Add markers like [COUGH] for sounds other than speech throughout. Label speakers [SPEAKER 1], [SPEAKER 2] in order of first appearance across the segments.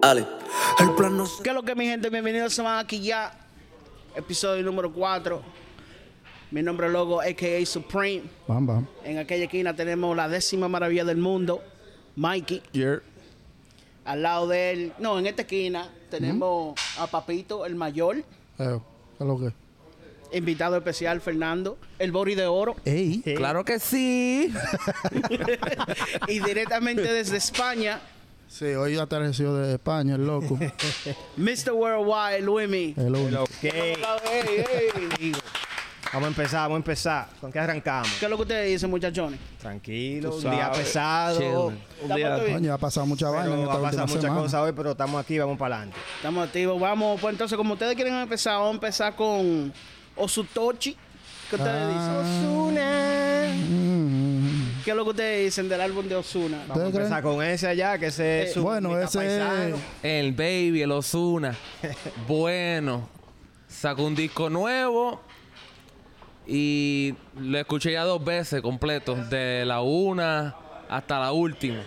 [SPEAKER 1] Dale. El plan no
[SPEAKER 2] ¿Qué es lo que mi gente? Bienvenidos se van aquí ya. Episodio número 4. Mi nombre es Logo, a.k.a. Supreme.
[SPEAKER 3] Bam, bam.
[SPEAKER 2] En aquella esquina tenemos la décima maravilla del mundo, Mikey. Al lado de él, no, en esta esquina tenemos a Papito, el mayor.
[SPEAKER 3] Mm-hmm. Eh, ¿qué es lo que?
[SPEAKER 2] Invitado especial, Fernando, el Bori de
[SPEAKER 3] [LAUGHS]
[SPEAKER 2] Oro. [LAUGHS]
[SPEAKER 3] Ey.
[SPEAKER 1] Claro que sí.
[SPEAKER 2] y directamente desde España,
[SPEAKER 3] Sí, hoy atardeció de España, el loco.
[SPEAKER 2] Mr. Worldwide, Luimi.
[SPEAKER 3] El único.
[SPEAKER 4] Ok. Vamos a empezar, vamos a empezar. ¿Con qué arrancamos?
[SPEAKER 2] ¿Qué es lo que ustedes dicen, muchachones?
[SPEAKER 4] Tranquilo,
[SPEAKER 1] Tú
[SPEAKER 4] un día
[SPEAKER 1] sabes.
[SPEAKER 4] pesado.
[SPEAKER 1] Chill.
[SPEAKER 4] Un día.
[SPEAKER 2] Estamos
[SPEAKER 3] Coño, ha pasado mucha vaina en
[SPEAKER 4] Pero va
[SPEAKER 3] esta última
[SPEAKER 4] a pasar muchas
[SPEAKER 3] semana.
[SPEAKER 4] cosas hoy, pero estamos aquí, vamos para adelante.
[SPEAKER 2] Estamos activos, vamos. Pues entonces, como ustedes quieren empezar, vamos a empezar con Osutochi. ¿Qué ustedes
[SPEAKER 1] Ah.
[SPEAKER 2] dicen? Osuna. Mm. ¿Qué es lo que ustedes dicen del álbum de Osuna?
[SPEAKER 4] Vamos a
[SPEAKER 3] ¿Ustedes
[SPEAKER 4] empezar con ese allá, que ese es su
[SPEAKER 3] Eh, Bueno,
[SPEAKER 4] mitad
[SPEAKER 3] ese
[SPEAKER 4] paisano.
[SPEAKER 3] es...
[SPEAKER 1] El Baby, el Osuna. bueno. Sacó un disco nuevo. Y lo escuché ya dos veces completo. De la una hasta la última.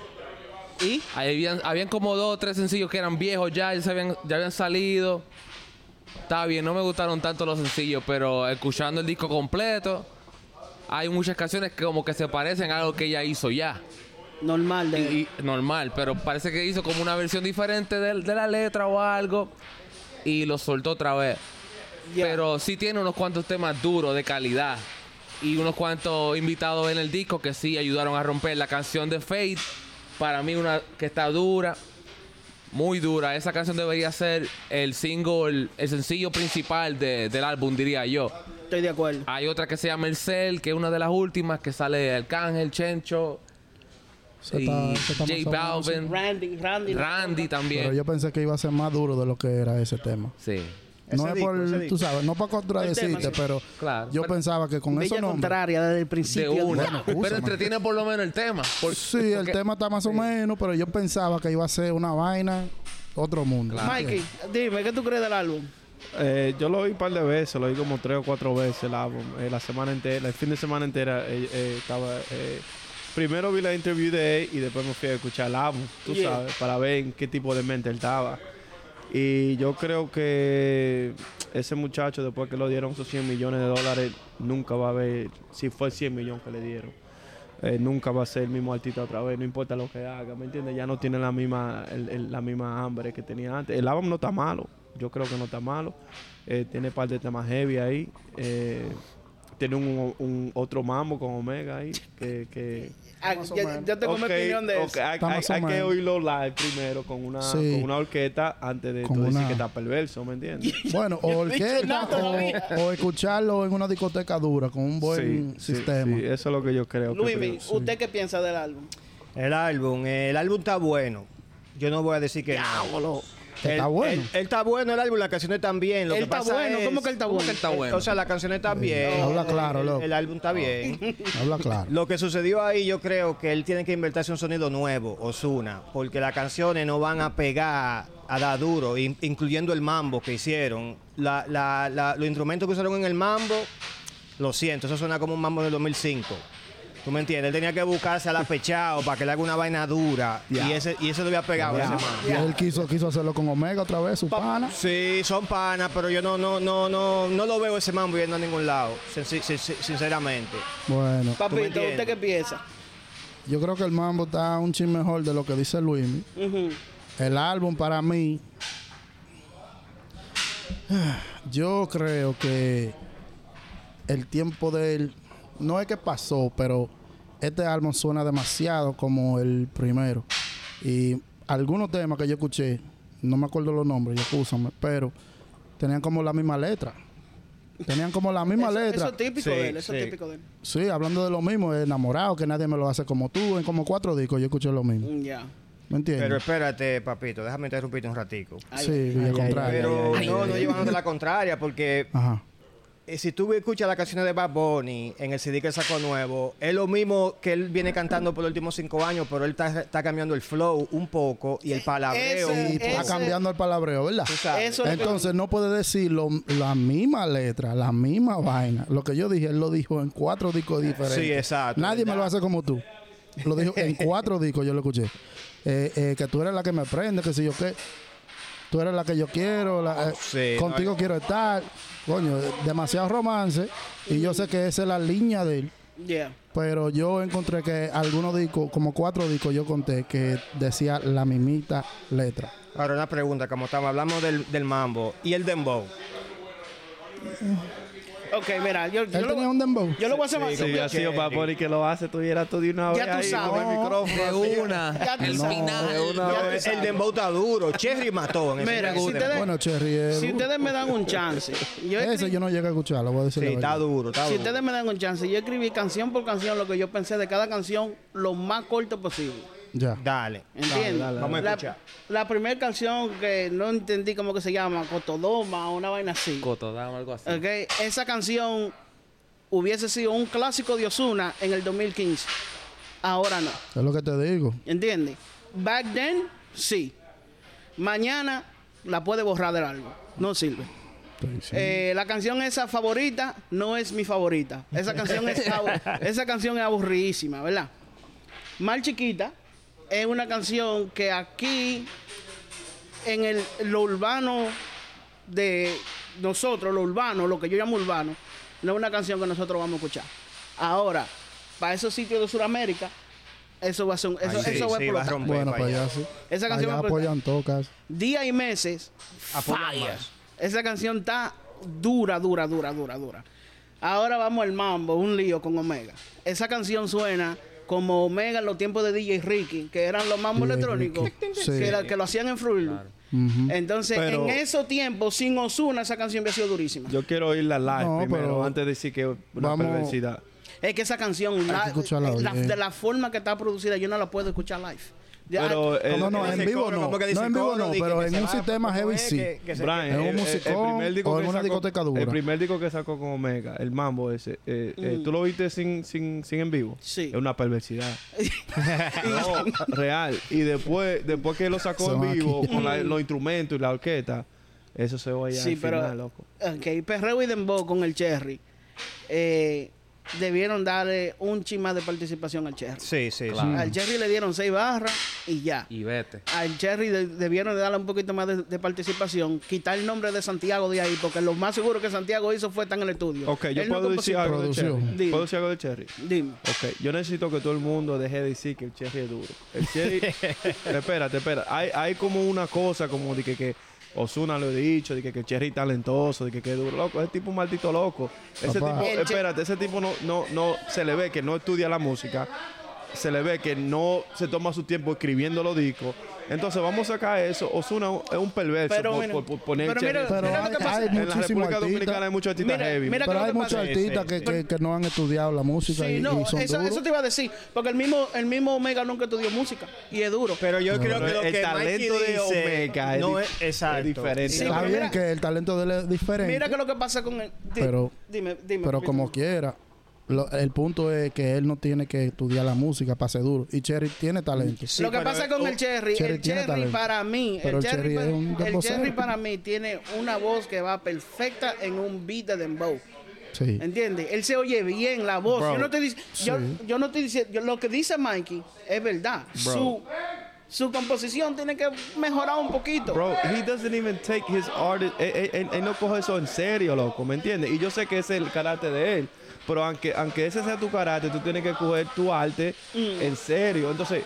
[SPEAKER 2] ¿Y?
[SPEAKER 1] Ahí habían, habían como dos o tres sencillos que eran viejos ya, ya, se habían, ya habían salido. Está bien, no me gustaron tanto los sencillos, pero escuchando el disco completo, hay muchas canciones que como que se parecen a algo que ella hizo ya.
[SPEAKER 2] Normal de.
[SPEAKER 1] Y, y normal, pero parece que hizo como una versión diferente del- de, la letra o algo y lo soltó otra vez.
[SPEAKER 2] Ya.
[SPEAKER 1] Pero sí tiene unos cuantos temas duros de calidad y unos cuantos invitados en el disco que sí ayudaron a romper la canción de Fate. Para mí una que está dura, muy dura. Esa canción debería ser el single, el sencillo principal de- del álbum, diría yo.
[SPEAKER 2] Estoy de acuerdo.
[SPEAKER 1] Hay otra que se llama El Cel, que es una de las últimas que sale Arcángel, Chencho
[SPEAKER 3] se
[SPEAKER 1] y
[SPEAKER 3] está- se está
[SPEAKER 1] J
[SPEAKER 3] pasando mucho.
[SPEAKER 1] Balvin.
[SPEAKER 2] Randy, Randy.
[SPEAKER 1] Randy
[SPEAKER 3] Pero
[SPEAKER 1] también.
[SPEAKER 3] yo pensé que iba a ser más duro de lo que era ese tema.
[SPEAKER 1] Sí.
[SPEAKER 4] Ese
[SPEAKER 3] no es
[SPEAKER 4] disco, ese
[SPEAKER 3] por,
[SPEAKER 4] disco.
[SPEAKER 3] tú sabes, no para contradecirte,
[SPEAKER 2] sí.
[SPEAKER 3] pero
[SPEAKER 1] Claro.
[SPEAKER 3] yo
[SPEAKER 1] Pero-
[SPEAKER 3] pensaba que con
[SPEAKER 2] Bella
[SPEAKER 3] esos nombres...
[SPEAKER 2] contraria desde el
[SPEAKER 1] De
[SPEAKER 2] principio.
[SPEAKER 1] una.
[SPEAKER 3] bueno,
[SPEAKER 1] pero
[SPEAKER 3] escúchame.
[SPEAKER 1] entretiene por lo menos el tema. Por-
[SPEAKER 3] Sí, el
[SPEAKER 1] porque-
[SPEAKER 3] tema está más o menos, pero yo pensaba que iba a ser una vaina, otro mundo.
[SPEAKER 1] Ah,
[SPEAKER 2] Mikey, dime, ¿qué tú crees del álbum?
[SPEAKER 5] Eh, yo lo oí un par de veces, lo oí como tres o cuatro veces el álbum, eh, la semana entera, el fin de semana entera eh, eh, estaba... eh, primero vi la interview de él y después me fui a escuchar el álbum, tú
[SPEAKER 2] Yeah.
[SPEAKER 5] sabes, para ver en qué tipo de mente él estaba. Y yo creo que ese muchacho, después que lo dieron sus 100 millones de dólares, nunca va a ver, si fue 100 millones que le dieron. eh, nunca va a ser el mismo artista otra vez, no importa lo que haga, ¿me entiendes? Ya no tiene la misma, el- el- la misma hambre que tenía antes. El álbum no está malo, yo creo que no está malo. Eh, tiene parte de temas heavy ahí. eh, tiene un, un otro mambo con Omega ahí. Que, que,
[SPEAKER 2] Ah, ya, ya tengo mi
[SPEAKER 5] Ok,
[SPEAKER 2] opinión de
[SPEAKER 5] ok, Ah,
[SPEAKER 2] eso.
[SPEAKER 5] Hay,
[SPEAKER 3] Está
[SPEAKER 5] hay-
[SPEAKER 3] más o
[SPEAKER 5] hay que
[SPEAKER 3] menos.
[SPEAKER 5] oírlo live primero con una,
[SPEAKER 3] Sí.
[SPEAKER 5] con una orquesta antes de
[SPEAKER 3] Con
[SPEAKER 5] tú decir
[SPEAKER 3] una-
[SPEAKER 5] que está perverso,
[SPEAKER 2] [LAUGHS]
[SPEAKER 5] ¿me entiendes?
[SPEAKER 3] Bueno, o
[SPEAKER 2] Yo no he dicho
[SPEAKER 3] orquesta
[SPEAKER 2] nada todavía.
[SPEAKER 3] o, o escucharlo en una discoteca dura con un buen
[SPEAKER 5] Sí, sí,
[SPEAKER 3] sistema.
[SPEAKER 5] sí, eso es lo que yo creo. que
[SPEAKER 2] Luimi,
[SPEAKER 5] creo.
[SPEAKER 2] ¿usted qué piensa del álbum?
[SPEAKER 4] El álbum, eh, el álbum está bueno. Yo no voy a decir que no.
[SPEAKER 3] Que
[SPEAKER 4] El-
[SPEAKER 3] está bueno.
[SPEAKER 4] el- Él está bueno el álbum, las canciones están bien. Lo
[SPEAKER 2] Él
[SPEAKER 4] que
[SPEAKER 2] está
[SPEAKER 4] pasa
[SPEAKER 2] bueno,
[SPEAKER 4] es-
[SPEAKER 2] ¿cómo que él está
[SPEAKER 1] ¿Cómo
[SPEAKER 2] bueno?
[SPEAKER 1] que está bueno?
[SPEAKER 4] Eh, O sea, las canciones están bien.
[SPEAKER 3] habla
[SPEAKER 4] el-
[SPEAKER 3] claro,
[SPEAKER 4] el-
[SPEAKER 3] loco. Ah.
[SPEAKER 4] El álbum está bien.
[SPEAKER 3] Habla
[SPEAKER 4] [LAUGHS]
[SPEAKER 3] claro.
[SPEAKER 4] Lo que sucedió ahí, yo creo que él tiene que inventarse un sonido nuevo, Osuna, porque las canciones no van a pegar a dar duro, in- incluyendo el mambo que hicieron. La- la- la- los instrumentos que usaron en el mambo, lo siento, eso suena como un mambo del 2005. ¿Tú me entiendes? Él tenía que buscarse a la pechao para que le haga una vaina dura. Y, ese, y eso lo había pegado ese mambo.
[SPEAKER 3] Y él quiso, quiso hacerlo con Omega otra vez, su pana.
[SPEAKER 4] Sí, son panas, pero yo no, no, no, no, no lo veo ese mambo yendo a ningún lado, sin- sin- sin- sinceramente.
[SPEAKER 3] Bueno,
[SPEAKER 2] Papito,
[SPEAKER 4] entiendes.
[SPEAKER 2] ¿usted qué piensa?
[SPEAKER 3] yo creo que el mambo está un chin mejor de lo que dice Luis.
[SPEAKER 2] Ujú.
[SPEAKER 3] El álbum para mí. Yo creo que el tiempo de él. No es que pasó, pero este álbum suena demasiado como el primero. Y algunos temas que yo escuché, no me acuerdo los nombres, y excúsame, pero tenían como la misma letra. Tenían como la misma
[SPEAKER 2] Eso-
[SPEAKER 3] letra.
[SPEAKER 2] Eso es típico
[SPEAKER 4] Sí,
[SPEAKER 2] de él, eso es
[SPEAKER 4] sí.
[SPEAKER 2] típico de él.
[SPEAKER 3] Sí, hablando de lo mismo, enamorado, que nadie me lo hace como tú, en como cuatro discos yo escuché lo mismo.
[SPEAKER 2] Mm, Ya.
[SPEAKER 3] ¿Me entiendes?
[SPEAKER 4] Pero espérate, papito, déjame interrumpirte un ratico.
[SPEAKER 2] Ay,
[SPEAKER 3] sí,
[SPEAKER 2] ay,
[SPEAKER 3] al contrario.
[SPEAKER 4] Pero
[SPEAKER 3] Ay,
[SPEAKER 4] no,
[SPEAKER 3] ay,
[SPEAKER 4] no
[SPEAKER 3] ay.
[SPEAKER 4] llevándote la contraria, porque
[SPEAKER 3] Ajá.
[SPEAKER 4] eh, si tú escuchas las canciones de Bad Bunny en el CD que sacó nuevo, es lo mismo que él viene cantando por los últimos cinco años, pero él está, está cambiando el flow un poco y el palabreo.
[SPEAKER 2] Eh, ese-
[SPEAKER 4] un
[SPEAKER 3] Y
[SPEAKER 4] poco.
[SPEAKER 3] está
[SPEAKER 2] Ese-
[SPEAKER 3] cambiando el palabreo, ¿verdad?
[SPEAKER 4] Tú sabes.
[SPEAKER 2] Eso es
[SPEAKER 1] Ah,
[SPEAKER 2] lo que-
[SPEAKER 3] Entonces no puede decir lo- la misma letra, la misma vaina. Lo que yo dije, él lo dijo en cuatro discos diferentes.
[SPEAKER 4] Sí, exacto,
[SPEAKER 3] Nadie me
[SPEAKER 4] ¿verdad?
[SPEAKER 3] lo hace como tú.
[SPEAKER 2] [LAUGHS]
[SPEAKER 3] Lo dijo en cuatro discos, yo lo escuché. Eh, eh, que tú eres la que me prende, que si yo qué. tú eres la que yo quiero, la-
[SPEAKER 2] Oh,
[SPEAKER 3] eh,
[SPEAKER 4] Sí,
[SPEAKER 3] contigo
[SPEAKER 4] no,
[SPEAKER 3] quiero estar. Coño, eh, demasiado romance. Y yo sé que esa es la línea de él.
[SPEAKER 1] eh.
[SPEAKER 2] Yeah.
[SPEAKER 3] Pero yo encontré que algunos discos, como cuatro discos yo conté, que decía la mimita letra.
[SPEAKER 4] Ahora una pregunta, como estamos, hablamos del, del mambo y el dembow.
[SPEAKER 2] Ok, mira, yo, yo
[SPEAKER 3] Él
[SPEAKER 2] lo,
[SPEAKER 3] tenía un dembow.
[SPEAKER 2] yo lo voy a hacer más
[SPEAKER 5] Si hubiera
[SPEAKER 2] simple.
[SPEAKER 5] sido Bad Bunny que lo hace, tuviera tú de una
[SPEAKER 2] Ya
[SPEAKER 5] vez
[SPEAKER 2] tú
[SPEAKER 5] ahí
[SPEAKER 2] sabes.
[SPEAKER 5] con
[SPEAKER 4] [LAUGHS]
[SPEAKER 5] el micrófono.
[SPEAKER 1] De
[SPEAKER 5] así.
[SPEAKER 1] una.
[SPEAKER 2] Ya tú
[SPEAKER 1] El
[SPEAKER 2] sabes.
[SPEAKER 1] final.
[SPEAKER 5] De una
[SPEAKER 2] Ya tú
[SPEAKER 5] vez.
[SPEAKER 2] sabes.
[SPEAKER 4] El dembow está duro. Cherry mató en ese
[SPEAKER 2] Mira,
[SPEAKER 4] dembow.
[SPEAKER 2] si ustedes-
[SPEAKER 3] Bueno, Cherry. eh,
[SPEAKER 2] Si ustedes me dan un chance, yo
[SPEAKER 3] ese
[SPEAKER 2] escribí-
[SPEAKER 3] yo no llegué a escucharlo, voy a decir
[SPEAKER 4] Sí, está duro, está
[SPEAKER 2] si
[SPEAKER 4] duro.
[SPEAKER 2] ustedes me dan un chance, yo escribí canción por canción lo que yo pensé de cada canción lo más corto posible.
[SPEAKER 3] Ya.
[SPEAKER 4] Dale.
[SPEAKER 2] ¿Entiendes?
[SPEAKER 5] dale,
[SPEAKER 4] Vamos a
[SPEAKER 2] La-
[SPEAKER 4] escuchar.
[SPEAKER 2] La, primera canción que no entendí cómo que se llama, Cotodoma o una vaina así.
[SPEAKER 1] Coto, dame algo así.
[SPEAKER 2] Ok, Esa canción hubiese sido un clásico de Osuna en el 2015. Ahora no.
[SPEAKER 3] Es lo que te digo.
[SPEAKER 2] ¿Entiendes? Back then, sí. Mañana la puede borrar del álbum. No sirve.
[SPEAKER 3] Sí, sí.
[SPEAKER 2] Eh, la canción esa favorita no es mi favorita. Esa canción es, abu- esa canción es aburridísima, ¿verdad? Mal Chiquita es una canción que aquí, en el, lo urbano de nosotros, lo urbano, lo que yo llamo urbano, no es una canción que nosotros vamos a escuchar. Ahora, para esos sitios de Sudamérica, eso va a ser un- eso,
[SPEAKER 4] Ay, sí,
[SPEAKER 2] eso va a
[SPEAKER 4] sí, va a
[SPEAKER 2] explotar.
[SPEAKER 4] romper.
[SPEAKER 3] bueno,
[SPEAKER 4] para
[SPEAKER 3] pues
[SPEAKER 4] allá.
[SPEAKER 3] ya sí.
[SPEAKER 2] Esa canción
[SPEAKER 3] Allá
[SPEAKER 2] me aporta-
[SPEAKER 3] apoyan tocas.
[SPEAKER 2] Día y meses.
[SPEAKER 4] Apoya
[SPEAKER 2] Fire.
[SPEAKER 4] más.
[SPEAKER 2] Esa canción está dura, dura, dura, dura, dura. Ahora vamos al mambo, un lío con Omega. Esa canción suena como Omega en los tiempos de DJ Ricky, que eran los mambos
[SPEAKER 3] DJ
[SPEAKER 2] electrónicos,
[SPEAKER 3] Ricky. Sí.
[SPEAKER 2] que, era- que lo hacían en Fruitloop.
[SPEAKER 3] Ujú.
[SPEAKER 2] Entonces,
[SPEAKER 5] Pero-
[SPEAKER 2] en esos tiempos, sin Osuna, esa canción había sido durísima.
[SPEAKER 5] Yo quiero oír la live
[SPEAKER 3] No,
[SPEAKER 5] primero,
[SPEAKER 3] pero
[SPEAKER 5] antes de decir que es una
[SPEAKER 3] vamos-
[SPEAKER 5] perversidad.
[SPEAKER 2] es que esa canción, la-
[SPEAKER 3] escucharla
[SPEAKER 2] la-
[SPEAKER 3] bien.
[SPEAKER 2] de la forma que está producida, yo no la puedo escuchar live. Ya- [LAUGHS]
[SPEAKER 5] Pero el-
[SPEAKER 3] No, no,
[SPEAKER 5] el-
[SPEAKER 3] en
[SPEAKER 4] Dice
[SPEAKER 3] vivo
[SPEAKER 4] coro,
[SPEAKER 3] no.
[SPEAKER 4] como que dice
[SPEAKER 3] No en vivo
[SPEAKER 4] coro,
[SPEAKER 3] no,
[SPEAKER 4] di que-
[SPEAKER 3] pero
[SPEAKER 4] que
[SPEAKER 3] en
[SPEAKER 4] se
[SPEAKER 3] un
[SPEAKER 4] va,
[SPEAKER 3] sistema
[SPEAKER 4] ¿cómo
[SPEAKER 3] heavy
[SPEAKER 4] es?
[SPEAKER 3] sí.
[SPEAKER 4] Que- que se-
[SPEAKER 5] Brian,
[SPEAKER 3] en un
[SPEAKER 5] el- el-
[SPEAKER 3] musicón
[SPEAKER 5] el primer disco
[SPEAKER 3] o
[SPEAKER 5] que
[SPEAKER 3] en una
[SPEAKER 5] sacó-
[SPEAKER 3] discoteca dura.
[SPEAKER 5] El primer disco que sacó con Omega, el mambo ese, eh, eh, ¿tú lo viste sin, sin, sin en vivo?
[SPEAKER 2] Mm. Sí.
[SPEAKER 5] Es una perversidad. [LAUGHS] No, real. Y después, después que lo sacó
[SPEAKER 3] Son
[SPEAKER 5] en vivo,
[SPEAKER 3] aquí.
[SPEAKER 5] con la- los instrumentos y la orquesta, eso se oye
[SPEAKER 2] Sí,
[SPEAKER 5] al
[SPEAKER 2] pero-
[SPEAKER 5] final, loco.
[SPEAKER 2] Ok, Perreo y Dembow con el Cherry. eh, debieron darle un chin más de participación al Cherry.
[SPEAKER 4] Sí, sí, sí.
[SPEAKER 3] Mm.
[SPEAKER 1] Claro.
[SPEAKER 2] Al Cherry le dieron seis barras y ya.
[SPEAKER 1] Y vete.
[SPEAKER 2] Al Cherry de- debieron de darle un poquito más de, de participación. Quitar el nombre de Santiago de ahí, porque lo más seguro que Santiago hizo fue estar en el estudio.
[SPEAKER 5] Ok, yo
[SPEAKER 2] Él no
[SPEAKER 5] puedo decir
[SPEAKER 2] compuso-
[SPEAKER 5] algo de
[SPEAKER 3] Producción.
[SPEAKER 5] Cherry.
[SPEAKER 2] Dime.
[SPEAKER 5] ¿Puedo decir algo de Cherry?
[SPEAKER 2] Dime.
[SPEAKER 5] Ok, yo necesito que todo el mundo deje de decir que el Cherry es duro. El Cherry.
[SPEAKER 2] [LAUGHS]
[SPEAKER 5] espérate, espérate. Hay, hay como una cosa como de que, que Osuna lo he dicho, de que, que el Cherry es talentoso, de que, que es duro. Loco, ese tipo es un maldito loco. Ese
[SPEAKER 3] Papá.
[SPEAKER 5] tipo,
[SPEAKER 2] El Che-
[SPEAKER 5] espérate, ese tipo no, no, no se le ve que no estudia la música. Se le ve que no se toma su tiempo escribiendo los discos. Entonces vamos a sacar eso. Osuna es un perverso
[SPEAKER 2] Pero
[SPEAKER 5] por,
[SPEAKER 2] mira,
[SPEAKER 5] por- por poner
[SPEAKER 2] pero
[SPEAKER 5] Cherry.
[SPEAKER 2] mira-
[SPEAKER 3] Pero
[SPEAKER 2] Mira lo
[SPEAKER 3] hay,
[SPEAKER 2] que pasa.
[SPEAKER 3] hay
[SPEAKER 5] en la
[SPEAKER 3] muchísimos
[SPEAKER 5] República Dominicana
[SPEAKER 3] artistas.
[SPEAKER 5] hay muchos artistas
[SPEAKER 2] Mira,
[SPEAKER 5] heavy.
[SPEAKER 2] mira-
[SPEAKER 5] bro.
[SPEAKER 3] Pero
[SPEAKER 2] lo
[SPEAKER 3] hay
[SPEAKER 2] que
[SPEAKER 3] muchos
[SPEAKER 2] pasa.
[SPEAKER 4] Sí,
[SPEAKER 3] artistas
[SPEAKER 4] sí,
[SPEAKER 3] que,
[SPEAKER 4] sí.
[SPEAKER 3] que- que no han estudiado la música
[SPEAKER 2] Sí,
[SPEAKER 3] y,
[SPEAKER 2] no,
[SPEAKER 3] y son
[SPEAKER 2] eso,
[SPEAKER 3] duros.
[SPEAKER 2] eso te iba a decir. Porque el mismo, el mismo Omega nunca estudió música y es duro.
[SPEAKER 4] Pero yo creo que
[SPEAKER 5] Pero
[SPEAKER 4] lo
[SPEAKER 5] el
[SPEAKER 4] que
[SPEAKER 5] talento
[SPEAKER 4] Mikey
[SPEAKER 5] de
[SPEAKER 4] dice
[SPEAKER 5] Omega es
[SPEAKER 4] no
[SPEAKER 5] di-
[SPEAKER 4] es exacto.
[SPEAKER 5] es diferente.
[SPEAKER 2] Sí,
[SPEAKER 3] Está
[SPEAKER 2] pero
[SPEAKER 3] bien
[SPEAKER 2] mira-
[SPEAKER 3] que el talento de él es diferente,
[SPEAKER 2] Mira que lo que pasa con él. Di-
[SPEAKER 3] Pero-
[SPEAKER 2] dime, dime.
[SPEAKER 3] pero
[SPEAKER 2] Pepito.
[SPEAKER 3] como quiera. lo- el punto es que él no tiene que estudiar la música para ser duro. Y Cherry tiene talento.
[SPEAKER 4] Sí,
[SPEAKER 2] lo que
[SPEAKER 4] pero
[SPEAKER 2] pasa
[SPEAKER 4] el-
[SPEAKER 2] con
[SPEAKER 4] oh,
[SPEAKER 2] el Cherry,
[SPEAKER 3] Cherry
[SPEAKER 2] el
[SPEAKER 3] tiene
[SPEAKER 2] Cherry
[SPEAKER 3] talento.
[SPEAKER 2] para mí, el
[SPEAKER 3] Pero el
[SPEAKER 2] Cherry,
[SPEAKER 3] Cherry
[SPEAKER 2] pa-
[SPEAKER 3] es un
[SPEAKER 2] el
[SPEAKER 3] dembocero.
[SPEAKER 2] Cherry para mí tiene una voz que va perfecta en un beat de dembow.
[SPEAKER 3] Sí.
[SPEAKER 2] ¿Entiendes? Él se oye bien la voz. yo no te dic- yo,
[SPEAKER 3] sí.
[SPEAKER 2] yo no te dice, yo- lo que dice Mikey es verdad. Su, su composición tiene que mejorar un poquito.
[SPEAKER 5] Bro, he doesn't even take his art. Él, él- él- él no coge eso en serio, loco, ¿me entiendes? Y yo sé que ese es el carácter de él. Pero aunque, aunque ese sea tu carácter, tú tienes que coger tu arte
[SPEAKER 2] Mm.
[SPEAKER 5] en serio. Entonces,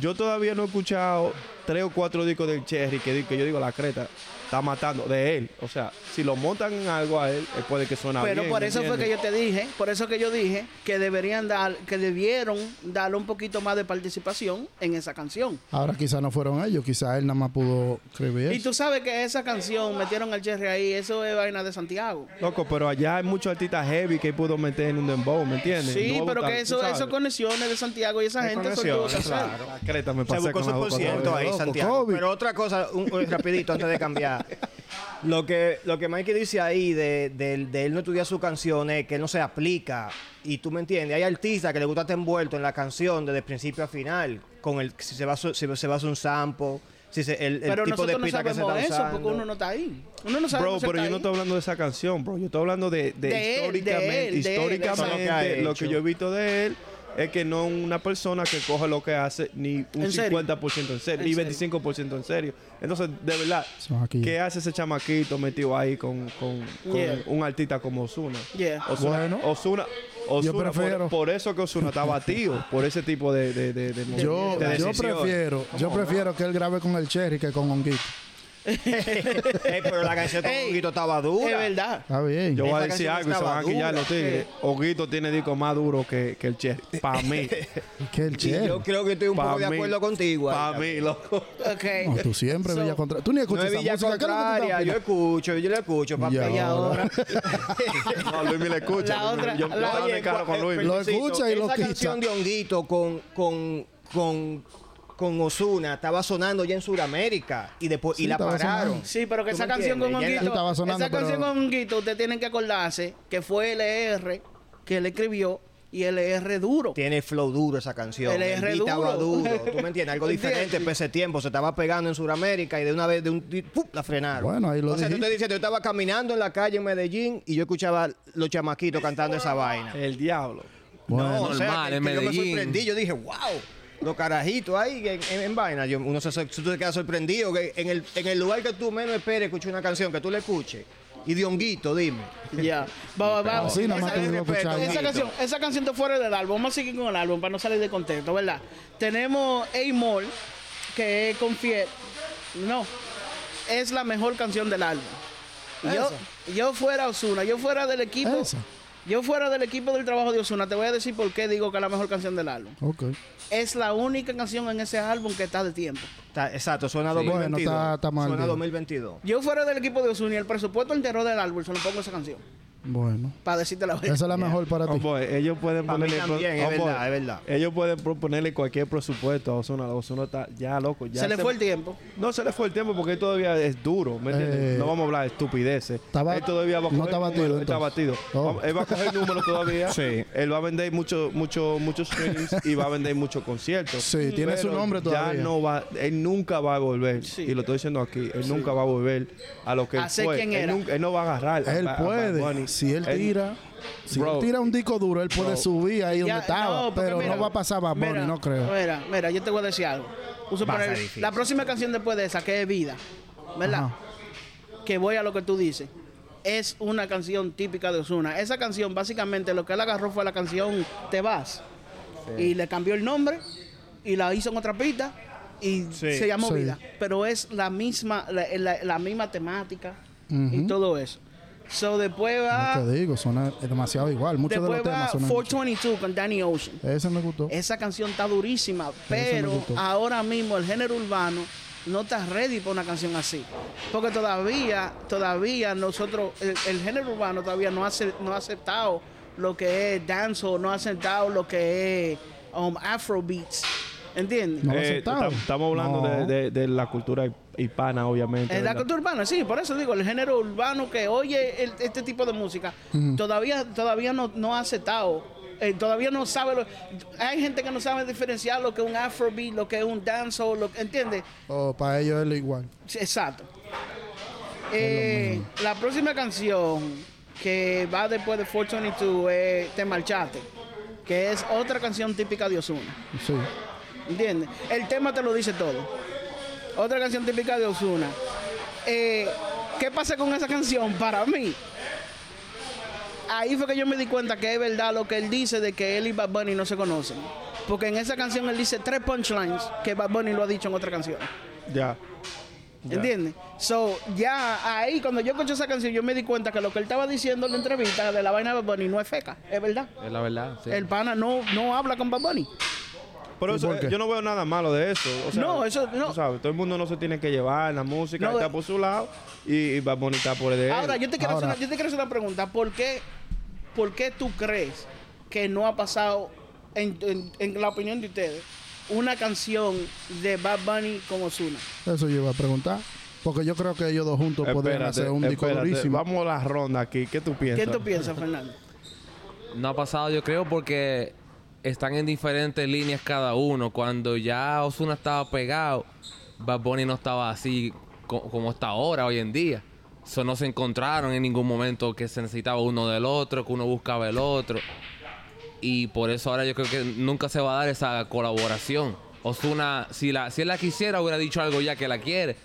[SPEAKER 5] yo todavía no he escuchado tres o cuatro discos del Cherry que, di- que yo digo la creta. Está matando de él. O sea, si lo montan en algo a él, él puede que suena bien.
[SPEAKER 2] Pero por
[SPEAKER 5] ¿me
[SPEAKER 2] eso fue que
[SPEAKER 5] entiendes?
[SPEAKER 2] yo te dije, por eso que yo dije que deberían dar, que debieron darle un poquito más de participación en esa canción.
[SPEAKER 3] Ahora quizás no fueron ellos, quizás él nada más pudo escribir.
[SPEAKER 2] Y tú sabes que esa canción metieron al Cherry ahí, eso es vaina de Santiago.
[SPEAKER 5] Loco, pero allá hay muchos artistas heavy que pudo meter en un dembow, ¿me entiendes?
[SPEAKER 2] Sí,
[SPEAKER 5] No
[SPEAKER 2] pero
[SPEAKER 5] tan-
[SPEAKER 2] que eso,
[SPEAKER 5] tú sabes.
[SPEAKER 2] esas conexiones de Santiago y esa
[SPEAKER 4] Es
[SPEAKER 2] gente son
[SPEAKER 4] conexión,
[SPEAKER 2] todos así.
[SPEAKER 4] claro.
[SPEAKER 5] La creta me
[SPEAKER 4] Se
[SPEAKER 5] pasé
[SPEAKER 4] buscó
[SPEAKER 5] con
[SPEAKER 4] su
[SPEAKER 5] la
[SPEAKER 4] por
[SPEAKER 5] boca otra
[SPEAKER 4] ciento
[SPEAKER 5] vez.
[SPEAKER 4] ahí,
[SPEAKER 3] loco,
[SPEAKER 4] Santiago.
[SPEAKER 3] Kobe.
[SPEAKER 4] Pero otra cosa, un- un- rapidito, antes de cambiar. Lo que, lo que Mikey dice ahí de, de- de él no estudiar sus canciones, que él no se aplica. Y tú me entiendes, hay artistas que le gusta estar envuelto en la canción desde principio a final. Con el, si se va, a su- si se va a hacer un sample, si se, el, el
[SPEAKER 2] Pero
[SPEAKER 4] tipo de
[SPEAKER 2] nosotros no
[SPEAKER 4] pista que se
[SPEAKER 2] sabemos
[SPEAKER 4] está
[SPEAKER 2] eso
[SPEAKER 4] usando.
[SPEAKER 2] porque uno no está ahí. Uno no sabe
[SPEAKER 5] Bro,
[SPEAKER 2] si
[SPEAKER 5] pero
[SPEAKER 2] está
[SPEAKER 5] yo
[SPEAKER 2] ahí.
[SPEAKER 5] no estoy hablando de esa canción, bro. Yo estoy hablando de, de
[SPEAKER 2] De él, de
[SPEAKER 5] históricamente,
[SPEAKER 2] él, de él,
[SPEAKER 5] históricamente
[SPEAKER 4] exacto.
[SPEAKER 5] lo que yo he visto de él es que no una persona que coja lo que hace ni un
[SPEAKER 2] ¿En serio?
[SPEAKER 5] 50% en serio,
[SPEAKER 2] ¿En
[SPEAKER 5] ni
[SPEAKER 2] serio?
[SPEAKER 5] 25% en serio. Entonces, de verdad,
[SPEAKER 3] Son aquí.
[SPEAKER 5] ¿qué hace ese chamaquito metido ahí con, con- con
[SPEAKER 2] Yeah.
[SPEAKER 5] un artista como Osuna?
[SPEAKER 2] Yeah.
[SPEAKER 5] Osuna,
[SPEAKER 3] Bueno.
[SPEAKER 5] Osuna,
[SPEAKER 3] prefiero.
[SPEAKER 5] Por, por eso que Osuna está batido, por ese tipo de, de, de- de- de
[SPEAKER 3] Yo, yo
[SPEAKER 5] decisión.
[SPEAKER 3] prefiero, yo prefiero que él grabe con el Cherry que con Honguito.
[SPEAKER 4] Ey, Eh, pero la canción con
[SPEAKER 2] [LAUGHS] Ey,
[SPEAKER 4] Honguito estaba
[SPEAKER 2] Es
[SPEAKER 4] dura.
[SPEAKER 2] verdad.
[SPEAKER 3] Está bien.
[SPEAKER 5] Yo voy a
[SPEAKER 4] Esa
[SPEAKER 5] decir
[SPEAKER 4] canción
[SPEAKER 5] algo y se
[SPEAKER 4] estaba
[SPEAKER 5] van a quillar
[SPEAKER 4] dura,
[SPEAKER 5] los tigres. Honguito tiene disco más duro que, que el Cherry. Para mí.
[SPEAKER 3] que el
[SPEAKER 4] Y
[SPEAKER 3] Cherry.
[SPEAKER 4] yo creo que estoy un
[SPEAKER 5] Pa'
[SPEAKER 4] poco de
[SPEAKER 5] mí.
[SPEAKER 4] acuerdo contigo. eh. ahí,
[SPEAKER 5] Para
[SPEAKER 4] cabrón.
[SPEAKER 5] mí, loco.
[SPEAKER 2] Ok.
[SPEAKER 3] No, tú siempre
[SPEAKER 2] So,
[SPEAKER 3] Villa Contraria. Tú ni
[SPEAKER 4] No
[SPEAKER 3] escuchas
[SPEAKER 4] es
[SPEAKER 3] esa
[SPEAKER 4] Villa
[SPEAKER 3] música. ¿Qué es lo que tú estás
[SPEAKER 4] Contraria, yo
[SPEAKER 3] opinando?
[SPEAKER 4] escucho, yo la escucho, papi.
[SPEAKER 3] Y
[SPEAKER 2] Y
[SPEAKER 3] ahora.
[SPEAKER 2] ahora.
[SPEAKER 5] No, Luis me le escucha.
[SPEAKER 2] La
[SPEAKER 5] Luis me-
[SPEAKER 2] otra-
[SPEAKER 5] yo
[SPEAKER 2] la
[SPEAKER 5] yo ando en
[SPEAKER 4] Oye,
[SPEAKER 5] carro
[SPEAKER 4] cua-
[SPEAKER 5] con
[SPEAKER 4] eh,
[SPEAKER 5] Luis.
[SPEAKER 3] Lo
[SPEAKER 4] Permisito,
[SPEAKER 3] escucha y lo
[SPEAKER 4] Esa
[SPEAKER 3] quita.
[SPEAKER 4] canción de Honguito con, con, con, con Osuna estaba sonando ya en Sudamérica y después
[SPEAKER 3] Sí,
[SPEAKER 4] y la
[SPEAKER 3] estaba
[SPEAKER 4] pararon.
[SPEAKER 3] sonando.
[SPEAKER 2] Sí, pero que
[SPEAKER 4] ¿Tú
[SPEAKER 2] esa
[SPEAKER 4] me
[SPEAKER 2] canción con
[SPEAKER 4] entiendes? Ya
[SPEAKER 3] la- Estaba
[SPEAKER 2] Honguito.
[SPEAKER 3] sonando,
[SPEAKER 2] esa canción
[SPEAKER 3] pero-
[SPEAKER 2] con Honguito, ustedes tienen que acordarse que fue LR que él escribió y LR duro.
[SPEAKER 4] Tiene flow duro esa canción.
[SPEAKER 2] El R
[SPEAKER 4] beat estaba
[SPEAKER 2] duro.
[SPEAKER 4] duro.
[SPEAKER 2] [LAUGHS]
[SPEAKER 4] ¿Tú me entiendes? Algo diferente.
[SPEAKER 2] ¿Entiendes?
[SPEAKER 4] Para ese tiempo se estaba pegando en Sudamérica y de una vez, de un. di- ¡pum! la frenaron.
[SPEAKER 3] Bueno, ahí lo
[SPEAKER 4] O sea,
[SPEAKER 3] dijiste.
[SPEAKER 4] te estoy diciendo, yo estaba caminando en la calle en Medellín y yo escuchaba los chamaquitos cantando esa vaina.
[SPEAKER 5] El diablo.
[SPEAKER 3] Bueno,
[SPEAKER 4] no, o sea,
[SPEAKER 1] normal,
[SPEAKER 4] que-
[SPEAKER 1] en
[SPEAKER 4] que Yo me
[SPEAKER 1] Medellín.
[SPEAKER 4] sorprendí, yo dije, wow. Los carajitos ahí en, en- en vaina. Yo- uno se, sor- tú te quedas sorprendido que en el, en el lugar que tú menos esperes escuchar una canción, que tú la escuches. Y de honguito, dime.
[SPEAKER 2] Ya. Va, va, va.
[SPEAKER 3] así nada más
[SPEAKER 2] Esa-
[SPEAKER 3] te digo
[SPEAKER 4] respeto,
[SPEAKER 3] escuchar.
[SPEAKER 2] Esa
[SPEAKER 4] Bonito.
[SPEAKER 2] canción, esa canción está fuera del álbum. Vamos a seguir con el álbum para no salir de contexto, ¿verdad? Tenemos A-Mall, que es Confier. No, es la mejor canción del álbum. Y Yo, yo fuera Osuna, yo fuera del equipo.
[SPEAKER 3] Esa.
[SPEAKER 2] Yo fuera del equipo del trabajo de Osuna, te voy a decir por qué digo que es la mejor canción del álbum.
[SPEAKER 3] Ok.
[SPEAKER 2] Es la única canción en ese álbum que está de tiempo.
[SPEAKER 4] Está- exacto, suena
[SPEAKER 3] Bueno,
[SPEAKER 4] 2022.
[SPEAKER 3] está- está mal,
[SPEAKER 4] suena
[SPEAKER 3] digo.
[SPEAKER 4] 2022.
[SPEAKER 2] Yo fuera del equipo de Osuna y el presupuesto entero del álbum, solo pongo esa canción.
[SPEAKER 3] Bueno.
[SPEAKER 2] Para decirte la verdad.
[SPEAKER 3] Esa es la mejor para
[SPEAKER 5] Oh,
[SPEAKER 3] ti.
[SPEAKER 5] boy, ellos pueden
[SPEAKER 4] Pa' mí
[SPEAKER 5] ponerle.
[SPEAKER 4] también,
[SPEAKER 5] pro-
[SPEAKER 4] es
[SPEAKER 5] oh, boy,
[SPEAKER 4] verdad, es verdad.
[SPEAKER 5] Ellos pueden proponerle cualquier presupuesto a Osuna. Osuna está ya loco. Ya
[SPEAKER 2] Se le fue el tiempo.
[SPEAKER 5] No se le fue el tiempo porque él todavía es duro, ¿me entiendes?
[SPEAKER 3] Eh,
[SPEAKER 5] no vamos a hablar de estupideces.
[SPEAKER 3] Estaba-
[SPEAKER 5] él todavía va a
[SPEAKER 3] no
[SPEAKER 5] coger
[SPEAKER 3] está batido,
[SPEAKER 5] números, está
[SPEAKER 3] entonces.
[SPEAKER 5] batido.
[SPEAKER 3] Oh.
[SPEAKER 5] Vamos- Él va a coger números
[SPEAKER 2] [LAUGHS]
[SPEAKER 5] todavía.
[SPEAKER 4] Sí.
[SPEAKER 5] Él va a vender muchos mucho, muchos streams y va a vender muchos conciertos.
[SPEAKER 3] Sí, tiene
[SPEAKER 5] Pero
[SPEAKER 3] su nombre todavía.
[SPEAKER 5] Ya no va, él nunca va a volver.
[SPEAKER 2] Sí.
[SPEAKER 5] Y lo estoy diciendo aquí, él nunca va a volver a lo que
[SPEAKER 2] A
[SPEAKER 5] él
[SPEAKER 2] ser
[SPEAKER 5] fue.
[SPEAKER 2] quien
[SPEAKER 5] él,
[SPEAKER 2] era.
[SPEAKER 5] nunca- él no va a agarrar. a-
[SPEAKER 3] Él
[SPEAKER 5] a- a Bad Bunny.
[SPEAKER 3] puede. Si él tira. Si
[SPEAKER 5] Bro.
[SPEAKER 3] él tira un disco duro, él puede
[SPEAKER 5] Bro.
[SPEAKER 3] subir ahí donde
[SPEAKER 2] Ya,
[SPEAKER 3] estaba.
[SPEAKER 2] porque
[SPEAKER 3] Pero
[SPEAKER 2] mira,
[SPEAKER 3] no va a pasar Bad Bunny,
[SPEAKER 2] mira,
[SPEAKER 3] no creo.
[SPEAKER 2] Mira, mira, yo te voy a decir algo. Tú supones,
[SPEAKER 4] Va a ser difícil.
[SPEAKER 2] la próxima canción después de esa, que es Vida, ¿verdad?
[SPEAKER 3] Ajá.
[SPEAKER 2] Que voy a lo que tú dices. Es una canción típica de Osuna. Esa canción, básicamente, lo que él agarró fue la canción Te Vas. Y le cambió el nombre y la hizo en otra pista y se llamó
[SPEAKER 3] Sí.
[SPEAKER 2] Vida. Pero es la misma, la, la- la misma temática y
[SPEAKER 3] Ujú.
[SPEAKER 2] todo eso. So, después va,
[SPEAKER 3] No te digo, suena demasiado igual. Muchos de los
[SPEAKER 2] después va Eh.
[SPEAKER 3] temas suenan.
[SPEAKER 2] 422 con Danny Ocean.
[SPEAKER 3] Ese me gustó.
[SPEAKER 2] Esa canción está durísima,
[SPEAKER 3] me
[SPEAKER 2] pero
[SPEAKER 3] gustó.
[SPEAKER 2] ahora mismo el género urbano no está ready para una canción así. Porque todavía, todavía nosotros, el, el género urbano todavía no ha, ace- no ha aceptado lo que es dancehall, no ha aceptado lo que es um, afrobeats. ¿Entiendes?
[SPEAKER 3] No. lo
[SPEAKER 5] Eh,
[SPEAKER 3] aceptaron.
[SPEAKER 5] tam- estamos hablando
[SPEAKER 3] No.
[SPEAKER 5] de, de- de la cultura hispana, obviamente.
[SPEAKER 2] En Eh, la
[SPEAKER 5] ¿verdad?
[SPEAKER 2] cultura urbana, sí, por eso digo, el género urbano que oye el- este tipo de música todavía, todavía no, no ha aceptado, eh, todavía no sabe, lo, hay gente que no sabe diferenciar lo que es un afrobeat, lo que es un dancehall, lo que, ¿entiendes?
[SPEAKER 3] O Oh, para ellos es lo igual.
[SPEAKER 2] Sí, Exacto. Eh, la próxima canción que va después de 422 es Te Marchaste, que es otra canción típica de Osuna.
[SPEAKER 3] Sí.
[SPEAKER 2] ¿Entiendes? El tema te lo dice todo. Otra canción típica de Osuna. Eh, ¿Qué pasa con esa canción? Para mí. Ahí fue que yo me di cuenta que es verdad lo que él dice de que él y Bad Bunny no se conocen. Porque en esa canción él dice tres punchlines que Bad Bunny lo ha dicho en otra canción.
[SPEAKER 5] Ya. Ya.
[SPEAKER 2] ¿Entiendes? So, ya ahí, cuando yo escuché esa canción, yo me di cuenta que lo que él estaba diciendo en la entrevista de la vaina de Bad Bunny no es feca, es verdad.
[SPEAKER 1] Es la verdad. sí.
[SPEAKER 2] El pana no, no habla con Bad Bunny.
[SPEAKER 5] Pero
[SPEAKER 3] ¿Y
[SPEAKER 5] eso,
[SPEAKER 3] por qué?
[SPEAKER 5] eh, yo no veo nada malo de eso. O sea,
[SPEAKER 2] No, eso no.
[SPEAKER 5] tú sabes, todo el mundo no se tiene que llevar. La música
[SPEAKER 2] No, eh.
[SPEAKER 5] está por su lado y, y va bonita por el de él.
[SPEAKER 2] Ahora, yo te quiero,
[SPEAKER 3] Ahora.
[SPEAKER 2] Hacer, una, yo te quiero hacer una pregunta. ¿Por qué, por qué tú crees que no ha pasado, en, en- en la opinión de ustedes, una canción de Bad Bunny con Ozuna?
[SPEAKER 3] Eso yo iba a preguntar. Porque yo creo que ellos dos juntos podrían
[SPEAKER 5] Espérate,
[SPEAKER 3] hacer un disco
[SPEAKER 5] espérate.
[SPEAKER 3] durísimo.
[SPEAKER 5] Vamos a la ronda aquí. ¿Qué tú piensas?
[SPEAKER 2] ¿Qué tú piensas, Fernando?
[SPEAKER 1] No ha pasado, yo creo, porque están en diferentes líneas cada uno. Cuando ya Osuna estaba pegado, Bad Bunny no estaba así co- como está ahora, hoy en día. Eso no se encontraron en ningún momento que se necesitaba uno del otro, que uno buscaba el otro. y por eso ahora yo creo que nunca se va a dar esa colaboración. Ozuna, si, la, si él la quisiera, hubiera dicho algo ya que la quiere.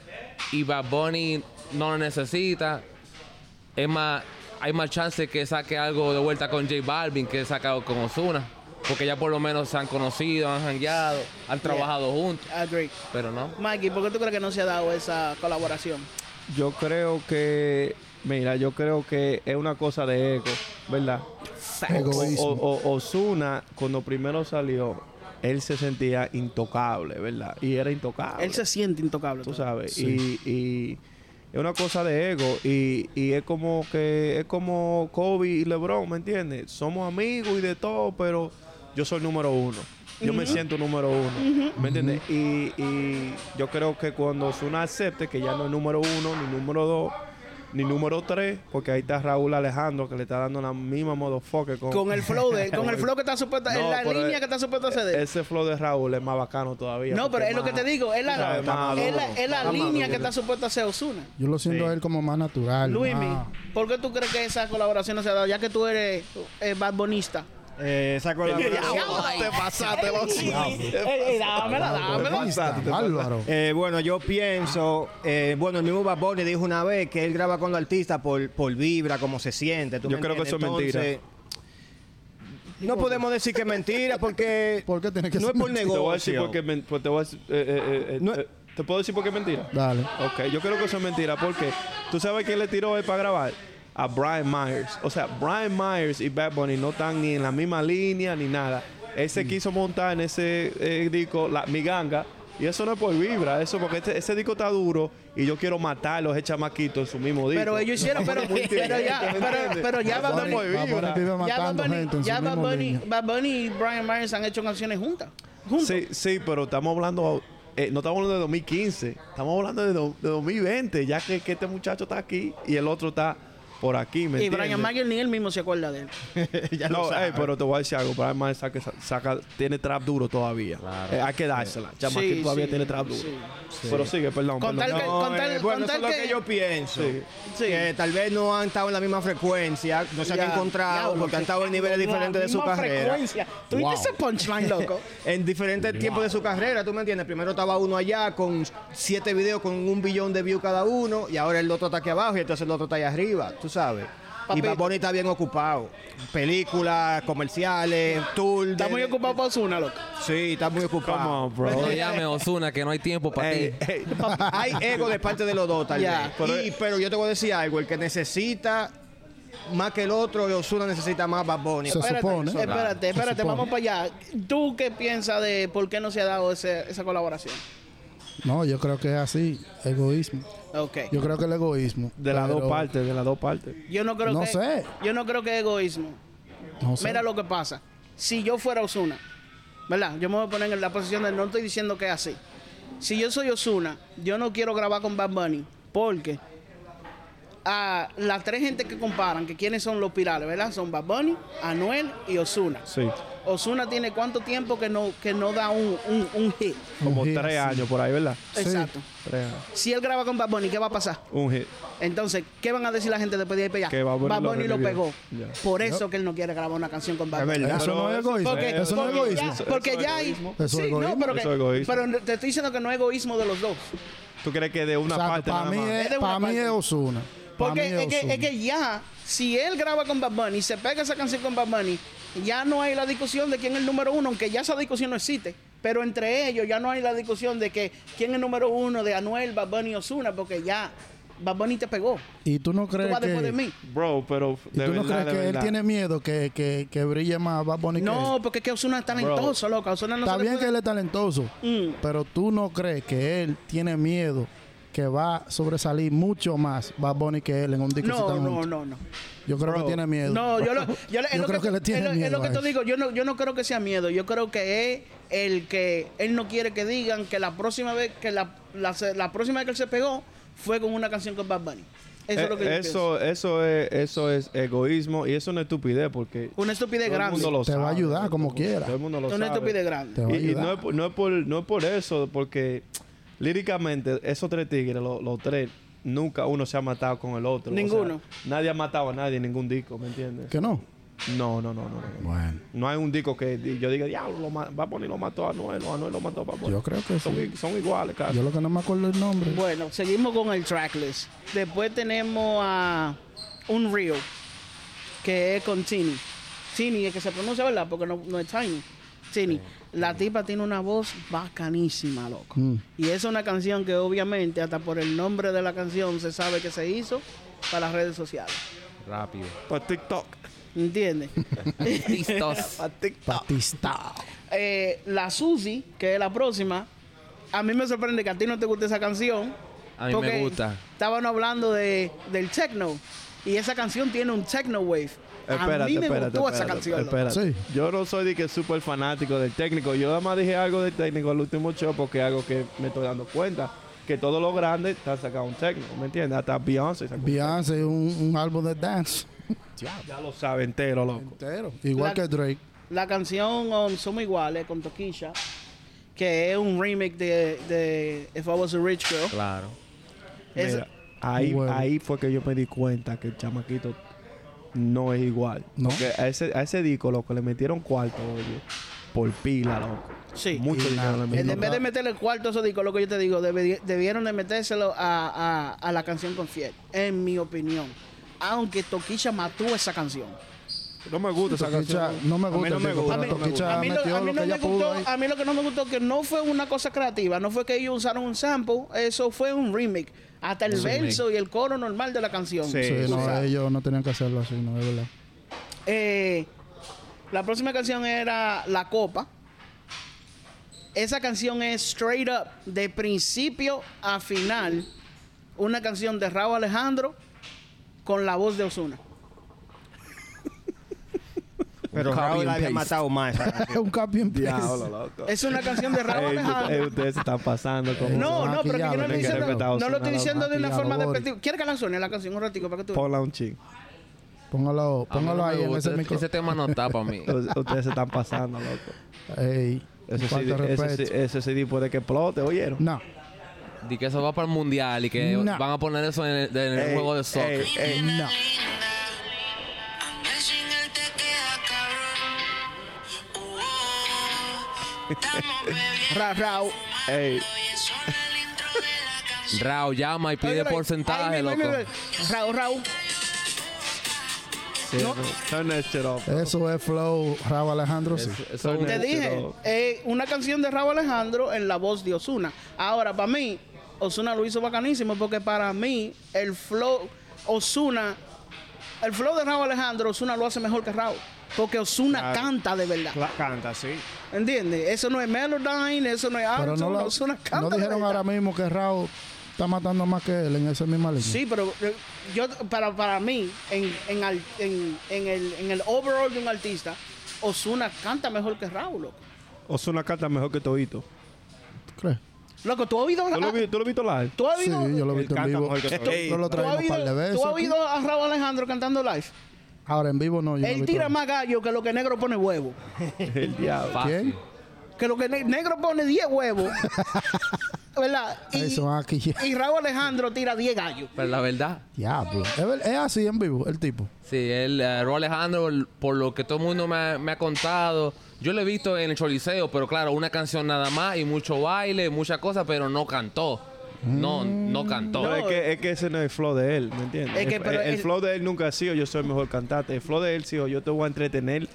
[SPEAKER 1] Y Bad Bunny no la necesita. Es más, hay más chance que saque algo de vuelta con J Balvin que saca algo con Ozuna. Porque ya por lo menos se han conocido, han jangueado, han trabajado juntos.
[SPEAKER 2] Agree.
[SPEAKER 1] Pero no.
[SPEAKER 2] Ah, Mikey, ¿por qué tú crees que no se ha dado esa colaboración?
[SPEAKER 5] Yo creo que, mira, yo creo que es una cosa de ego, ¿verdad?
[SPEAKER 3] Egoísmo.
[SPEAKER 5] Osuna, cuando primero salió, él se sentía intocable, ¿verdad? Y era intocable.
[SPEAKER 2] Él se siente intocable.
[SPEAKER 5] tú
[SPEAKER 2] todavía.
[SPEAKER 5] sabes.
[SPEAKER 3] Sí.
[SPEAKER 5] Y, y es una cosa de ego. Y, y es como que es como Kobe y LeBron, ¿me entiendes? Somos amigos y de todo, pero yo soy número uno. Yo me siento número uno, ¿me entiendes? y, y yo creo que cuando Osuna acepte que ya no es número uno, ni número dos, ni número tres, porque ahí está Raúl Alejandro que le está dando la misma motherfucker con,
[SPEAKER 2] Con el flow de él,
[SPEAKER 5] [LAUGHS]
[SPEAKER 2] con el flow que está supuesta, en
[SPEAKER 5] No,
[SPEAKER 2] la
[SPEAKER 5] pero
[SPEAKER 2] línea
[SPEAKER 5] es-
[SPEAKER 2] que está supuesta a ceder.
[SPEAKER 5] Ese flow de Raúl es más bacano todavía.
[SPEAKER 2] no, pero
[SPEAKER 5] porque
[SPEAKER 2] es lo que
[SPEAKER 5] más-
[SPEAKER 2] te digo, es la,
[SPEAKER 5] sabes, más
[SPEAKER 2] es la,
[SPEAKER 5] maduro,
[SPEAKER 2] es la
[SPEAKER 5] más
[SPEAKER 2] línea
[SPEAKER 5] maduro.
[SPEAKER 2] que está supuesta a ser Osuna.
[SPEAKER 3] Yo lo siento
[SPEAKER 5] Sí.
[SPEAKER 3] a él como más natural. Ah,
[SPEAKER 2] Luismi,
[SPEAKER 3] más-
[SPEAKER 2] ¿por qué tú crees que esa colaboración no se ha dado? Ya que tú eres eh, bad bonista.
[SPEAKER 4] Eh, esa colaboración.
[SPEAKER 2] Te
[SPEAKER 5] [LAUGHS]
[SPEAKER 2] pasaste, pues. Ey, ey, dámela, dámela.
[SPEAKER 3] Está bárbaro.
[SPEAKER 4] Eh, bueno, yo pienso, eh, bueno, el mismo Bad Bunny dijo una vez que él graba con los artistas por, por vibra, cómo se siente. ¿tú
[SPEAKER 5] Yo
[SPEAKER 4] me
[SPEAKER 5] creo que
[SPEAKER 4] entiendes?
[SPEAKER 5] eso es mentira.
[SPEAKER 4] No podemos decir que es mentira porque
[SPEAKER 3] ¿Por qué tiene que
[SPEAKER 4] no
[SPEAKER 3] ser
[SPEAKER 4] es por
[SPEAKER 3] mentira?
[SPEAKER 5] Te voy a decir
[SPEAKER 4] negocio.
[SPEAKER 5] porque men- pues te voy a decir, eh, eh, eh,
[SPEAKER 4] No-
[SPEAKER 5] eh, ¿Te puedo decir por qué es mentira?
[SPEAKER 3] Dale.
[SPEAKER 5] Ok, yo creo que eso es mentira porque tú sabes quién le tiró él para grabar a Brian Myers. O sea, Brian Myers y Bad Bunny no están ni en la misma línea ni nada. Él
[SPEAKER 4] Mm.
[SPEAKER 5] se quiso montar en ese eh, disco, la, mi ganga. Y eso no es por vibra, eso porque este- ese disco está duro y yo quiero matarlos, ese chamaquito en su mismo disco.
[SPEAKER 2] Pero ellos
[SPEAKER 5] [LAUGHS]
[SPEAKER 2] hicieron, pero, pero ya, pero, pero ya Bad
[SPEAKER 5] Vamos
[SPEAKER 2] Bunny.
[SPEAKER 5] a vivir.
[SPEAKER 3] Bad Bunny
[SPEAKER 5] vibra.
[SPEAKER 3] vive
[SPEAKER 2] Ya Bad
[SPEAKER 3] matando
[SPEAKER 2] Bunny,
[SPEAKER 3] gente en
[SPEAKER 2] ya
[SPEAKER 3] su
[SPEAKER 2] Bad
[SPEAKER 3] mismo
[SPEAKER 2] Bunny,
[SPEAKER 3] línea.
[SPEAKER 2] Bad Bunny y Brian Myers han hecho canciones juntas. Juntos.
[SPEAKER 5] Sí, sí, pero estamos hablando, eh, no estamos hablando de 2015, estamos hablando de, do- de 2020, ya que, que este muchacho está aquí y el otro está por aquí, ¿me
[SPEAKER 2] y Brian
[SPEAKER 5] entiendes? [LAUGHS]
[SPEAKER 2] Myers ni él mismo se acuerda de él.
[SPEAKER 4] Ya lo
[SPEAKER 5] No,
[SPEAKER 4] sabe.
[SPEAKER 5] ey, pero te voy a decir algo, Brian Myers saca, saca- tiene trap duro todavía. Eh, hay que dársela, chama,
[SPEAKER 2] Sí,
[SPEAKER 5] que todavía
[SPEAKER 2] sí,
[SPEAKER 5] tiene trap duro.
[SPEAKER 2] sí.
[SPEAKER 5] Pero sigue, perdón.
[SPEAKER 2] Con
[SPEAKER 5] perdón.
[SPEAKER 2] tal que-
[SPEAKER 5] No,
[SPEAKER 4] No,
[SPEAKER 2] con tal-
[SPEAKER 4] eh,
[SPEAKER 2] con
[SPEAKER 4] bueno, eso
[SPEAKER 2] tal
[SPEAKER 4] es lo
[SPEAKER 2] que-
[SPEAKER 4] que yo pienso.
[SPEAKER 5] Sí.
[SPEAKER 2] Sí.
[SPEAKER 4] Que tal vez no han estado en la misma frecuencia, no se
[SPEAKER 2] Ya,
[SPEAKER 4] han encontrado,
[SPEAKER 2] diablo,
[SPEAKER 4] porque han
[SPEAKER 2] que
[SPEAKER 4] estado en niveles
[SPEAKER 2] la
[SPEAKER 4] diferentes de su
[SPEAKER 2] misma
[SPEAKER 4] carrera.
[SPEAKER 2] frecuencia. ¿Tú viste ese punchline,
[SPEAKER 3] [LAUGHS]
[SPEAKER 2] loco?
[SPEAKER 4] En diferentes tiempos de su carrera, ¿tú me entiendes? Primero estaba uno allá con siete videos con un billón de views cada uno, y ahora el otro está aquí abajo, y entonces el otro está allá arriba, tú sabes. Y
[SPEAKER 2] Papito.
[SPEAKER 4] Bad Bunny está bien ocupado. Películas, comerciales, tour. de-
[SPEAKER 2] Está muy ocupado para Osuna, loco.
[SPEAKER 4] Sí, está muy
[SPEAKER 5] Come
[SPEAKER 4] ocupado.
[SPEAKER 5] on,
[SPEAKER 3] Oh,
[SPEAKER 5] bro. Eh,
[SPEAKER 1] No llame Ozuna que no hay tiempo para
[SPEAKER 5] Ey,
[SPEAKER 1] ti.
[SPEAKER 5] ey,
[SPEAKER 4] [LAUGHS] Hay ego de parte
[SPEAKER 5] [LAUGHS]
[SPEAKER 4] de los dos, tal
[SPEAKER 2] Ya.
[SPEAKER 4] vez.
[SPEAKER 5] eh,
[SPEAKER 4] Y- pero yo te voy a decir algo: el que necesita más que el otro, y Osuna necesita más Bad Bunny.
[SPEAKER 3] Se
[SPEAKER 2] Espérate,
[SPEAKER 3] supone.
[SPEAKER 2] Espérate, espérate,
[SPEAKER 3] supone.
[SPEAKER 2] vamos para allá. ¿Tú qué piensas de por qué no se ha dado ese- esa colaboración?
[SPEAKER 3] No, yo creo que es así. Egoísmo.
[SPEAKER 2] Ok.
[SPEAKER 3] Yo creo que el egoísmo.
[SPEAKER 5] de las dos
[SPEAKER 3] pero-
[SPEAKER 5] partes, de las dos partes.
[SPEAKER 2] Yo no creo
[SPEAKER 3] No
[SPEAKER 2] que.
[SPEAKER 3] sé.
[SPEAKER 2] Yo no creo que es egoísmo.
[SPEAKER 3] No sé.
[SPEAKER 2] Mira lo que pasa. Si yo fuera Osuna, ¿verdad? Yo me voy a poner en la posición de no estoy diciendo que es así. Si yo soy Osuna, yo no quiero grabar con Bad Bunny porque a las tres gente que comparan, que quiénes son los pilares, ¿verdad? Son Bad Bunny, Anuel y Osuna.
[SPEAKER 5] Sí.
[SPEAKER 2] Osuna tiene cuánto tiempo que no, que no da un, un- un hit.
[SPEAKER 5] Como
[SPEAKER 3] Un hit,
[SPEAKER 5] tres
[SPEAKER 3] sí.
[SPEAKER 5] años por ahí, ¿verdad?
[SPEAKER 3] Sí.
[SPEAKER 2] Exacto.
[SPEAKER 5] Tres años.
[SPEAKER 2] Si él graba con Bad Bunny, ¿qué va a pasar?
[SPEAKER 5] Un hit.
[SPEAKER 2] Entonces, ¿qué van a decir la gente después de ahí para allá?
[SPEAKER 5] Que Bad Bunny lo
[SPEAKER 2] lo, pegó.
[SPEAKER 5] revivió. Ya.
[SPEAKER 2] Por eso que él no quiere grabar una canción con Bad
[SPEAKER 4] Es
[SPEAKER 2] Bunny.
[SPEAKER 4] verdad.
[SPEAKER 3] Eso no es
[SPEAKER 5] Pero
[SPEAKER 3] egoísmo.
[SPEAKER 2] Porque,
[SPEAKER 3] Eso no es
[SPEAKER 2] porque
[SPEAKER 3] egoísmo.
[SPEAKER 2] ya,
[SPEAKER 5] Eso-
[SPEAKER 2] porque
[SPEAKER 5] eso es
[SPEAKER 2] ya hay.
[SPEAKER 5] egoísmo.
[SPEAKER 3] Eso es
[SPEAKER 2] Sí, no,
[SPEAKER 3] egoísmo.
[SPEAKER 2] pero, que-
[SPEAKER 5] Eso es egoísmo.
[SPEAKER 2] pero te estoy diciendo que no es egoísmo de los dos.
[SPEAKER 5] ¿Tú crees que de una parte
[SPEAKER 3] para
[SPEAKER 5] nada
[SPEAKER 3] mí
[SPEAKER 5] más?
[SPEAKER 3] es,
[SPEAKER 2] Es de una
[SPEAKER 3] para mí
[SPEAKER 2] parte.
[SPEAKER 3] es Osuna.
[SPEAKER 2] Porque es, que, es que ya, si él graba con Bad Bunny, se pega esa canción con Bad Bunny, ya no hay la discusión de quién es el número uno, aunque ya esa discusión no existe. Pero entre ellos ya no hay la discusión de que quién es el número uno de Anuel, Bad Bunny, Osuna, porque ya Bad Bunny te pegó.
[SPEAKER 3] y tú no
[SPEAKER 2] Tú
[SPEAKER 3] crees
[SPEAKER 2] vas
[SPEAKER 3] que
[SPEAKER 2] después de mí.
[SPEAKER 5] Bro, pero
[SPEAKER 3] y
[SPEAKER 5] de
[SPEAKER 3] tú no
[SPEAKER 5] verdad,
[SPEAKER 3] crees
[SPEAKER 5] de
[SPEAKER 3] que él
[SPEAKER 5] verdad.
[SPEAKER 3] tiene miedo que, que, que brille más Bad Bunny que
[SPEAKER 2] No,
[SPEAKER 3] él?
[SPEAKER 2] porque es que Osuna es talentoso, loca. Ozuna no se
[SPEAKER 3] Está
[SPEAKER 2] le
[SPEAKER 3] bien que
[SPEAKER 2] puede-
[SPEAKER 3] él es talentoso,
[SPEAKER 2] Mm.
[SPEAKER 3] pero tú no crees que él tiene miedo que va a sobresalir mucho más Bad Bunny que él en un disco si
[SPEAKER 2] No,
[SPEAKER 3] están
[SPEAKER 2] no,
[SPEAKER 3] juntos?
[SPEAKER 2] no, no.
[SPEAKER 3] Yo creo que tiene miedo.
[SPEAKER 2] No, yo, lo, yo, le- es
[SPEAKER 3] [LAUGHS] Yo
[SPEAKER 2] lo
[SPEAKER 3] creo que le tiene
[SPEAKER 2] es lo- Es
[SPEAKER 3] miedo
[SPEAKER 2] lo que
[SPEAKER 3] a
[SPEAKER 2] te
[SPEAKER 3] eso.
[SPEAKER 2] digo, yo no, yo no creo que sea miedo, yo creo que es el que él no quiere que digan que la próxima vez que la, la, se- la próxima vez que él se pegó fue con una canción con Bad Bunny. Eso es lo que yo
[SPEAKER 5] Eh,
[SPEAKER 2] pienso.
[SPEAKER 5] eso, eso, es, eso es egoísmo y eso es una estupidez porque
[SPEAKER 2] Una estupidez
[SPEAKER 5] todo el
[SPEAKER 2] grande.
[SPEAKER 5] mundo lo
[SPEAKER 3] Te va a
[SPEAKER 5] sabe,
[SPEAKER 3] ayudar como
[SPEAKER 5] todo el mundo-
[SPEAKER 3] quiera.
[SPEAKER 5] Todo el mundo lo
[SPEAKER 2] Una
[SPEAKER 5] sabe.
[SPEAKER 2] estupidez grande.
[SPEAKER 3] Te va a
[SPEAKER 5] Y, y no,
[SPEAKER 3] ayudar.
[SPEAKER 5] es, por- no, es por, no es por eso, porque líricamente esos tres tigres, lo- los tres, nunca uno se ha matado con el otro. O sea,
[SPEAKER 2] Ninguno.
[SPEAKER 5] nadie ha matado a nadie en ningún disco, ¿me entiendes?
[SPEAKER 3] Que no.
[SPEAKER 5] No, no, no, no. no.
[SPEAKER 3] Bueno,
[SPEAKER 5] No hay un disco que di- yo diga, diablo, lo ma- va a poner lo mató a Anuel, o Anuel lo mató a Bad Bunny".
[SPEAKER 3] yo creo que
[SPEAKER 5] son,
[SPEAKER 3] sí.
[SPEAKER 5] i- son iguales, casi.
[SPEAKER 3] Yo lo que no me acuerdo el nombre.
[SPEAKER 2] Bueno, seguimos con el tracklist. Después tenemos a un Rio, que es con Tini. Tini es que se pronuncia, ¿verdad? Porque no, no es Tiny. Tini. La tipa tiene una voz bacanísima, loco.
[SPEAKER 3] Mm.
[SPEAKER 2] Y es una canción que obviamente, hasta por el nombre de la canción, se sabe que se hizo para las redes sociales.
[SPEAKER 1] Rápido.
[SPEAKER 5] Por TikTok.
[SPEAKER 2] ¿Entiendes?
[SPEAKER 1] Listos.
[SPEAKER 5] Para TikTok.
[SPEAKER 3] Batista.
[SPEAKER 2] Eh, la Susi, que es la próxima, a mí me sorprende que a ti no te guste esa canción.
[SPEAKER 1] A mí me
[SPEAKER 2] porque
[SPEAKER 1] gusta.
[SPEAKER 2] Estaban hablando de, del techno. Y esa canción tiene un techno wave. a mí me gustó esa canción. loco.
[SPEAKER 5] espérate.
[SPEAKER 3] Sí.
[SPEAKER 5] Yo no soy de que súper fanático del técnico. Yo además dije algo del técnico al último show porque es algo que me estoy dando cuenta. Que todos los grandes están sacando un técnico, ¿me entiendes? Hasta Beyoncé sacó un
[SPEAKER 3] Beyoncé, un, un álbum de dance.
[SPEAKER 5] técnico. Ya lo sabe entero, loco.
[SPEAKER 3] Entero. Igual
[SPEAKER 2] La-
[SPEAKER 3] que Drake.
[SPEAKER 2] La canción um, Somos Iguales con Toquilla, que es un remake de, de If I Was a Rich Girl.
[SPEAKER 1] Claro.
[SPEAKER 2] Es-
[SPEAKER 5] Mira, ahí,
[SPEAKER 3] Bueno.
[SPEAKER 5] ahí fue que yo me di cuenta que el chamaquito no es igual.
[SPEAKER 3] No.
[SPEAKER 5] Porque a ese, a ese disco, loco, le metieron cuarto, oye. Por pila, loco.
[SPEAKER 2] sí.
[SPEAKER 5] Mucho
[SPEAKER 3] Y
[SPEAKER 5] dinero
[SPEAKER 3] nada.
[SPEAKER 5] le
[SPEAKER 2] En
[SPEAKER 5] metieron.
[SPEAKER 2] vez de meterle el cuarto a esos discos, lo que yo te digo, debería- debieron de metérselo a, a- a la canción con Fiel, en mi opinión. Aunque Toquilla mató esa canción.
[SPEAKER 5] No me [LAUGHS] gusta esa
[SPEAKER 3] Toquicha,
[SPEAKER 5] canción.
[SPEAKER 3] no me
[SPEAKER 5] A mí
[SPEAKER 3] gusta.
[SPEAKER 5] no me
[SPEAKER 3] tipo,
[SPEAKER 5] gusta.
[SPEAKER 3] pero
[SPEAKER 5] no me
[SPEAKER 3] Toquicha
[SPEAKER 5] gusta.
[SPEAKER 2] A mí, lo,
[SPEAKER 3] metió
[SPEAKER 2] a mí
[SPEAKER 3] lo
[SPEAKER 2] no
[SPEAKER 3] que
[SPEAKER 2] me
[SPEAKER 3] ella pudo
[SPEAKER 2] gustó,
[SPEAKER 3] ahí.
[SPEAKER 2] a mí lo que no me gustó que no fue una cosa creativa, no fue que ellos usaron un sample, eso fue un remake. Hasta el verso y el coro normal de la canción.
[SPEAKER 5] Sí,
[SPEAKER 3] Sí,
[SPEAKER 2] O
[SPEAKER 3] no,
[SPEAKER 2] sea,
[SPEAKER 3] ellos no tenían que hacerlo así, no, es verdad.
[SPEAKER 2] eh, la próxima canción era La Copa. Esa canción es straight up, de principio a final, una canción de Raúl Alejandro con la voz de Osuna.
[SPEAKER 4] Pero
[SPEAKER 1] Un copy
[SPEAKER 4] Raúl
[SPEAKER 1] and
[SPEAKER 4] la había
[SPEAKER 1] paste.
[SPEAKER 4] matado
[SPEAKER 1] [LAUGHS]
[SPEAKER 4] más. esa
[SPEAKER 3] Es
[SPEAKER 4] canción.
[SPEAKER 3] un cambio en
[SPEAKER 5] Diablo, loco.
[SPEAKER 2] Es una canción de Raúl
[SPEAKER 5] [LAUGHS] Ey,
[SPEAKER 2] Alejandro.
[SPEAKER 5] ey, ustedes se están pasando
[SPEAKER 3] Eh,
[SPEAKER 5] como...
[SPEAKER 2] No, no, pero que yo no lo
[SPEAKER 5] Tienen que
[SPEAKER 2] diciendo,
[SPEAKER 5] respetar a
[SPEAKER 2] no lo estoy
[SPEAKER 5] Ozuna,
[SPEAKER 2] diciendo de una
[SPEAKER 3] Maquillado,
[SPEAKER 2] forma
[SPEAKER 3] Boris.
[SPEAKER 2] despectiva. ¿Quieres que la suene la canción un ratito para que tú?
[SPEAKER 5] Ponla un ching.
[SPEAKER 3] Póngalo,
[SPEAKER 1] A mí no
[SPEAKER 3] póngalo
[SPEAKER 1] me
[SPEAKER 3] ahí en
[SPEAKER 1] gusta.
[SPEAKER 3] ese micro.
[SPEAKER 1] Ese tema no está para mí.
[SPEAKER 5] Ustedes se están pasando, loco.
[SPEAKER 3] Ey,
[SPEAKER 5] Ese
[SPEAKER 3] un falta
[SPEAKER 5] CD,
[SPEAKER 3] de
[SPEAKER 5] ese,
[SPEAKER 3] respeto.
[SPEAKER 5] CD ese CD puede que explote, ¿oyeron?
[SPEAKER 3] No,
[SPEAKER 1] Di que eso va para el mundial y que
[SPEAKER 3] No.
[SPEAKER 1] van a poner eso en el, en el
[SPEAKER 5] Ey,
[SPEAKER 1] juego de soccer.
[SPEAKER 5] ey, ey,
[SPEAKER 3] eh, no.
[SPEAKER 6] linda. Aunque sin él te queda cabrón. Uh, estamos bebiendo
[SPEAKER 2] Ra, Raúl.
[SPEAKER 5] ey.
[SPEAKER 6] y eso no es el intro de la canción.
[SPEAKER 1] Rao llama y pide
[SPEAKER 2] Óyelo ahí.
[SPEAKER 1] porcentaje,
[SPEAKER 2] Ahí mismo,
[SPEAKER 1] loco.
[SPEAKER 2] ahí mismo. Raúl, Raúl.
[SPEAKER 5] Sí, no. Turn that shit off.
[SPEAKER 3] eso es flow, Raúl Alejandro, sí.
[SPEAKER 1] Eso- eso es un-
[SPEAKER 2] Te
[SPEAKER 5] Pero-
[SPEAKER 2] dije, eh, una canción de Raúl Alejandro en la voz de Osuna. Ahora, para mí, Osuna lo hizo bacanísimo porque para mí el flow, Osuna, el flow de Raúl Alejandro, Osuna lo hace mejor que Raúl. Porque Osuna
[SPEAKER 4] Claro.
[SPEAKER 2] canta de verdad.
[SPEAKER 4] La canta, sí.
[SPEAKER 2] ¿Entiendes? Eso no es Melodyne, eso Ah, no es
[SPEAKER 3] Pero no,
[SPEAKER 2] Autotune,
[SPEAKER 3] lo,
[SPEAKER 2] Ozuna
[SPEAKER 3] no
[SPEAKER 2] canta de
[SPEAKER 3] dijeron
[SPEAKER 2] verdad.
[SPEAKER 3] ahora mismo que Raúl está matando más que él en esa misma línea.
[SPEAKER 2] Sí, pero eh, yo para, para mí, en, en, al- en- en el, en el overall de un artista, Osuna canta mejor que Raúl, loco.
[SPEAKER 5] Ozuna canta mejor que Todito.
[SPEAKER 3] ¿Crees?
[SPEAKER 2] Loco, ¿tú has oído a
[SPEAKER 5] ¿Tú lo, vi- tú lo viste live?
[SPEAKER 2] ¿Tú has
[SPEAKER 3] Sí,
[SPEAKER 2] oído-
[SPEAKER 3] yo lo he
[SPEAKER 4] Él
[SPEAKER 3] visto en
[SPEAKER 4] canta
[SPEAKER 3] vivo. Eh,
[SPEAKER 4] mejor que todo.
[SPEAKER 5] Ey.
[SPEAKER 3] Yo lo
[SPEAKER 2] ¿Tú has
[SPEAKER 3] traímos un par de
[SPEAKER 2] oído-
[SPEAKER 3] veces.
[SPEAKER 2] tú has
[SPEAKER 3] aquí.
[SPEAKER 2] oído a Raúl Alejandro cantando live?
[SPEAKER 3] Ahora en vivo no, yo no he
[SPEAKER 2] Él
[SPEAKER 3] visto
[SPEAKER 2] tira
[SPEAKER 3] nada.
[SPEAKER 2] más gallo que lo que negro pone huevo.
[SPEAKER 5] El diablo.
[SPEAKER 1] Fácil.
[SPEAKER 3] ¿Quién?
[SPEAKER 2] Que lo que ne- negro pone 10
[SPEAKER 3] [LAUGHS]
[SPEAKER 2] huevos. ¿Verdad? Y,
[SPEAKER 3] Eso aquí.
[SPEAKER 2] y Raúl Alejandro tira 10 gallos.
[SPEAKER 1] Pero la verdad,
[SPEAKER 3] Diablo. Es, ver- es así en vivo, el tipo.
[SPEAKER 1] sí, el eh, Raúl Alejandro, l- por lo que todo el mundo me ha, me ha contado, yo lo he visto en el Choliseo, pero claro, una canción nada más y mucho baile, muchas cosas, pero no cantó. No, no cantó.
[SPEAKER 5] No, es,
[SPEAKER 2] No,
[SPEAKER 5] que, es que ese no es el flow de él, ¿me entiendes?
[SPEAKER 2] Es que,
[SPEAKER 5] el,
[SPEAKER 2] pero
[SPEAKER 5] el- el
[SPEAKER 2] él-
[SPEAKER 5] flow de él nunca ha sido yo soy el mejor cantante. El flow de él, sí, o yo te voy a entretener.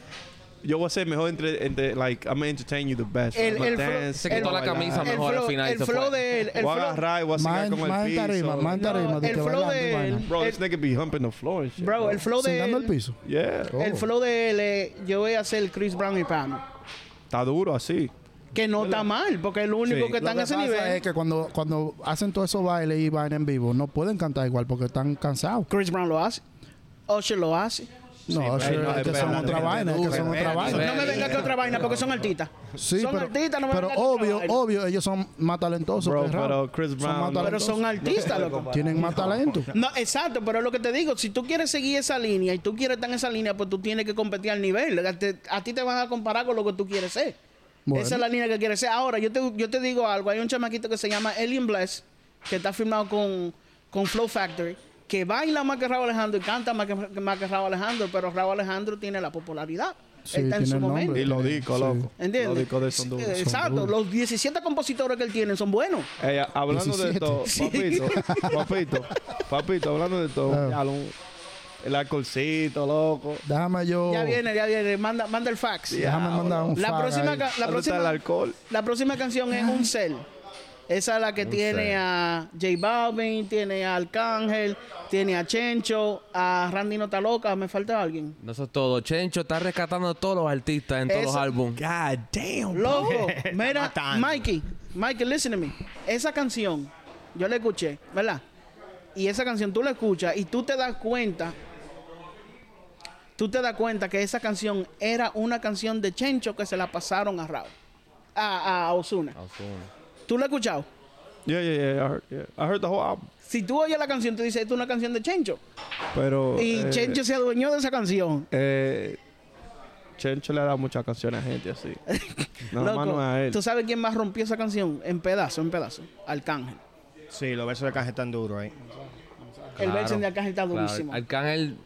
[SPEAKER 5] Yo voy a ser mejor entre, entre like, I'm gonna entertain you the best.
[SPEAKER 2] El-
[SPEAKER 5] I'ma
[SPEAKER 2] el flow-
[SPEAKER 5] dance,
[SPEAKER 1] Se quitó
[SPEAKER 5] I'ma
[SPEAKER 1] la
[SPEAKER 5] bailar.
[SPEAKER 1] camisa
[SPEAKER 2] El
[SPEAKER 1] mejor
[SPEAKER 2] flow,
[SPEAKER 1] al final y
[SPEAKER 2] el
[SPEAKER 1] se
[SPEAKER 2] flow
[SPEAKER 1] fue.
[SPEAKER 2] de él. El
[SPEAKER 5] Voy a
[SPEAKER 2] flow-
[SPEAKER 5] agarrar y voy a
[SPEAKER 3] Más
[SPEAKER 5] sacar
[SPEAKER 3] en,
[SPEAKER 5] con el
[SPEAKER 3] más en
[SPEAKER 5] piso.
[SPEAKER 3] tarima, más en
[SPEAKER 2] No,
[SPEAKER 3] tarima. de
[SPEAKER 2] el
[SPEAKER 3] que
[SPEAKER 2] flow
[SPEAKER 3] bailando y
[SPEAKER 2] de él.
[SPEAKER 3] vaina.
[SPEAKER 5] Bro,
[SPEAKER 2] el-
[SPEAKER 5] this nigga be humping the floor and shit.
[SPEAKER 2] Bro, el flow de
[SPEAKER 3] Sentando el
[SPEAKER 2] él.
[SPEAKER 3] piso.
[SPEAKER 5] Yeah.
[SPEAKER 2] El
[SPEAKER 3] Oh.
[SPEAKER 2] flow de él es, yo voy a hacer Chris Brown y Pano.
[SPEAKER 5] Está duro así.
[SPEAKER 2] Que no está mal, porque es el único
[SPEAKER 5] Sí.
[SPEAKER 2] que está en
[SPEAKER 3] Lo que
[SPEAKER 2] ese
[SPEAKER 3] pasa
[SPEAKER 2] nivel.
[SPEAKER 3] Es que cuando, cuando hacen todos esos bailes y van en vivo, no pueden cantar igual porque están cansados.
[SPEAKER 2] Chris Brown lo hace. Usher lo hace.
[SPEAKER 3] No, eso
[SPEAKER 5] pero no,
[SPEAKER 3] es que son
[SPEAKER 5] espérate,
[SPEAKER 3] otra
[SPEAKER 5] espérate,
[SPEAKER 3] vaina, es que son otra
[SPEAKER 4] espérate.
[SPEAKER 3] vaina.
[SPEAKER 2] No me venga que otra vaina, porque son artistas.
[SPEAKER 3] Sí,
[SPEAKER 2] son
[SPEAKER 3] pero,
[SPEAKER 2] artistas, no me
[SPEAKER 3] pero
[SPEAKER 2] venga que otra
[SPEAKER 3] obvio,
[SPEAKER 2] vaina.
[SPEAKER 3] obvio, ellos son más talentosos.
[SPEAKER 5] Bro,
[SPEAKER 3] que Raúl.
[SPEAKER 5] pero Chris
[SPEAKER 3] Son
[SPEAKER 5] Brown,
[SPEAKER 3] más
[SPEAKER 5] no.
[SPEAKER 2] Pero
[SPEAKER 3] talentosos.
[SPEAKER 2] son artistas, loco.
[SPEAKER 3] tienen más talento.
[SPEAKER 2] No, exacto, pero es lo que te digo, si tú quieres seguir esa línea y tú quieres estar en esa línea, pues tú tienes que competir al nivel. A, te- a ti te van a comparar con lo que tú quieres ser.
[SPEAKER 3] Bueno.
[SPEAKER 2] Esa es la línea que quieres ser. Ahora, yo te, yo te digo algo, hay un chamaquito que se llama Alien Bless, que está firmado con, con Flow Factory, que baila más que Raúl Alejandro y canta más que, más que Raúl Alejandro, pero Raúl Alejandro tiene la popularidad. Está
[SPEAKER 3] Sí,
[SPEAKER 2] en
[SPEAKER 3] tiene
[SPEAKER 2] su
[SPEAKER 3] el nombre.
[SPEAKER 2] momento.
[SPEAKER 5] Y los discos,
[SPEAKER 3] Sí.
[SPEAKER 5] loco.
[SPEAKER 2] ¿Entiendes?
[SPEAKER 5] Los discos de son duros.
[SPEAKER 2] Eh, Exacto,
[SPEAKER 3] duros.
[SPEAKER 2] los 17 compositores que él tiene son buenos.
[SPEAKER 5] Ey, a- hablando de
[SPEAKER 3] 17.
[SPEAKER 5] esto, papito, papito, papito, hablando de esto,
[SPEAKER 3] Claro.
[SPEAKER 5] ya lo- el alcoholcito, loco.
[SPEAKER 3] Déjame yo.
[SPEAKER 2] Ya viene, ya viene, manda, manda el fax.
[SPEAKER 3] Déjame
[SPEAKER 5] Diablo.
[SPEAKER 3] mandar un
[SPEAKER 2] La
[SPEAKER 3] fag
[SPEAKER 2] próxima,
[SPEAKER 3] ahí.
[SPEAKER 2] ca- la,
[SPEAKER 5] ¿Dónde está el
[SPEAKER 2] próxima,
[SPEAKER 5] alcohol?
[SPEAKER 2] la próxima canción es Un Cel. Esa es la que tiene
[SPEAKER 1] Cel.
[SPEAKER 2] a J Balvin, tiene a Arcángel, tiene a Chencho, a Randy Nota Loca. ¿Me falta alguien?
[SPEAKER 1] No, eso es todo. Chencho está rescatando a todos los artistas en todos los
[SPEAKER 2] Eso-
[SPEAKER 1] álbumes.
[SPEAKER 4] God damn.
[SPEAKER 2] Loco, mira,
[SPEAKER 4] Matando.
[SPEAKER 2] Mikey, Mikey, listen to me. Esa canción, yo la escuché, ¿verdad? Y esa canción tú la escuchas y tú te das cuenta, tú te das cuenta que esa canción era una canción de Chencho que se la pasaron a Raúl, a, a Osuna.
[SPEAKER 1] Ozuna.
[SPEAKER 2] ¿Tú la has escuchado?
[SPEAKER 5] Yeah, yeah, yeah. I heard, yeah. I heard the whole album.
[SPEAKER 2] Si tú oyes la canción, tú dices, esto es una canción de Chencho.
[SPEAKER 5] Pero.
[SPEAKER 2] Y
[SPEAKER 5] eh,
[SPEAKER 2] Chencho se adueñó de esa canción.
[SPEAKER 5] eh, Chencho le da muchas canciones a
[SPEAKER 2] [LAUGHS]
[SPEAKER 5] gente así. Nada más
[SPEAKER 2] Loco,
[SPEAKER 5] no es a él.
[SPEAKER 2] ¿tú sabes quién más rompió esa canción? En pedazo, en pedazo. Arcángel.
[SPEAKER 4] Sí, los versos de Canje están duros ahí.
[SPEAKER 2] El
[SPEAKER 1] Claro,
[SPEAKER 2] verso de Arcángel está
[SPEAKER 1] claro.
[SPEAKER 2] durísimo.
[SPEAKER 1] Arcángel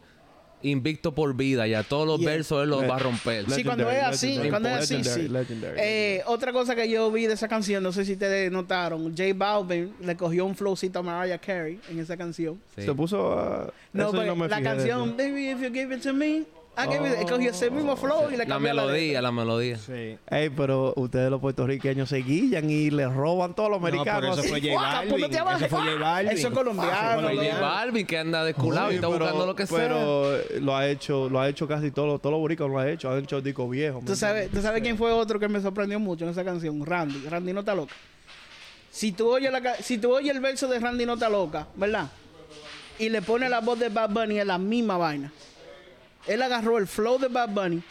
[SPEAKER 1] invicto por vida. Ya todos los
[SPEAKER 2] Yeah.
[SPEAKER 1] versos él los
[SPEAKER 5] Le-
[SPEAKER 1] va a romper.
[SPEAKER 5] le-
[SPEAKER 2] Sí, cuando es
[SPEAKER 5] Legendary,
[SPEAKER 2] así,
[SPEAKER 5] legendary,
[SPEAKER 2] cuando es así,
[SPEAKER 5] legendary,
[SPEAKER 2] sí.
[SPEAKER 5] legendary.
[SPEAKER 2] Eh, otra cosa que yo vi de esa canción, no sé si ustedes notaron, J Balvin le cogió un flowcito a Mariah Carey en esa canción.
[SPEAKER 1] Sí.
[SPEAKER 5] Se puso a.
[SPEAKER 2] No,
[SPEAKER 5] eso yo
[SPEAKER 2] pero
[SPEAKER 5] me
[SPEAKER 2] la
[SPEAKER 5] fijé de
[SPEAKER 2] canción,
[SPEAKER 5] eso.
[SPEAKER 2] Baby, if you give it to me, I give it, él cogió ese mismo flow y le
[SPEAKER 1] la
[SPEAKER 2] cambió
[SPEAKER 1] melodía, la melodía.
[SPEAKER 4] Sí.
[SPEAKER 5] Ey, pero ustedes los puertorriqueños se guillan y le roban todos los americanos.
[SPEAKER 4] pero eso fue J
[SPEAKER 2] Guaca,
[SPEAKER 4] Balvin.
[SPEAKER 2] ponete abajo.
[SPEAKER 4] Eso fue J Balvin.
[SPEAKER 2] Eso es colombiano,
[SPEAKER 1] Pero
[SPEAKER 2] Pero
[SPEAKER 1] J
[SPEAKER 2] ya.
[SPEAKER 1] Balvin que anda desculado y
[SPEAKER 5] Sí,
[SPEAKER 1] está
[SPEAKER 5] pero-
[SPEAKER 1] buscando lo que sea.
[SPEAKER 5] Pero eh, lo ha hecho, lo ha hecho casi todos todos los boricos lo ha hecho, han hecho discos viejos. ¿me
[SPEAKER 2] ¿Tú sabes,
[SPEAKER 5] entiendes?
[SPEAKER 2] ¿Tú sabes quién fue otro que me sorprendió mucho en esa canción? Randy. Randy Nota Loca. Si tú oyes, la ca- si tú oyes el verso de Randy Nota Loca, ¿verdad? Y le pone la voz de Bad Bunny es la misma vaina. Él agarró el flow de Bad Bunny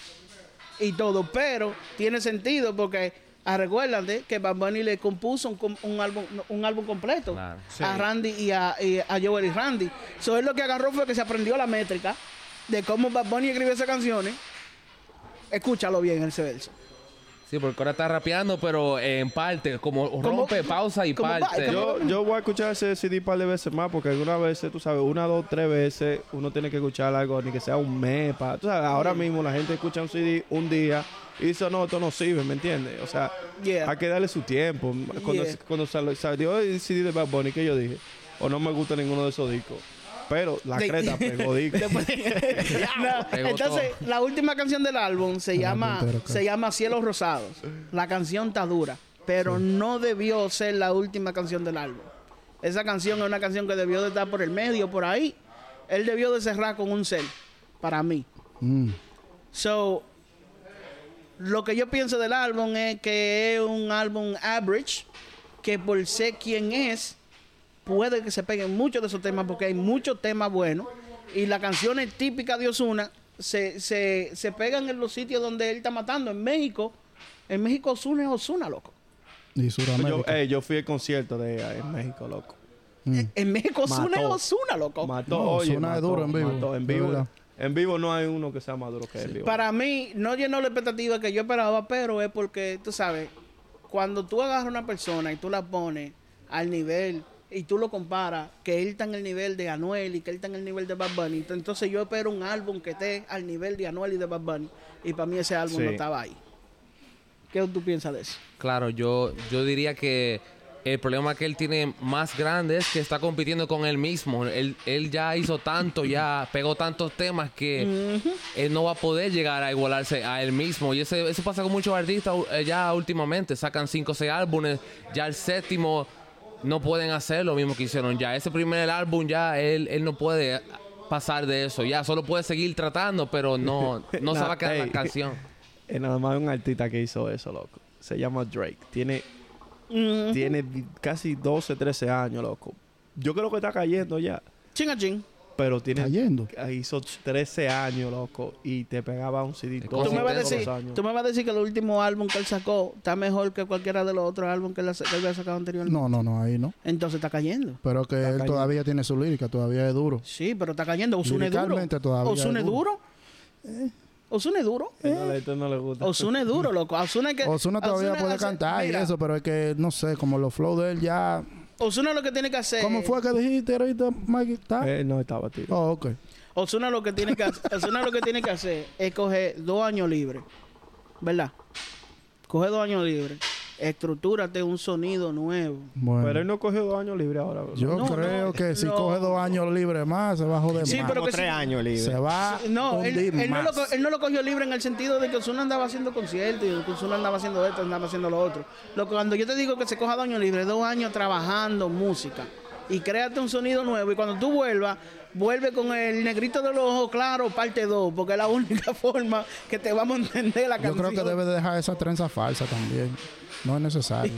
[SPEAKER 2] y todo, pero tiene sentido porque ah, recuérdate que Bad Bunny le compuso un, com- un álbum, un álbum completo
[SPEAKER 1] Claro.
[SPEAKER 2] a Randy y a, y a Joel y Randy. So, él lo que agarró fue que se aprendió la métrica de cómo Bad Bunny escribió esas canciones. Escúchalo bien ese verso.
[SPEAKER 1] Sí, porque ahora está rapeando, pero eh, en parte, como rompe, pausa y
[SPEAKER 2] como va-
[SPEAKER 1] parte.
[SPEAKER 2] como-
[SPEAKER 5] Yo, yo voy a escuchar ese CD un par de veces más porque algunas veces, tú sabes, una, dos, tres veces uno tiene que escuchar algo, ni que sea un mes. pa- tú sabes, ahora mismo la gente escucha un CD un día y dice, no, esto no sirve, ¿me entiendes? O sea,
[SPEAKER 2] Yeah.
[SPEAKER 5] hay que darle su tiempo. Cuando,
[SPEAKER 2] Yeah.
[SPEAKER 5] cuando sal- salió el CD de Bad Bunny, que yo dije, o no me gusta ninguno de esos discos. Pero la
[SPEAKER 2] De- [LAUGHS]
[SPEAKER 5] creta pegó disco.
[SPEAKER 2] No,
[SPEAKER 1] Pegó
[SPEAKER 2] entonces, la última canción del álbum se
[SPEAKER 3] El
[SPEAKER 2] llama
[SPEAKER 3] álbum entero, claro.
[SPEAKER 2] se llama Cielos Rosados. La canción está dura, pero no debió ser la última canción del álbum. Esa canción es una canción que debió de estar por el medio, por ahí. Él debió de cerrar con un cel, para mí.
[SPEAKER 3] Mm.
[SPEAKER 2] So, lo que yo pienso del álbum es que es un álbum average, que por ser quien es, puede que se peguen muchos de esos temas, porque hay muchos temas buenos. Y las canciones típicas de Osuna se, se, se pegan en los sitios donde él está matando. En México, en México Osuna es Osuna, loco.
[SPEAKER 3] Y
[SPEAKER 5] Yo, eh,
[SPEAKER 3] Sudamérica.
[SPEAKER 5] ey, yo fui al concierto de ella en México, loco.
[SPEAKER 2] En México Osuna es
[SPEAKER 5] Mató.
[SPEAKER 2] Osuna, loco.
[SPEAKER 5] Mató,
[SPEAKER 3] No,
[SPEAKER 5] oye,
[SPEAKER 3] suena
[SPEAKER 5] mató,
[SPEAKER 3] duro en vivo,
[SPEAKER 5] mató. En
[SPEAKER 3] de
[SPEAKER 5] vivo,
[SPEAKER 3] verdad.
[SPEAKER 5] en vivo no hay uno que sea más duro que en vivo.
[SPEAKER 2] Para mí, no llenó la expectativa que yo esperaba, pero es porque, tú sabes, cuando tú agarras a una persona y tú la pones al nivel y tú lo comparas, que él está en el nivel de Anuel y que él está en el nivel de Bad Bunny, ent- entonces yo espero un álbum que esté al nivel de Anuel y de Bad Bunny, y para mí ese álbum
[SPEAKER 4] Sí.
[SPEAKER 2] no estaba ahí. ¿Qué tú piensas de eso?
[SPEAKER 1] Claro, yo, yo diría que el problema que él tiene más grande es que está compitiendo con él mismo. Él, él ya hizo tanto, ya pegó tantos temas que él no va a poder llegar a igualarse a él mismo. Y ese- eso pasa con muchos artistas eh, ya últimamente. Sacan cinco o seis álbumes, ya el séptimo no pueden hacer lo mismo que hicieron ya. Ese primer álbum ya él, él no puede pasar de eso. Ya solo puede seguir tratando, pero no, no se
[SPEAKER 5] Nah,
[SPEAKER 1] va a quedar en
[SPEAKER 5] ey.
[SPEAKER 1] la canción.
[SPEAKER 5] Eh, nada más hay un artista que hizo eso, loco. Se llama Drake. Tiene, tiene vi- casi 12, 13 años, loco. Yo creo que está cayendo ya.
[SPEAKER 2] Chinga ching.
[SPEAKER 5] Pero tiene.
[SPEAKER 3] Cayendo.
[SPEAKER 5] Hizo 13 años, loco. Y te pegaba un CD.
[SPEAKER 1] Tú
[SPEAKER 5] todos
[SPEAKER 2] Tú me, vas a
[SPEAKER 5] los
[SPEAKER 2] decir,
[SPEAKER 5] años.
[SPEAKER 2] tú me vas a decir que el último álbum que él sacó está mejor que cualquiera de los otros álbumes que él ha- que él había sacado anteriormente.
[SPEAKER 3] No, no, no, ahí no.
[SPEAKER 2] Entonces está cayendo.
[SPEAKER 3] Pero que él todavía tiene su lírica, todavía es duro.
[SPEAKER 2] Sí, pero está cayendo. Osuna es duro.
[SPEAKER 3] Liricalmente todavía Eh.
[SPEAKER 2] Ozuna
[SPEAKER 3] es
[SPEAKER 2] es duro. Osuna es duro.
[SPEAKER 5] Eh, no, le- esto no le gusta.
[SPEAKER 2] Osuna es duro, loco. Osuna es que.
[SPEAKER 3] Ozuna todavía
[SPEAKER 2] Ozuna-
[SPEAKER 3] puede
[SPEAKER 2] Ozuna-
[SPEAKER 3] cantar y
[SPEAKER 2] mira,
[SPEAKER 3] eso, pero es que, no sé, como los flow de él ya
[SPEAKER 2] Osuna lo que tiene que hacer.
[SPEAKER 3] ¿Cómo fue que dijiste ahorita, Mike? ¿Está?
[SPEAKER 5] Él no estaba tío.
[SPEAKER 3] Oh, ok.
[SPEAKER 2] Osuna lo que tiene que hacer. Ozuna lo que tiene que hacer es coger dos años libres. ¿Verdad? Coge dos años libres. Estructúrate un sonido nuevo.
[SPEAKER 3] Bueno.
[SPEAKER 5] Pero él no cogió dos años libres ahora. bro.
[SPEAKER 3] Yo
[SPEAKER 2] No,
[SPEAKER 3] creo
[SPEAKER 2] no,
[SPEAKER 3] que si
[SPEAKER 2] no.
[SPEAKER 3] coge dos años libres más, se va a joder
[SPEAKER 2] Sí,
[SPEAKER 3] más.
[SPEAKER 2] pero
[SPEAKER 4] Como
[SPEAKER 2] que
[SPEAKER 4] tres
[SPEAKER 2] sí.
[SPEAKER 4] años libre.
[SPEAKER 3] Se va a
[SPEAKER 2] No, él,
[SPEAKER 3] hundir
[SPEAKER 2] él no
[SPEAKER 3] más.
[SPEAKER 2] lo, co- él no lo cogió libre en el sentido de que Osuna andaba haciendo conciertos y que Osuna andaba haciendo esto, andaba haciendo lo otro. Lo que- cuando yo te digo que se coja dos años libres, dos años trabajando música y créate un sonido nuevo y cuando tú vuelvas, vuelve con el negrito de los ojos claro, parte 2, porque es la [LAUGHS] única forma que te vamos a entender la
[SPEAKER 3] Yo
[SPEAKER 2] canción.
[SPEAKER 3] creo que debe de dejar esa trenza falsa también. No es necesario.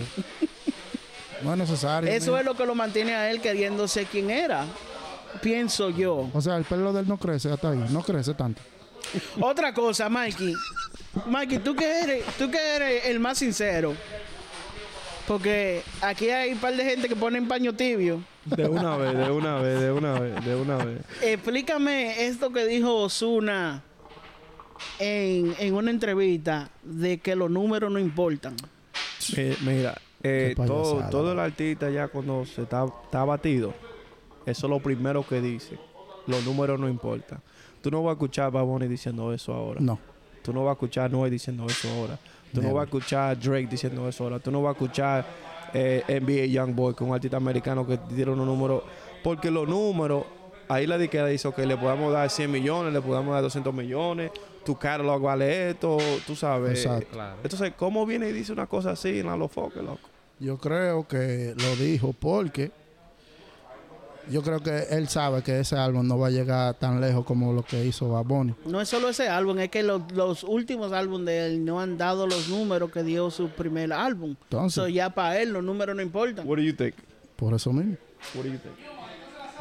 [SPEAKER 1] [LAUGHS]
[SPEAKER 3] no es necesario.
[SPEAKER 2] Eso
[SPEAKER 3] mira.
[SPEAKER 2] es lo que lo mantiene a él queriéndose quién era. Pienso yo.
[SPEAKER 3] O sea, el pelo de él no crece hasta ahí. No crece tanto.
[SPEAKER 2] Otra cosa, Mikey. Mikey, tú que eres, tú que eres el más sincero. Porque aquí hay un par de gente que ponen paño tibio.
[SPEAKER 5] De una vez, de una vez, de una vez, de una vez.
[SPEAKER 2] Explícame esto que dijo Osuna en, en una entrevista de que los números no importan.
[SPEAKER 5] Eh, mira, eh,
[SPEAKER 3] Qué
[SPEAKER 5] todo,
[SPEAKER 3] payasada,
[SPEAKER 5] todo el
[SPEAKER 3] bro.
[SPEAKER 5] artista ya cuando se está, está batido, eso es lo primero que dice. Los números no importan. Tú no vas a escuchar a Bad Bunny diciendo eso ahora.
[SPEAKER 3] No.
[SPEAKER 5] Tú no vas a escuchar a Noé diciendo eso ahora. Tú no
[SPEAKER 3] Never.
[SPEAKER 5] vas a escuchar a Drake diciendo eso ahora. Tú no vas a escuchar eh, NBA Youngboy, que es un artista americano que dieron unos números. Porque los números, ahí la disquera dice que le podamos dar 100 millones, le podamos dar 200 millones, tu catalog vale esto, tú sabes.
[SPEAKER 3] Exacto.
[SPEAKER 1] Claro.
[SPEAKER 5] Entonces, ¿cómo viene y dice una cosa así en la lofoque, loco?
[SPEAKER 3] Yo creo que lo dijo porque yo creo que él sabe que ese álbum no va a llegar tan lejos como lo que hizo Bad Bunny.
[SPEAKER 2] No es solo ese álbum, es que los, los últimos álbumes de él no han dado los números que dio su primer álbum.
[SPEAKER 3] Entonces.
[SPEAKER 2] So, ya para él los números no importan.
[SPEAKER 5] What do you think?
[SPEAKER 3] Por eso mismo.
[SPEAKER 5] What do you think?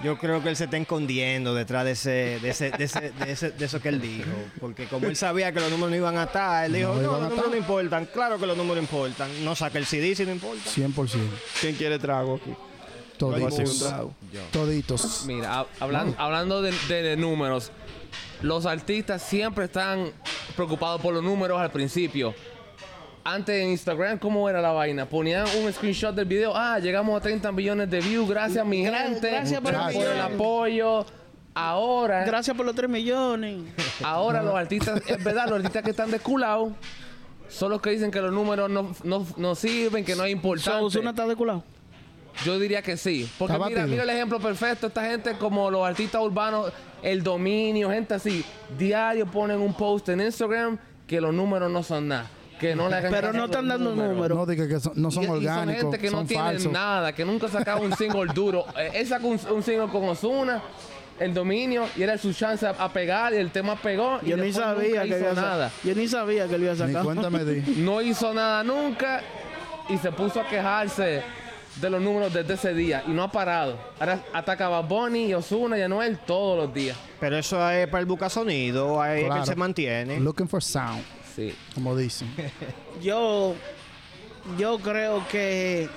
[SPEAKER 4] Yo creo que él se está escondiendo detrás de ese, de ese, de ese, de ese- de eso que él dijo. Porque como él sabía que los números no iban a estar, él
[SPEAKER 3] No
[SPEAKER 4] dijo, no,
[SPEAKER 3] iban a
[SPEAKER 4] los números
[SPEAKER 3] estar".
[SPEAKER 4] no importan. Claro que los números importan. No saca el CD si no importa.
[SPEAKER 3] 100%.
[SPEAKER 5] ¿Quién quiere trago aquí? Vamos a hacer un
[SPEAKER 3] Toditos.
[SPEAKER 5] trago.
[SPEAKER 3] Toditos.
[SPEAKER 1] Mira, hab- hablan- hablando de, de- de números, los artistas siempre están preocupados por los números al principio. Antes en Instagram, ¿cómo era la vaina? Ponían un screenshot del video. Ah, llegamos a 30 millones de views. Gracias, mi gente.
[SPEAKER 2] gracias
[SPEAKER 1] por,
[SPEAKER 2] por
[SPEAKER 3] el
[SPEAKER 1] el
[SPEAKER 2] video".
[SPEAKER 1] apoyo. Ahora,
[SPEAKER 2] Gracias por los 3 millones.
[SPEAKER 1] ahora los artistas, es verdad, los artistas que están desculados son los que dicen que los números no, no- no sirven, que no es
[SPEAKER 2] So,
[SPEAKER 1] importante.
[SPEAKER 2] Ozuna está de culado.
[SPEAKER 1] Yo diría que sí. Porque
[SPEAKER 3] Está
[SPEAKER 1] mira,
[SPEAKER 3] batido.
[SPEAKER 1] mira el ejemplo perfecto. Esta gente como los artistas urbanos, el dominio, gente así, diario ponen un post en Instagram que los números no son nada. Que no le hagan
[SPEAKER 2] Pero
[SPEAKER 1] caso
[SPEAKER 2] no
[SPEAKER 1] a los
[SPEAKER 2] están dando números.
[SPEAKER 3] No diga que son- no son
[SPEAKER 1] Y- y
[SPEAKER 3] orgánicos,
[SPEAKER 1] gente que
[SPEAKER 3] son
[SPEAKER 1] no tienen
[SPEAKER 3] falsos.
[SPEAKER 1] nada, que nunca sacaba un single duro. Eh, Él sacó un, un single con Ozuna, el dominio, y era su chance a, a pegar, y el tema pegó. y
[SPEAKER 2] Yo ni
[SPEAKER 1] después nunca
[SPEAKER 2] sabía que
[SPEAKER 1] hizo
[SPEAKER 2] había
[SPEAKER 1] nada.
[SPEAKER 2] nada. Yo ni sabía que lo iba a
[SPEAKER 3] Ni
[SPEAKER 2] sacar.
[SPEAKER 3] cuenta me di.
[SPEAKER 1] No hizo nada nunca y se puso a quejarse de los números desde ese día y no ha parado. Ahora ataca a Bad Bunny y Osuna y Anuel todos los días.
[SPEAKER 4] Pero eso es para el bucasonido, ahí es que
[SPEAKER 3] Claro.
[SPEAKER 4] él se mantiene.
[SPEAKER 3] Looking for sound,
[SPEAKER 1] Sí.
[SPEAKER 3] como dicen.
[SPEAKER 2] Yo, yo creo que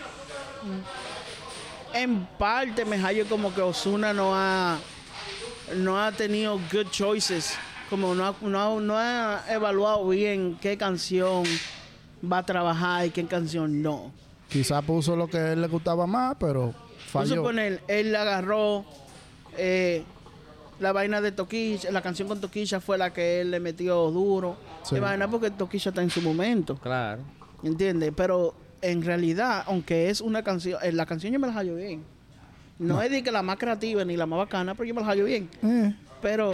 [SPEAKER 2] en parte me hallo como que Osuna no ha, no ha tenido good choices. Como no ha, no ha- no ha evaluado bien qué canción va a trabajar y qué canción no.
[SPEAKER 3] Quizá puso lo que a él le gustaba más, pero
[SPEAKER 2] Vamos a
[SPEAKER 3] falló.
[SPEAKER 2] suponer, él agarró eh, la vaina de Toquilla, la canción con Toquilla fue la que él le metió duro.
[SPEAKER 3] Sí.
[SPEAKER 2] De vaina porque Toquilla está en su momento,
[SPEAKER 1] Claro.
[SPEAKER 2] ¿entiendes? Pero en realidad, aunque es una canción, eh, la canción yo me la hallo bien. No, es de que la más creativa ni la más bacana, pero yo me la hallo bien.
[SPEAKER 3] Eh,
[SPEAKER 2] Pero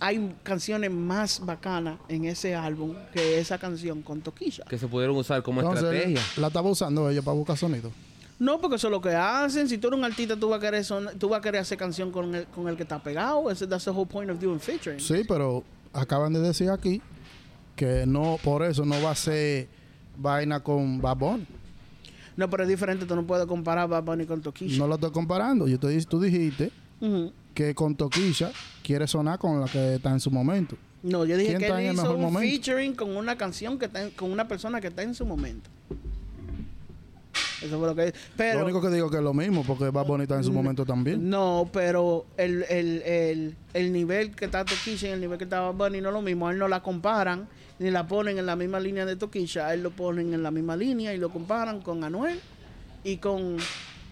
[SPEAKER 2] hay canciones más bacanas en ese álbum que esa canción con Toquilla.
[SPEAKER 1] Que se pudieron usar como estrategia.
[SPEAKER 3] entonces, la estaba usando ellos para buscar sonido.
[SPEAKER 2] No, porque eso es lo que hacen. Si tú eres un artista, tú vas a querer, son- tú vas a querer hacer canción con el, con el que está pegado. Ese that's the whole point of doing featuring.
[SPEAKER 3] Sí, pero acaban de decir aquí que no, por eso no va a ser vaina con Bad Bunny.
[SPEAKER 2] No, pero es diferente. Tú no puedes comparar Bad Bunny con Toquilla.
[SPEAKER 3] No lo estoy comparando. Yo te, di- tú dijiste
[SPEAKER 2] Ujú.
[SPEAKER 3] que con Toquilla quiere sonar con la que está en su momento.
[SPEAKER 2] No, yo dije
[SPEAKER 3] ¿Quién
[SPEAKER 2] que
[SPEAKER 3] está
[SPEAKER 2] él
[SPEAKER 3] en el
[SPEAKER 2] hizo
[SPEAKER 3] mejor
[SPEAKER 2] un
[SPEAKER 3] momento?
[SPEAKER 2] featuring con una canción que está en- con una persona que está en su momento. Eso fue lo que Pero
[SPEAKER 3] lo único que digo que es lo mismo, porque Bad Bunny está en su momento también.
[SPEAKER 2] no, pero el, el, el, el nivel que está Toquilla y el nivel que está Bad Bunny no es lo mismo. A él no la comparan ni la ponen en la misma línea de Toquilla. A él lo ponen en la misma línea y lo comparan con Anuel y con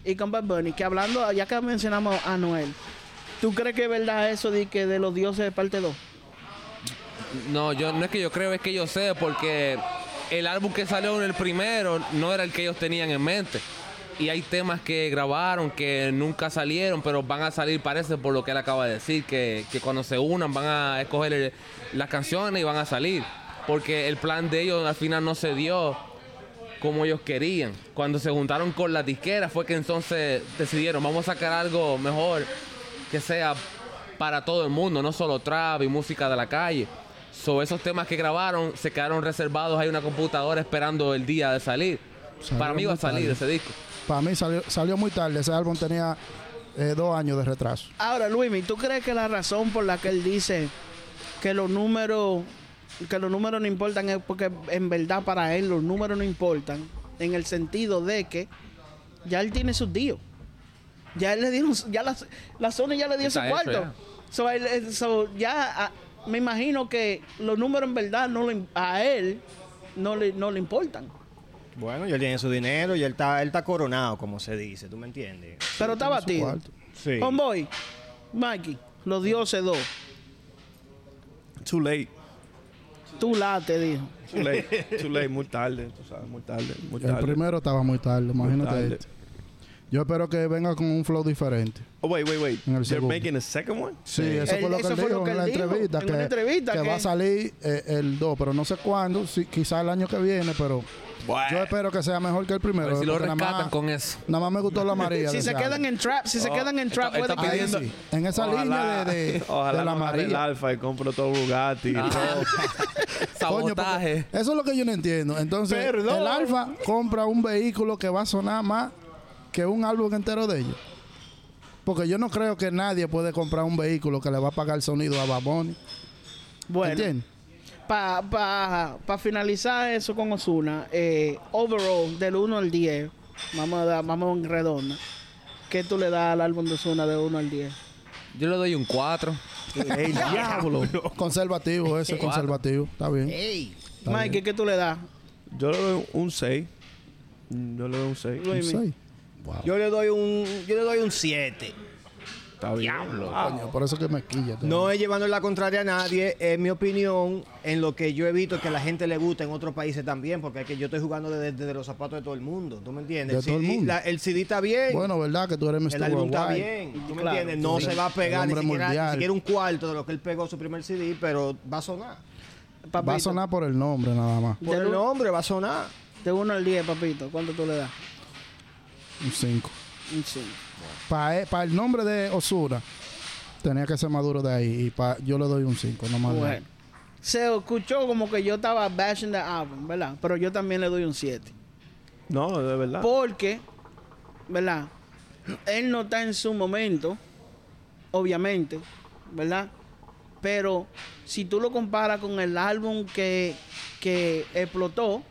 [SPEAKER 2] y con Bad Bunny, que hablando, ya que mencionamos a Noel, ¿tú crees que es verdad eso de que de los dioses de parte 2?
[SPEAKER 1] No, yo no es que yo creo, es que yo sé, porque el álbum que salió en el primero no era el que ellos tenían en mente. Y hay temas que grabaron que nunca salieron, pero van a salir, parece, por lo que él acaba de decir, que, que cuando se unan van a escoger el- las canciones y van a salir. Porque el plan de ellos al final no se dio como ellos querían. Cuando se juntaron con las disqueras fue que entonces decidieron, vamos a sacar algo mejor que sea para todo el mundo, no solo trap y música de la calle. So, esos temas que grabaron se quedaron reservados. Hay una computadora esperando el día de salir.
[SPEAKER 3] Salió
[SPEAKER 1] para mí va a
[SPEAKER 3] muy tarde.
[SPEAKER 1] salir ese [LAUGHS] disco.
[SPEAKER 3] Para mí salió, salió muy tarde. Ese álbum tenía eh, dos años de retraso.
[SPEAKER 2] Ahora, Luismi, ¿tú crees que la razón por la que él dice que los números que los números no importan es porque en verdad para él los números no importan en el sentido de que ya él tiene sus días. Ya él le dieron su- ya la, la Sony ya le dio
[SPEAKER 1] Está
[SPEAKER 2] su
[SPEAKER 1] hecho
[SPEAKER 2] cuarto.
[SPEAKER 1] ya.
[SPEAKER 2] So, él- él- so, ya ah, me imagino que los números en verdad no le- a él no le, no le importan.
[SPEAKER 4] Bueno, y él tiene su dinero y él está, él está coronado, como se dice, ¿tú me entiendes?
[SPEAKER 2] Pero está
[SPEAKER 3] Tiene su
[SPEAKER 2] batido.
[SPEAKER 3] cuarto.
[SPEAKER 4] Sí.
[SPEAKER 2] Homeboy, Mikey, los dioses dos.
[SPEAKER 5] Too late.
[SPEAKER 2] Tú late, dijo.
[SPEAKER 5] Too late. Too late. Muy tarde, tú sabes, muy tarde. Muy
[SPEAKER 3] El
[SPEAKER 5] tarde.
[SPEAKER 3] primero estaba muy tarde, imagínate
[SPEAKER 5] tarde.
[SPEAKER 3] este. Yo espero que venga con un flow diferente.
[SPEAKER 5] Oh, wait, wait, wait.
[SPEAKER 3] En el
[SPEAKER 5] They're
[SPEAKER 3] segundo.
[SPEAKER 5] making a second one?
[SPEAKER 3] Sí,
[SPEAKER 5] Sí.
[SPEAKER 3] eso
[SPEAKER 2] Él-
[SPEAKER 3] fue lo
[SPEAKER 2] eso
[SPEAKER 3] que él
[SPEAKER 2] fue lo
[SPEAKER 3] dijo
[SPEAKER 2] que
[SPEAKER 3] en
[SPEAKER 2] él
[SPEAKER 3] la
[SPEAKER 2] dijo
[SPEAKER 3] entrevista.
[SPEAKER 2] en
[SPEAKER 3] que,
[SPEAKER 2] una entrevista
[SPEAKER 3] que
[SPEAKER 2] que-
[SPEAKER 3] va a salir eh, el 2, pero no sé cuándo, si, quizás el año que viene, pero yo espero que sea mejor que el
[SPEAKER 1] A
[SPEAKER 3] primero.
[SPEAKER 1] ver si lo
[SPEAKER 3] porque nada
[SPEAKER 1] rescatan
[SPEAKER 3] más-
[SPEAKER 1] con eso.
[SPEAKER 3] Nada más me gustó la
[SPEAKER 2] [LAUGHS]
[SPEAKER 3] María.
[SPEAKER 2] Si
[SPEAKER 3] de
[SPEAKER 2] se
[SPEAKER 3] ese
[SPEAKER 2] quedan
[SPEAKER 3] álbum.
[SPEAKER 2] en trap, si se quedan en trap,
[SPEAKER 1] Oh,
[SPEAKER 2] puede
[SPEAKER 1] está- está
[SPEAKER 2] que-
[SPEAKER 3] Ahí
[SPEAKER 1] pidiendo-
[SPEAKER 3] sí, en esa línea de, de,
[SPEAKER 5] [LAUGHS] ojalá
[SPEAKER 3] de la
[SPEAKER 5] no agarre el
[SPEAKER 3] María.
[SPEAKER 5] alfa y compro todo Bugatti.
[SPEAKER 3] [LAUGHS]
[SPEAKER 1] Ah,
[SPEAKER 3] Coño, porque
[SPEAKER 1] sabotaje.
[SPEAKER 3] eso es lo que yo no entiendo. Entonces,
[SPEAKER 2] Perdón.
[SPEAKER 3] el Alfa compra un vehículo que va a sonar más que un álbum entero de ellos. Porque yo no creo que nadie puede comprar un vehículo que le va a pagar el sonido a Baboni.
[SPEAKER 2] Bueno,
[SPEAKER 3] ¿Entiendes?
[SPEAKER 2] para finalizar eso con Osuna, overall, del 1 al 10, vamos a dar, vamos en redonda. ¿Qué tú le das al álbum de Osuna de 1 al 10?
[SPEAKER 1] Yo le doy un 4.
[SPEAKER 5] ¡El diablo!
[SPEAKER 4] [LAUGHS]
[SPEAKER 3] Conservativo, ese conservativo. Está bien. Está bien.
[SPEAKER 2] Mike, ¿qué tú le das?
[SPEAKER 5] Yo le doy un 6. Yo le doy un 6.
[SPEAKER 3] Un
[SPEAKER 2] Luismi.
[SPEAKER 3] seis. Wow.
[SPEAKER 4] Yo le doy un yo le doy un 7.
[SPEAKER 5] Está bien. Ah, Diablo.
[SPEAKER 3] Coño, por eso que me quilla. todo.
[SPEAKER 4] No es llevando la contraria a nadie, en mi opinión, en lo que yo he visto que a la gente le gusta en otros países también, porque es que yo estoy jugando desde, desde los zapatos de todo el mundo, ¿tú me entiendes?
[SPEAKER 3] De todo
[SPEAKER 4] el,
[SPEAKER 3] el
[SPEAKER 4] CD,
[SPEAKER 3] mundo.
[SPEAKER 4] la- el CD está bien,
[SPEAKER 3] Bueno, ¿verdad? Que tú eres Mr.
[SPEAKER 4] el álbum está
[SPEAKER 3] Worldwide.
[SPEAKER 4] bien, ¿tú me
[SPEAKER 2] Claro,
[SPEAKER 4] entiendes? No
[SPEAKER 3] sí.
[SPEAKER 4] se va a
[SPEAKER 3] El
[SPEAKER 4] pegar ni
[SPEAKER 3] hombre
[SPEAKER 4] siquiera,
[SPEAKER 3] mundial.
[SPEAKER 4] ni siquiera un cuarto de lo que él pegó su primer CD, pero va a sonar.
[SPEAKER 2] Papito,
[SPEAKER 3] Va a sonar por el nombre nada más.
[SPEAKER 4] Por
[SPEAKER 2] Del
[SPEAKER 4] el
[SPEAKER 2] un-
[SPEAKER 4] nombre va a sonar.
[SPEAKER 2] De 1 al 10, papito, ¿cuánto tú le das?
[SPEAKER 3] Un 5.
[SPEAKER 2] Un 5.
[SPEAKER 3] Para el nombre de Osura, tenía que ser Maduro de ahí. Y pa- yo le doy un 5, no más. de ahí.
[SPEAKER 2] Bueno. Se escuchó como que yo estaba bashing the album, ¿verdad? Pero yo también le doy un 7.
[SPEAKER 5] No, de verdad.
[SPEAKER 2] Porque, ¿verdad? Él no está en su momento, obviamente, ¿verdad? Pero si tú lo comparas con el álbum que, que explotó,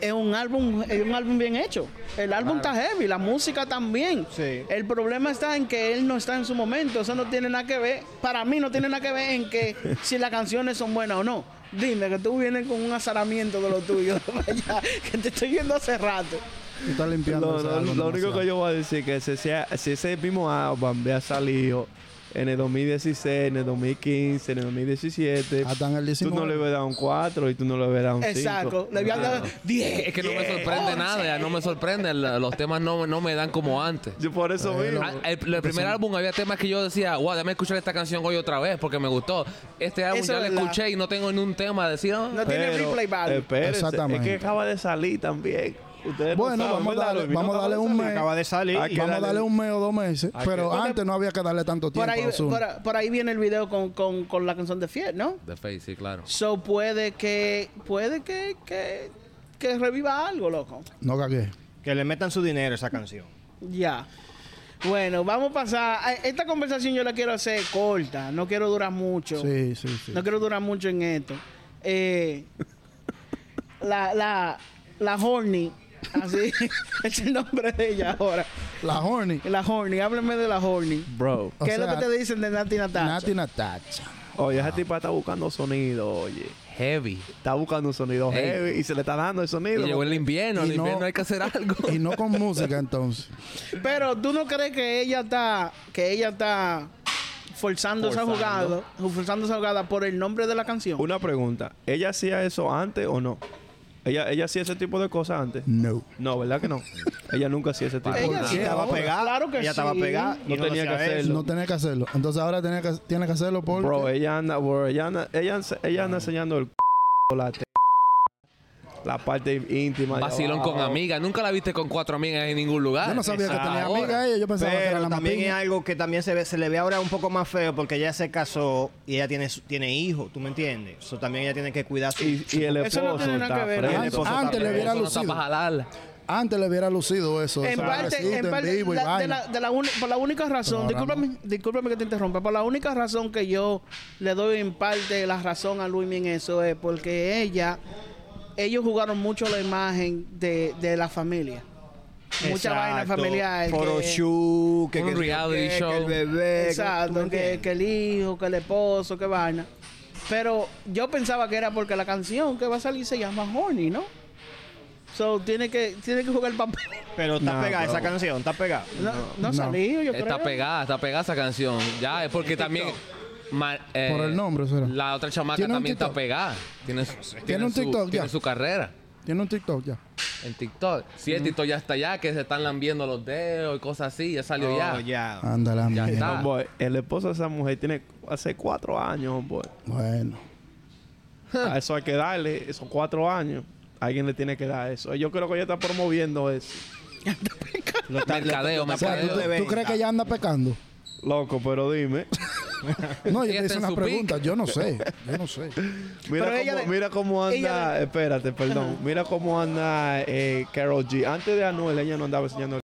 [SPEAKER 2] es un álbum, es un álbum bien hecho. El álbum está heavy, la música también.
[SPEAKER 4] Sí.
[SPEAKER 2] El problema está en que él no está en su momento. Eso no tiene nada que ver. Para mí no tiene nada que ver en que si las canciones son buenas o no. Dime que tú vienes con un azaramiento de lo tuyo. [LAUGHS] vaya, que te estoy viendo hace rato.
[SPEAKER 3] Tú estás limpiando.
[SPEAKER 5] No,
[SPEAKER 3] ese
[SPEAKER 5] no,
[SPEAKER 3] álbum
[SPEAKER 5] lo único
[SPEAKER 3] demasiado.
[SPEAKER 5] que yo voy a decir es que si, sea- si ese mismo álbum había salido en el 2016, en el 2015, en el 2017,
[SPEAKER 3] Hasta en el
[SPEAKER 5] tú no
[SPEAKER 3] 19.
[SPEAKER 5] le hubieras dado un 4 y tú no le hubieras dado un 5.
[SPEAKER 2] Exacto. Le voy a dar 10.
[SPEAKER 1] Es que no me sorprende nada, ya no me sorprende. la- Los temas no, no me dan como antes.
[SPEAKER 5] Yo por eso mismo.
[SPEAKER 1] Ah, El, el primer álbum había temas que yo decía, wow, déjame escuchar esta canción hoy otra vez porque me gustó. Este álbum
[SPEAKER 2] Eso
[SPEAKER 1] ya
[SPEAKER 2] es
[SPEAKER 1] lo
[SPEAKER 2] verdad.
[SPEAKER 1] escuché y no tengo ni un tema. Decir, "Ah,
[SPEAKER 2] No tiene replay value.
[SPEAKER 5] espérese, es
[SPEAKER 3] Exactamente.
[SPEAKER 5] que acaba de salir también. Ustedes no
[SPEAKER 3] Bueno,
[SPEAKER 5] saben,
[SPEAKER 3] vamos a
[SPEAKER 5] ¿verdad,
[SPEAKER 3] darle-
[SPEAKER 5] Luis?
[SPEAKER 3] vamos a
[SPEAKER 5] acaba
[SPEAKER 3] darle un
[SPEAKER 5] salir.
[SPEAKER 3] mes.
[SPEAKER 4] Acaba de salir.
[SPEAKER 5] Ah, que-
[SPEAKER 3] Vamos a darle un mes o dos meses.
[SPEAKER 5] Ah,
[SPEAKER 3] Pero
[SPEAKER 5] que-
[SPEAKER 3] antes no había que darle tanto tiempo
[SPEAKER 2] Por ahí,
[SPEAKER 3] a Ozuna.
[SPEAKER 2] por, por ahí viene el video con, con- con la canción de Fiel, ¿no?
[SPEAKER 1] De Face, sí, claro.
[SPEAKER 2] So puede que. Puede que. que, que reviva algo, loco.
[SPEAKER 3] No cagué.
[SPEAKER 4] Que le metan su dinero a esa canción.
[SPEAKER 2] Ya. Bueno, vamos a pasar. eh, Esta conversación yo la quiero hacer corta. No quiero durar mucho.
[SPEAKER 3] Sí, sí, sí.
[SPEAKER 2] No quiero durar mucho en esto. Eh, la, la, la Horny. Así [LAUGHS] es el nombre de ella ahora.
[SPEAKER 3] La Horny.
[SPEAKER 2] La Horny. Hábleme de la Horny.
[SPEAKER 5] Bro.
[SPEAKER 3] O
[SPEAKER 2] ¿Qué es lo
[SPEAKER 3] sea,
[SPEAKER 2] que te dicen de Nati Natasha?
[SPEAKER 3] Nati Natacha.
[SPEAKER 5] Oye, esa tipa está buscando sonido, oye.
[SPEAKER 1] heavy.
[SPEAKER 5] Está buscando un sonido
[SPEAKER 1] Ey.
[SPEAKER 5] heavy y se le está dando el
[SPEAKER 1] Y
[SPEAKER 5] sonido.
[SPEAKER 1] llegó el invierno,
[SPEAKER 3] y
[SPEAKER 1] el
[SPEAKER 3] no-
[SPEAKER 1] invierno hay que hacer algo.
[SPEAKER 3] [LAUGHS] Y no con música entonces.
[SPEAKER 2] Pero tú no crees que ella está, que ella está forzando, esa jugada,
[SPEAKER 1] Forzando.
[SPEAKER 2] forzando esa jugada por el nombre de la canción.
[SPEAKER 5] Una pregunta. ¿Ella hacía eso antes o no? ¿Ella, ella hacía ese tipo de cosas antes?
[SPEAKER 3] No.
[SPEAKER 5] No, ¿verdad que no? ella nunca hacía ese tipo de
[SPEAKER 2] Ella
[SPEAKER 5] cosas.
[SPEAKER 2] sí,
[SPEAKER 4] estaba
[SPEAKER 2] ahora.
[SPEAKER 4] pegada.
[SPEAKER 2] Claro que
[SPEAKER 4] ella estaba
[SPEAKER 2] sí.
[SPEAKER 4] pegada. y
[SPEAKER 5] No tenía
[SPEAKER 4] hacía
[SPEAKER 5] que
[SPEAKER 4] eso.
[SPEAKER 5] hacerlo.
[SPEAKER 3] No tenés que hacerlo. Entonces ahora tiene que, tiene que hacerlo porque...
[SPEAKER 5] Bro, eh, ella anda, bro, ella anda, ella, ense- ella anda enseñando el c la t- la parte íntima. de
[SPEAKER 1] Vacilón con
[SPEAKER 5] abajo.
[SPEAKER 1] amigas. Nunca la viste con cuatro amigas en ningún lugar.
[SPEAKER 3] yo no sabía que tenía
[SPEAKER 1] Ahora.
[SPEAKER 3] amiga ella. Yo pensaba que era
[SPEAKER 4] Pero
[SPEAKER 3] la más
[SPEAKER 4] también es
[SPEAKER 3] piña.
[SPEAKER 4] algo que también se, ve- se le ve ahora un poco más feo porque ella se casó y ella tiene, su- tiene hijos, ¿tú me entiendes? Eso también ella tiene que cuidar su...
[SPEAKER 5] Y, y el
[SPEAKER 2] Eso no
[SPEAKER 5] esposo
[SPEAKER 2] tiene nada
[SPEAKER 5] está
[SPEAKER 2] que ver.
[SPEAKER 5] preso.
[SPEAKER 4] el
[SPEAKER 3] Antes,
[SPEAKER 4] esposo
[SPEAKER 3] antes le
[SPEAKER 4] también.
[SPEAKER 3] hubiera
[SPEAKER 1] Eso no está
[SPEAKER 3] lucido.
[SPEAKER 1] para jalarla.
[SPEAKER 3] Antes le hubiera lucido eso.
[SPEAKER 2] En
[SPEAKER 3] eso
[SPEAKER 2] parte,
[SPEAKER 3] recita,
[SPEAKER 2] en parte,
[SPEAKER 3] vivo y
[SPEAKER 2] la- de
[SPEAKER 3] vaina.
[SPEAKER 2] la, de la uni- por la única razón,
[SPEAKER 3] Pero ahora
[SPEAKER 2] discúlpame, discúlpame que te interrumpa, por la única razón que yo le doy en parte la razón a Luis en eso es porque ella, ellos jugaron mucho la imagen de, de la familia. Mucha vaina familiar. que-
[SPEAKER 4] Photoshop, que,
[SPEAKER 1] Un
[SPEAKER 4] que-
[SPEAKER 1] reality
[SPEAKER 4] que
[SPEAKER 1] show.
[SPEAKER 4] el bebé. que- ¿tú me
[SPEAKER 2] Exacto, que,
[SPEAKER 4] entiendes?
[SPEAKER 2] que el hijo, que el esposo, que vaina. Pero yo pensaba que era porque la canción que va a salir se llama Horny, ¿no? So, tiene que, tiene que jugar el papel. [LAUGHS]
[SPEAKER 4] Pero está
[SPEAKER 5] No,
[SPEAKER 4] pegada
[SPEAKER 5] bro.
[SPEAKER 4] esa canción, está pegada.
[SPEAKER 2] No, no,
[SPEAKER 3] No.
[SPEAKER 2] salió, yo
[SPEAKER 1] Está
[SPEAKER 2] creo.
[SPEAKER 1] pegada, está pegada esa canción. Ya, es porque también. ma- eh,
[SPEAKER 3] Por el nombre, será.
[SPEAKER 1] La otra chamaca
[SPEAKER 3] ¿Tiene un
[SPEAKER 1] también está
[SPEAKER 3] TikTok?
[SPEAKER 1] pegada. Tiene, su-
[SPEAKER 3] Tiene un
[SPEAKER 1] su-
[SPEAKER 3] TikTok,
[SPEAKER 1] Tiene
[SPEAKER 3] ya.
[SPEAKER 1] su carrera
[SPEAKER 3] Tiene un TikTok ya.
[SPEAKER 1] en TikTok. Sí,
[SPEAKER 2] Mm.
[SPEAKER 1] el TikTok ya está allá, que se están lambiendo los dedos y cosas así. Ya salió ya.
[SPEAKER 4] Oh, ya.
[SPEAKER 3] Ándale,
[SPEAKER 1] Ya
[SPEAKER 3] mierda.
[SPEAKER 1] está.
[SPEAKER 5] Homeboy, el esposo de esa mujer tiene hace cuatro años,
[SPEAKER 4] [LAUGHS]
[SPEAKER 5] homeboy.
[SPEAKER 3] Bueno.
[SPEAKER 5] A eso hay que darle, esos cuatro años. Alguien le tiene que dar eso. Yo creo que ella está promoviendo eso.
[SPEAKER 4] Lo está-
[SPEAKER 1] Mercadeo,
[SPEAKER 4] lo
[SPEAKER 3] O sea,
[SPEAKER 4] está-
[SPEAKER 1] mercadeo.
[SPEAKER 3] ¿tú,
[SPEAKER 4] lo está-
[SPEAKER 3] tú crees que ella anda pecando?
[SPEAKER 5] Loco, pero
[SPEAKER 4] [LAUGHS]
[SPEAKER 5] dime.
[SPEAKER 3] [LAUGHS] No, yo
[SPEAKER 1] Ella
[SPEAKER 3] te
[SPEAKER 1] está
[SPEAKER 3] hice
[SPEAKER 1] en
[SPEAKER 3] una
[SPEAKER 1] su
[SPEAKER 3] pregunta. Yo no sé. Yo no sé.
[SPEAKER 2] Pero
[SPEAKER 5] Mira, cómo,
[SPEAKER 2] ella de-
[SPEAKER 5] mira cómo
[SPEAKER 2] ella
[SPEAKER 5] anda.
[SPEAKER 2] de-
[SPEAKER 5] Espérate, perdón. Mira cómo anda eh, Carol G. Antes de Anuel, ella no andaba enseñando el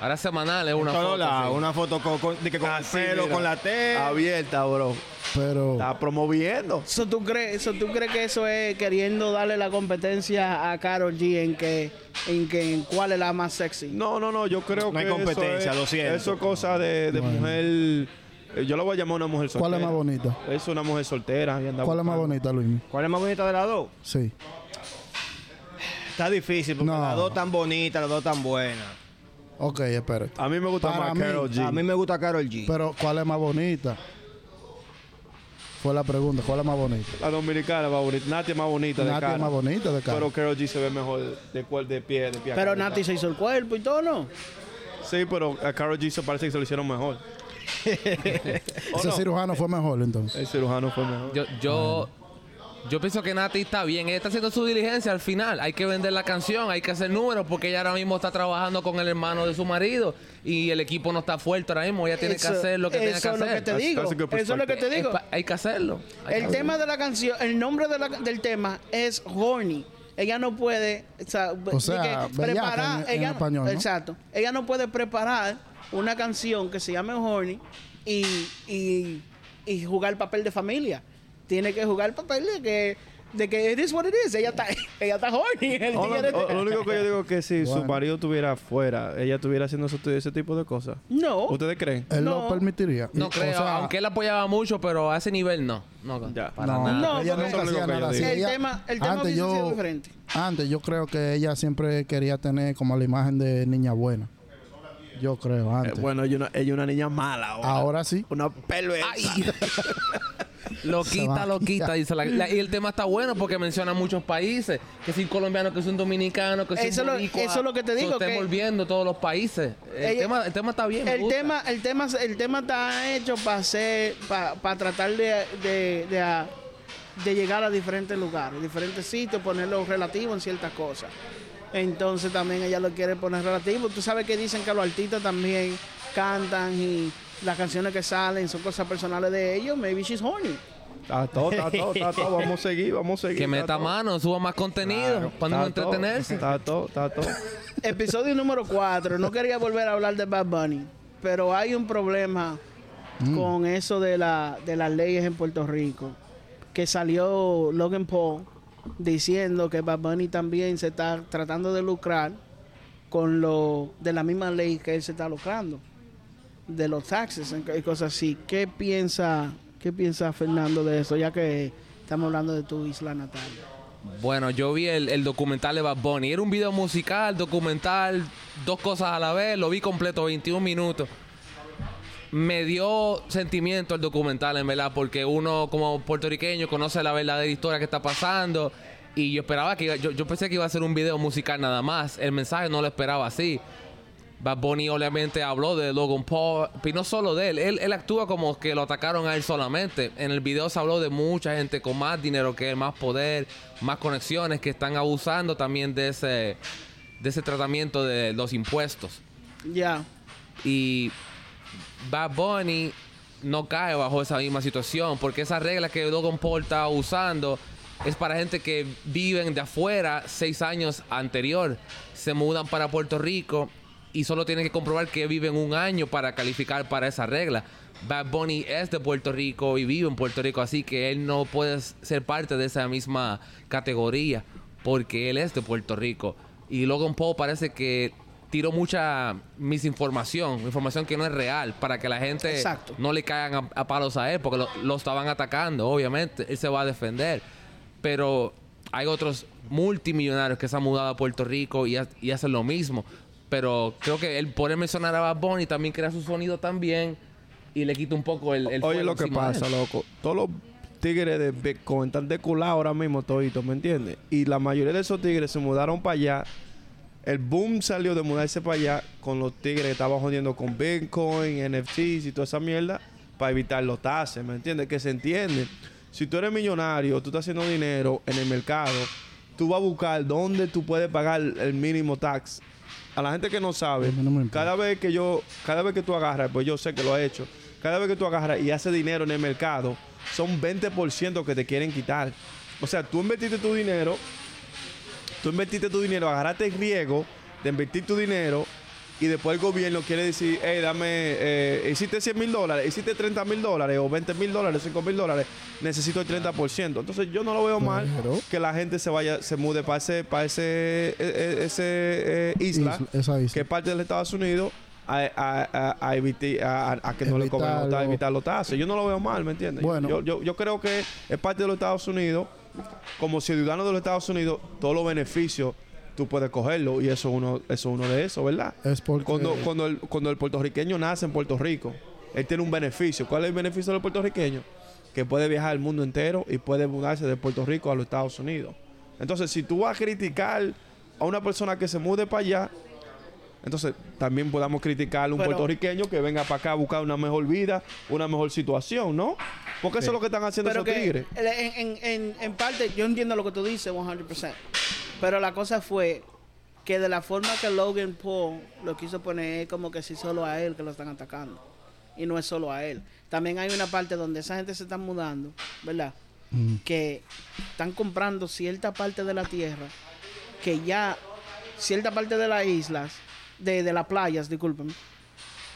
[SPEAKER 1] Ahora semanal es una
[SPEAKER 4] Solo
[SPEAKER 1] foto.
[SPEAKER 4] la-
[SPEAKER 1] así.
[SPEAKER 4] una foto con, con- de que con el
[SPEAKER 5] Así,
[SPEAKER 4] pelo,
[SPEAKER 5] Ah, mira.
[SPEAKER 4] con la T.
[SPEAKER 5] abierta, bro.
[SPEAKER 3] Pero...
[SPEAKER 5] [LAUGHS] Está promoviendo.
[SPEAKER 2] So, ¿tú, crees, so, ¿Tú crees que eso es queriendo darle la competencia a Carol G en que en que en cuál es la más sexy?
[SPEAKER 5] No, no, no. Yo creo
[SPEAKER 4] No
[SPEAKER 5] que.
[SPEAKER 4] hay
[SPEAKER 5] eso
[SPEAKER 4] competencia,
[SPEAKER 5] es-
[SPEAKER 4] lo siento.
[SPEAKER 5] Eso es cosa de, de mujer. eh, Yo la voy a llamar una mujer soltera.
[SPEAKER 3] ¿Cuál es más bonita?
[SPEAKER 5] Es una mujer soltera. y anda
[SPEAKER 3] ¿Cuál es más
[SPEAKER 5] buscando.
[SPEAKER 3] bonita, Luis?
[SPEAKER 4] ¿Cuál es más bonita de las dos?
[SPEAKER 3] Sí.
[SPEAKER 4] Está difícil porque
[SPEAKER 3] No.
[SPEAKER 4] las dos tan bonitas, las dos tan buenas.
[SPEAKER 3] Ok, espérate.
[SPEAKER 5] A mí me gusta
[SPEAKER 3] Para
[SPEAKER 5] más
[SPEAKER 3] mí.
[SPEAKER 5] Carol G.
[SPEAKER 4] A mí me gusta Carol G.
[SPEAKER 3] Pero, ¿cuál es más bonita? Fue la pregunta. ¿Cuál es más bonita?
[SPEAKER 5] La dominicana es más bonita. Nati es más bonita de
[SPEAKER 3] Nati
[SPEAKER 5] cara.
[SPEAKER 3] es más bonita de cara.
[SPEAKER 5] Pero Carol G se ve mejor de, cuer- de pie, de pie. a
[SPEAKER 2] Pero
[SPEAKER 5] cabeza.
[SPEAKER 2] Nati se hizo el cuerpo y todo, ¿no?
[SPEAKER 5] Sí, pero a Carol G se parece que se lo hicieron mejor. ¿O
[SPEAKER 3] Ese
[SPEAKER 5] oh, no?
[SPEAKER 3] cirujano fue mejor, entonces.
[SPEAKER 5] El cirujano fue mejor.
[SPEAKER 1] Yo, yo, yo pienso que Nati está bien. Ella está haciendo su diligencia al final. Hay que vender la canción, hay que hacer números, porque ella ahora mismo está trabajando con el hermano de su marido y el equipo no está fuerte ahora mismo. Ella tiene
[SPEAKER 2] Eso-
[SPEAKER 1] que hacer lo que tiene que
[SPEAKER 2] eso es lo que
[SPEAKER 1] hacer.
[SPEAKER 2] te
[SPEAKER 5] Así-
[SPEAKER 2] digo.
[SPEAKER 5] así que, pues,
[SPEAKER 2] Eso es lo que
[SPEAKER 5] falta-
[SPEAKER 2] te digo.
[SPEAKER 1] Es pa- hay que hacerlo. Hay que
[SPEAKER 2] El tema de la canción, el nombre de la- del tema es horny. Ella no puede, o sea,
[SPEAKER 3] O sea,
[SPEAKER 2] de que
[SPEAKER 3] bellaca en- en
[SPEAKER 2] ella-
[SPEAKER 3] español, ¿no?
[SPEAKER 2] exacto. Ella no puede preparar una canción que se llame horny y, y, y jugar el papel de familia. Tiene que jugar el papel de que de que it is what it is. Ella está, [LAUGHS] ella está horny. El [LAUGHS]
[SPEAKER 5] O
[SPEAKER 2] tigre-
[SPEAKER 5] lo, o- lo único que yo digo es que si
[SPEAKER 3] Bueno.
[SPEAKER 5] su marido estuviera afuera, ella estuviera haciendo eso- ese tipo de cosas.
[SPEAKER 2] no.
[SPEAKER 5] ¿Ustedes creen?
[SPEAKER 3] Él
[SPEAKER 2] No.
[SPEAKER 3] lo permitiría.
[SPEAKER 1] No
[SPEAKER 3] O
[SPEAKER 1] creo,
[SPEAKER 3] sea,
[SPEAKER 1] aunque él apoyaba mucho, pero a ese nivel no. No,
[SPEAKER 5] Ya.
[SPEAKER 1] para
[SPEAKER 3] No,
[SPEAKER 1] nada.
[SPEAKER 2] No, porque
[SPEAKER 3] ella nunca
[SPEAKER 5] eso es
[SPEAKER 3] hacía
[SPEAKER 5] lo que
[SPEAKER 3] nada
[SPEAKER 5] yo
[SPEAKER 3] así.
[SPEAKER 5] digo.
[SPEAKER 2] El
[SPEAKER 3] Ella-
[SPEAKER 2] tema- el tema
[SPEAKER 3] antes
[SPEAKER 2] hubiese sido
[SPEAKER 3] yo,
[SPEAKER 2] diferente.
[SPEAKER 3] antes yo creo que ella siempre quería tener como la imagen de niña buena. Yo creo,
[SPEAKER 5] Eh,
[SPEAKER 3] antes.
[SPEAKER 5] bueno, ella es una, ella es una niña mala ahora.
[SPEAKER 3] Ahora sí.
[SPEAKER 5] Una perversa.
[SPEAKER 3] [LAUGHS]
[SPEAKER 1] Lo
[SPEAKER 3] Se va
[SPEAKER 1] quita,
[SPEAKER 3] a
[SPEAKER 1] lo quita.
[SPEAKER 3] quitar.
[SPEAKER 1] Dice la- la- y el tema está bueno porque menciona muchos países. Que si un colombiano, que si un dominicano, que si
[SPEAKER 2] Eso
[SPEAKER 1] un
[SPEAKER 2] lo-
[SPEAKER 1] boricua.
[SPEAKER 2] eso es lo que te
[SPEAKER 1] So,
[SPEAKER 2] digo,
[SPEAKER 1] Está
[SPEAKER 2] que-
[SPEAKER 1] envolviendo todos los países. El,
[SPEAKER 2] Ella-
[SPEAKER 1] tema, el tema está bien. me
[SPEAKER 2] El
[SPEAKER 1] gusta.
[SPEAKER 2] tema, el tema, el tema está hecho para ser, para tratar de, de, de, a- de llegar a diferentes lugares, diferentes sitios, ponerlo relativo en ciertas cosas. Entonces también ella lo quiere poner relativo. Tú sabes que dicen que los artistas también cantan y las canciones que salen son cosas personales de ellos. Maybe she's horny.
[SPEAKER 5] Está todo, está todo, está todo. Vamos a seguir, vamos a seguir.
[SPEAKER 1] Que meta
[SPEAKER 5] está
[SPEAKER 1] mano, suba más contenido.
[SPEAKER 5] todo.
[SPEAKER 1] Para no
[SPEAKER 5] Está todo,
[SPEAKER 1] entretenerse.
[SPEAKER 5] Está todo, está todo.
[SPEAKER 2] Episodio número 4. No quería volver a hablar de Bad Bunny, pero hay un problema con eso de, la, de las leyes en Puerto Rico. Que salió Logan Paul diciendo que Bad Bunny también se está tratando de lucrar con lo de la misma ley que él se está lucrando, de los taxes y cosas así. ¿Qué piensa, qué piensa Fernando de eso? Ya que Estamos hablando de tu isla natal.
[SPEAKER 1] Bueno, yo vi el, el documental de Bad Bunny. Era un video musical, documental, dos cosas a la vez. Lo vi completo, 21 minutos. Me dio sentimiento el documental, en verdad, porque uno como puertorriqueño conoce la verdadera historia que está pasando. Y yo esperaba que iba- yo, yo pensé que iba a ser un video musical nada más. El mensaje no lo esperaba así. Bad Bunny obviamente habló de Logan Paul, y no solo de él, él, él actúa como que lo atacaron a él solamente. En el video se habló de mucha gente con más dinero que él, más poder, más conexiones que están abusando también de ese, de ese tratamiento de los impuestos.
[SPEAKER 2] Ya.
[SPEAKER 1] Y Bad Bunny no cae bajo esa misma situación, porque esas reglas que Logan Paul está usando es para gente que viven de afuera seis años anterior, se mudan para Puerto Rico y solo tienen que comprobar que viven un año para calificar para esa regla. Bad Bunny es de Puerto Rico y vive en Puerto Rico, así que él no puede ser parte de esa misma categoría porque él es de Puerto Rico. Y Logan Paul parece que tiró mucha misinformación, información que no es real, para que la gente
[SPEAKER 2] Exacto.
[SPEAKER 1] no le caigan a, a palos a él, porque lo, lo estaban atacando, obviamente. Él se va a defender. Pero hay otros multimillonarios que se han mudado a Puerto Rico y, ha- y hacen lo mismo. Pero creo que el poder mencionar a Bad Bunny también crea su sonido también y le quita un poco el, el
[SPEAKER 5] Oye,
[SPEAKER 1] fuego
[SPEAKER 5] lo que
[SPEAKER 1] encima de él.
[SPEAKER 5] pasa, loco. Todos los tigres de Bitcoin están de culado ahora mismo, toditos, ¿me entiendes? Y la mayoría de esos tigres se mudaron para allá. El boom salió de mudarse para allá con los tigres que estaban jodiendo con Bitcoin, NFTs y toda esa mierda para evitar los tases, ¿me entiendes? Que se entiende. Si tú eres millonario, tú estás haciendo dinero en el mercado, tú vas a buscar dónde tú puedes pagar el mínimo tax. A la gente que no sabe,
[SPEAKER 3] El mínimo impuesto.
[SPEAKER 5] cada vez que yo, cada vez que tú agarras, pues yo sé que lo he hecho, cada vez que tú agarras y haces dinero en el mercado, son 20% que te quieren quitar. O sea, tú invertiste tu dinero, tú invertiste tu dinero, agarraste el riesgo de invertir tu dinero y después el gobierno quiere decir, hey, dame, eh, hiciste 100 mil dólares, hiciste 30 mil dólares o 20 mil dólares, 5 mil dólares, necesito el 30%. Entonces yo no lo veo mal
[SPEAKER 3] Claro.
[SPEAKER 5] que la gente se vaya, se mude para ese, para ese, eh, eh, ese eh, isla,
[SPEAKER 3] Isla- esa isla.
[SPEAKER 5] que es parte de los Estados Unidos, a, a- a- a evitar, a, a- a que no le cobren los
[SPEAKER 3] Evitarlo.
[SPEAKER 5] taxes, evitar los taxes. Yo no lo veo mal, ¿me entiendes?
[SPEAKER 3] Bueno.
[SPEAKER 5] Yo, yo, yo creo que es parte de los Estados Unidos como ciudadano de los Estados Unidos, todos los beneficios tú puedes cogerlo y eso es uno, eso es uno de esos, ¿verdad?
[SPEAKER 3] Es porque-
[SPEAKER 5] cuando, cuando, el, cuando el puertorriqueño nace en Puerto Rico, él tiene un beneficio. ¿Cuál es el beneficio del puertorriqueño? Que puede viajar al mundo entero y puede mudarse de Puerto Rico a los Estados Unidos. Entonces, si tú vas a criticar a una persona que se mude para allá, entonces también podamos criticar a un
[SPEAKER 2] Pero-
[SPEAKER 5] puertorriqueño que venga para acá a buscar una mejor vida, una mejor situación, ¿no? Porque eso es lo que están haciendo
[SPEAKER 2] Pero
[SPEAKER 5] esos
[SPEAKER 2] que
[SPEAKER 5] tigres.
[SPEAKER 2] en, en- en- en parte yo entiendo lo que tú dices 100%. Pero la cosa fue que de la forma que Logan Paul lo quiso poner es como que sí solo a él que lo están atacando. Y no es solo a él. También hay una parte donde esa gente se está mudando, ¿verdad?
[SPEAKER 5] Mm.
[SPEAKER 2] Que están comprando cierta parte de la tierra que ya cierta parte de las islas, de, de las playas, discúlpame,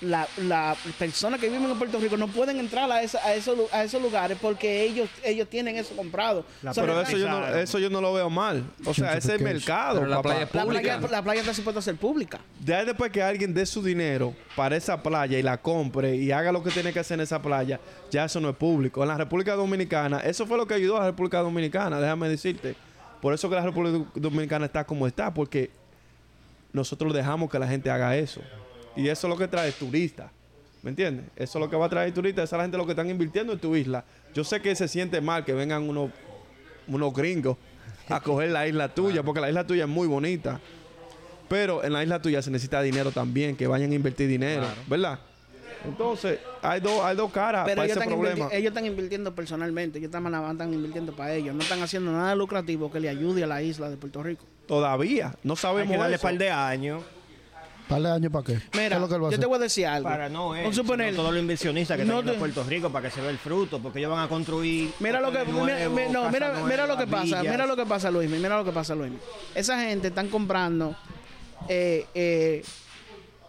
[SPEAKER 2] la, la persona que viven en Puerto Rico no pueden entrar a, esa- a, esos, lu- a esos lugares porque ellos, ellos tienen eso comprado.
[SPEAKER 4] La-
[SPEAKER 2] Son
[SPEAKER 5] Pero
[SPEAKER 2] las-
[SPEAKER 5] eso yo, no,
[SPEAKER 4] Claro.
[SPEAKER 5] eso yo no lo veo mal. O sea, ese es el mercado.
[SPEAKER 1] Pero la
[SPEAKER 5] papá.
[SPEAKER 1] playa es
[SPEAKER 2] la, playa,
[SPEAKER 1] pública.
[SPEAKER 2] la playa está supuesta a ser pública.
[SPEAKER 5] Ya después que alguien dé su dinero para esa playa y la compre y haga lo que tiene que hacer en esa playa, ya eso no es público. En la República Dominicana, eso fue lo que ayudó a la República Dominicana, déjame decirte. Por eso que la República Dominicana está como está, porque nosotros dejamos que la gente haga eso. Y eso es lo que trae turistas. ¿Me entiendes? Eso es lo que va a traer turistas. Esa es la gente lo que están invirtiendo en tu isla. Yo sé que se siente mal que vengan unos, unos gringos a coger la isla tuya, porque la isla tuya es muy bonita. Pero en la isla tuya se necesita dinero también, que vayan a invertir dinero, ¿verdad? Entonces, hay dos hay dos caras
[SPEAKER 2] Pero
[SPEAKER 5] Ah, para
[SPEAKER 2] ellos
[SPEAKER 5] ese
[SPEAKER 2] están,
[SPEAKER 5] problema.
[SPEAKER 2] invirti- eh, ellos están invirtiendo personalmente. Ellos están, están invirtiendo para ellos. No están haciendo nada lucrativo que le ayude a la isla de Puerto Rico.
[SPEAKER 5] Todavía, no
[SPEAKER 4] Hay
[SPEAKER 5] sabemos
[SPEAKER 4] que darle
[SPEAKER 5] eso.
[SPEAKER 4] par de años
[SPEAKER 3] Par de años para qué. ¿Qué
[SPEAKER 2] Mira,
[SPEAKER 3] es lo que él va a
[SPEAKER 2] yo te
[SPEAKER 3] hacer?
[SPEAKER 2] voy a decir algo.
[SPEAKER 4] para no eh,
[SPEAKER 2] Vamos a suponer-
[SPEAKER 4] todos los inversionistas que
[SPEAKER 2] No
[SPEAKER 4] están en
[SPEAKER 2] te-
[SPEAKER 4] Puerto Rico para que se vea el fruto, porque ellos van a construir.
[SPEAKER 2] Mira lo que
[SPEAKER 4] hoteles
[SPEAKER 2] mira,
[SPEAKER 4] nuevos,
[SPEAKER 2] mira- no,
[SPEAKER 4] casas
[SPEAKER 2] mira- mira lo que
[SPEAKER 4] nuevas,
[SPEAKER 2] pasa,
[SPEAKER 4] villas.
[SPEAKER 2] mira lo que pasa Luis, mira lo que pasa Luis. Esa gente están comprando eh, eh,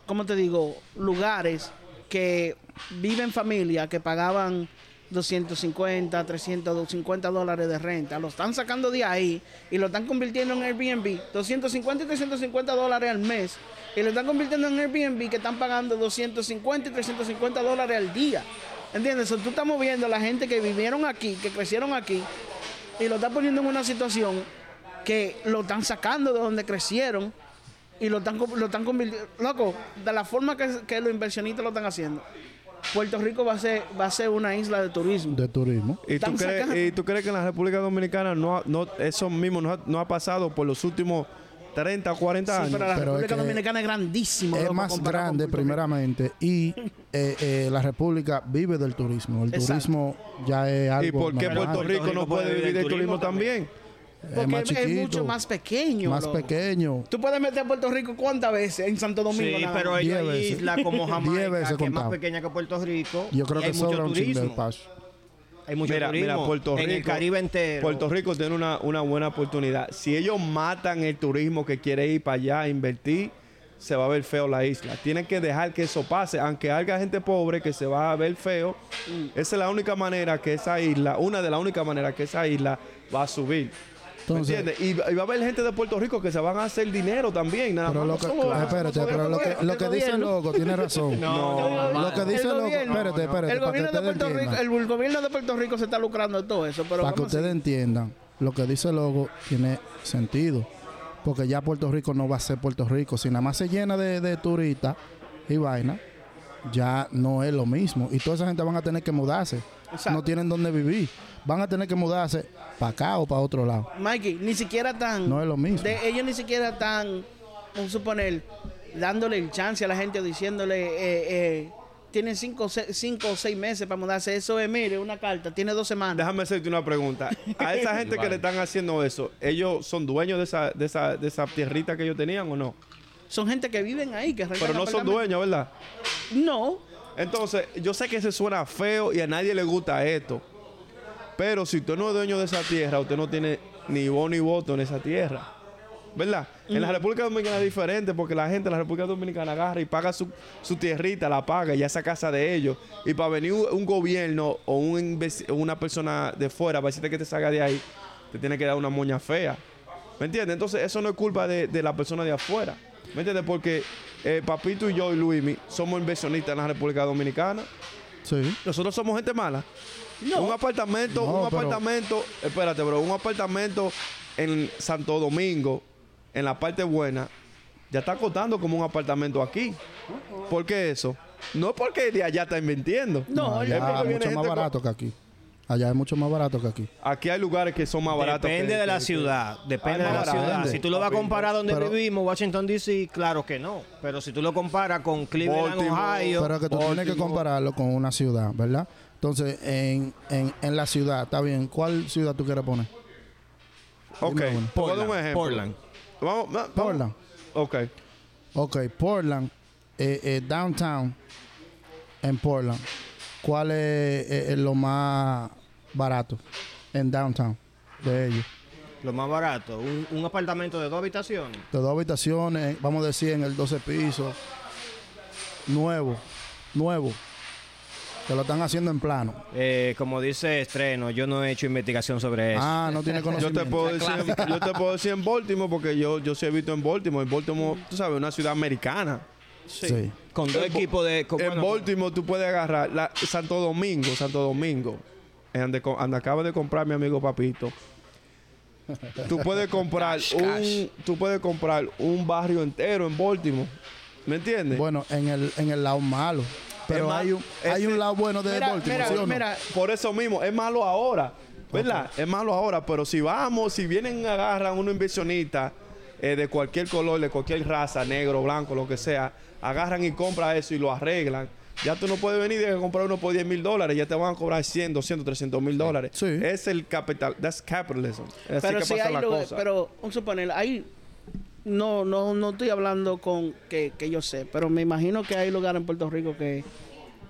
[SPEAKER 2] ¿cómo te digo? lugares que viven familia que pagaban 250, 350 dólares de renta, lo están sacando de ahí y lo están convirtiendo en Airbnb, 250 y 350 dólares al mes, y lo están convirtiendo en Airbnb que están pagando 250 y 350 dólares al día. ¿Entiendes? So, tú estás moviendo a la gente que vivieron aquí, que crecieron aquí, y lo está poniendo en una situación que lo están sacando de donde crecieron y lo están, co- lo están convirtiendo. Loco, de la forma que, que los inversionistas lo están haciendo, Puerto Rico va a ser, va a ser una isla de turismo.
[SPEAKER 3] de turismo.
[SPEAKER 5] ¿Y tú,
[SPEAKER 2] Están
[SPEAKER 5] crees,
[SPEAKER 2] sacando-
[SPEAKER 5] ¿Y tú crees que en la República Dominicana no, ha- no eso mismo no ha, no ha pasado por los últimos 30 o 40
[SPEAKER 2] Sí,
[SPEAKER 5] años?
[SPEAKER 2] pero la
[SPEAKER 3] Pero es
[SPEAKER 2] República
[SPEAKER 3] que
[SPEAKER 2] Dominicana es grandísima.
[SPEAKER 3] Es
[SPEAKER 2] loco,
[SPEAKER 3] más
[SPEAKER 2] comparado con
[SPEAKER 3] grande,
[SPEAKER 2] Puerto Rico.
[SPEAKER 3] primeramente, y eh, eh, la República vive del turismo. El
[SPEAKER 2] Exacto.
[SPEAKER 3] turismo ya es algo.
[SPEAKER 5] ¿Y por qué
[SPEAKER 3] normal.
[SPEAKER 5] Puerto Rico no puede vivir del turismo también?
[SPEAKER 3] es
[SPEAKER 2] Porque
[SPEAKER 3] más
[SPEAKER 2] es, es
[SPEAKER 3] chiquito,
[SPEAKER 2] mucho más pequeño.
[SPEAKER 3] Más
[SPEAKER 2] loco.
[SPEAKER 3] pequeño.
[SPEAKER 2] Tú puedes meter a Puerto Rico cuántas veces en Santo Domingo.
[SPEAKER 4] Sí,
[SPEAKER 2] nada
[SPEAKER 4] pero
[SPEAKER 2] más?
[SPEAKER 4] hay
[SPEAKER 3] Diez
[SPEAKER 4] una
[SPEAKER 3] veces.
[SPEAKER 4] isla como
[SPEAKER 3] [LAUGHS] Diez veces
[SPEAKER 4] Jamaica, que es más
[SPEAKER 3] contado.
[SPEAKER 4] pequeña que Puerto Rico.
[SPEAKER 3] Yo
[SPEAKER 4] y
[SPEAKER 3] creo
[SPEAKER 4] hay
[SPEAKER 3] que
[SPEAKER 4] mucho
[SPEAKER 3] sobra un chin del
[SPEAKER 4] turismo.
[SPEAKER 3] paso.
[SPEAKER 4] Hay mucho
[SPEAKER 5] mira,
[SPEAKER 4] turismo
[SPEAKER 5] mira, Puerto Rico.
[SPEAKER 4] En el Caribe entero.
[SPEAKER 5] Puerto Rico tiene una, una buena oportunidad. Si ellos matan el turismo que quiere ir para allá a invertir, se va a ver feo la isla. Tienen que dejar que eso pase. Aunque haya gente pobre que se va a ver feo,
[SPEAKER 4] Mm.
[SPEAKER 5] esa es la única manera que esa isla, una de las únicas maneras que esa isla va a subir. ¿Me
[SPEAKER 3] Entonces-
[SPEAKER 5] entiendes? Y, y va a haber gente de Puerto Rico que se van a hacer dinero también. Nada
[SPEAKER 3] Pero
[SPEAKER 5] más
[SPEAKER 3] lo
[SPEAKER 5] no
[SPEAKER 3] que,
[SPEAKER 5] somos-
[SPEAKER 3] ah, espérate,
[SPEAKER 5] somos-
[SPEAKER 3] pero lo que, lo que dice el loco tiene razón.
[SPEAKER 5] No,
[SPEAKER 3] Lo que dice el loco, espérate, espérate,
[SPEAKER 2] El
[SPEAKER 3] para que
[SPEAKER 2] gobierno, de
[SPEAKER 3] ustedes
[SPEAKER 2] Puerto Rico,
[SPEAKER 3] entiendan.
[SPEAKER 2] el gobierno de Puerto Rico se está lucrando de todo eso. Pero
[SPEAKER 3] Para
[SPEAKER 2] vamos
[SPEAKER 3] que
[SPEAKER 2] a-
[SPEAKER 3] ustedes entiendan, lo que dice el loco tiene sentido. Porque ya Puerto Rico no va a ser Puerto Rico. Si nada más se llena de, de turistas y vaina, ya no es lo mismo. Y toda esa gente van a tener que mudarse.
[SPEAKER 2] Exacto.
[SPEAKER 3] No tienen dónde vivir. Van a tener que mudarse para acá o para otro lado.
[SPEAKER 2] Mikey, ni siquiera tan.
[SPEAKER 3] No es lo mismo.
[SPEAKER 2] de- ellos ni siquiera están, vamos a suponer, dándole el chance a la gente, diciéndole, eh, eh, tienen cinco, o se- cinco o seis meses para mudarse. Eso es, mire, una carta, tiene dos semanas.
[SPEAKER 5] Déjame hacerte una pregunta.
[SPEAKER 3] [LAUGHS]
[SPEAKER 5] A esa gente que le están haciendo eso, ¿ellos son dueños de esa, de esa, de esa tierrita que ellos tenían o no?
[SPEAKER 2] Son gente que viven ahí, que rentan
[SPEAKER 5] Pero no son
[SPEAKER 2] apartamentos.
[SPEAKER 5] dueños, ¿verdad?
[SPEAKER 2] No,
[SPEAKER 5] Entonces, yo sé que se suena feo y a nadie le gusta esto. Pero si usted no es dueño de esa tierra, usted no tiene ni voz ni voto en esa tierra. ¿Verdad? En la República Dominicana es diferente porque la gente en la República Dominicana agarra y paga su, su tierrita, la paga y ya esa casa de ellos. Y para venir un, un gobierno o un invec- una persona de fuera para decirte que te salga de ahí, te tiene que dar una moña fea. ¿Me entiendes? Entonces, eso no es culpa de, de la persona de afuera. ¿Me entiendes? Porque eh, Papito y yo y Luismi somos inversionistas en la República Dominicana.
[SPEAKER 3] Sí.
[SPEAKER 5] Nosotros somos gente mala. Un apartamento,
[SPEAKER 3] No,
[SPEAKER 5] un
[SPEAKER 3] pero-
[SPEAKER 5] apartamento, espérate, bro, un apartamento en Santo Domingo, en la parte buena, ya está costando como un apartamento aquí. ¿Por qué eso? No porque de allá está invirtiendo.
[SPEAKER 2] No,
[SPEAKER 5] Es
[SPEAKER 3] allá
[SPEAKER 5] porque
[SPEAKER 3] es
[SPEAKER 5] viene
[SPEAKER 3] mucho
[SPEAKER 5] gente
[SPEAKER 3] más
[SPEAKER 5] con-
[SPEAKER 3] barato que aquí. Allá es mucho más barato que aquí.
[SPEAKER 5] Aquí hay lugares que son más baratos. que- este.
[SPEAKER 4] Depende de la
[SPEAKER 5] que-
[SPEAKER 4] ciudad. Depende
[SPEAKER 5] Ah,
[SPEAKER 4] de la
[SPEAKER 5] barato,
[SPEAKER 4] ciudad.
[SPEAKER 5] depende.
[SPEAKER 4] Si tú lo vas a comparar donde
[SPEAKER 3] Pero-
[SPEAKER 4] vivimos, Washington D.C., claro que no. Pero si tú lo comparas con Cleveland,
[SPEAKER 5] Baltimore.
[SPEAKER 4] Ohio.
[SPEAKER 3] Pero que tú tienes que
[SPEAKER 5] Baltimore.
[SPEAKER 3] compararlo con una ciudad, ¿verdad? Entonces, en, en, en la ciudad, está bien. ¿Cuál ciudad tú quieres poner?
[SPEAKER 5] Ok,
[SPEAKER 3] Dime uno.
[SPEAKER 5] te voy a dar un ejemplo.
[SPEAKER 4] Portland.
[SPEAKER 5] Vamos, va- vamos.
[SPEAKER 3] Portland.
[SPEAKER 5] Ok.
[SPEAKER 3] Ok, Portland, eh, eh, downtown, en Portland. ¿Cuál es eh, eh, lo más barato en downtown de ellos?
[SPEAKER 4] Lo más barato. Un, un apartamento de dos habitaciones.
[SPEAKER 3] De dos habitaciones, vamos a decir en el 12 piso. Nuevo, nuevo. Que lo están haciendo en plano.
[SPEAKER 4] Eh, como dice Estreno, yo no he hecho investigación sobre eso.
[SPEAKER 3] Ah, no tiene
[SPEAKER 5] Yo
[SPEAKER 3] conocimiento.
[SPEAKER 5] te, puedo decir, yo te puedo decir en Baltimore porque yo, yo sí he visto en Baltimore. En Baltimore, tú sabes, una ciudad americana.
[SPEAKER 3] Sí.
[SPEAKER 4] con dos
[SPEAKER 5] en Bo-
[SPEAKER 4] equipos de. con-
[SPEAKER 5] en
[SPEAKER 4] bueno,
[SPEAKER 5] Baltimore tú puedes agarrar la- Santo Domingo, Santo Domingo. eh, Donde, co- donde acaba de comprar mi amigo Papito. Tú puedes comprar
[SPEAKER 1] Cash,
[SPEAKER 5] un
[SPEAKER 1] cash.
[SPEAKER 5] tú puedes comprar un barrio entero en Baltimore. ¿Me entiendes?
[SPEAKER 3] Bueno, en el, en el lado malo. Pero
[SPEAKER 5] Es más,
[SPEAKER 3] hay un, hay
[SPEAKER 5] ese-
[SPEAKER 3] un lado bueno de
[SPEAKER 2] mira,
[SPEAKER 3] Baltimore,
[SPEAKER 2] mira,
[SPEAKER 3] ¿sí o no?
[SPEAKER 2] mira,
[SPEAKER 5] Por eso mismo, es malo ahora. ¿Verdad? Es malo ahora, pero si vamos, si vienen agarran unos inversionistas eh, de cualquier color, de cualquier raza, negro, blanco, lo que sea, agarran y compran eso y lo arreglan. Ya tú no puedes venir y comprar uno por 10 mil dólares, ya te van a cobrar 100, 200, 300 mil dólares.
[SPEAKER 3] Sí.
[SPEAKER 5] Es el capital, that's capitalism. Es así
[SPEAKER 2] pero
[SPEAKER 5] que
[SPEAKER 2] sí
[SPEAKER 5] pasa
[SPEAKER 2] hay
[SPEAKER 5] la
[SPEAKER 2] lugar-
[SPEAKER 5] cosa.
[SPEAKER 2] pero un suponer, hay no, no, no estoy hablando con que, que yo sé, pero me imagino que hay lugares en Puerto Rico que,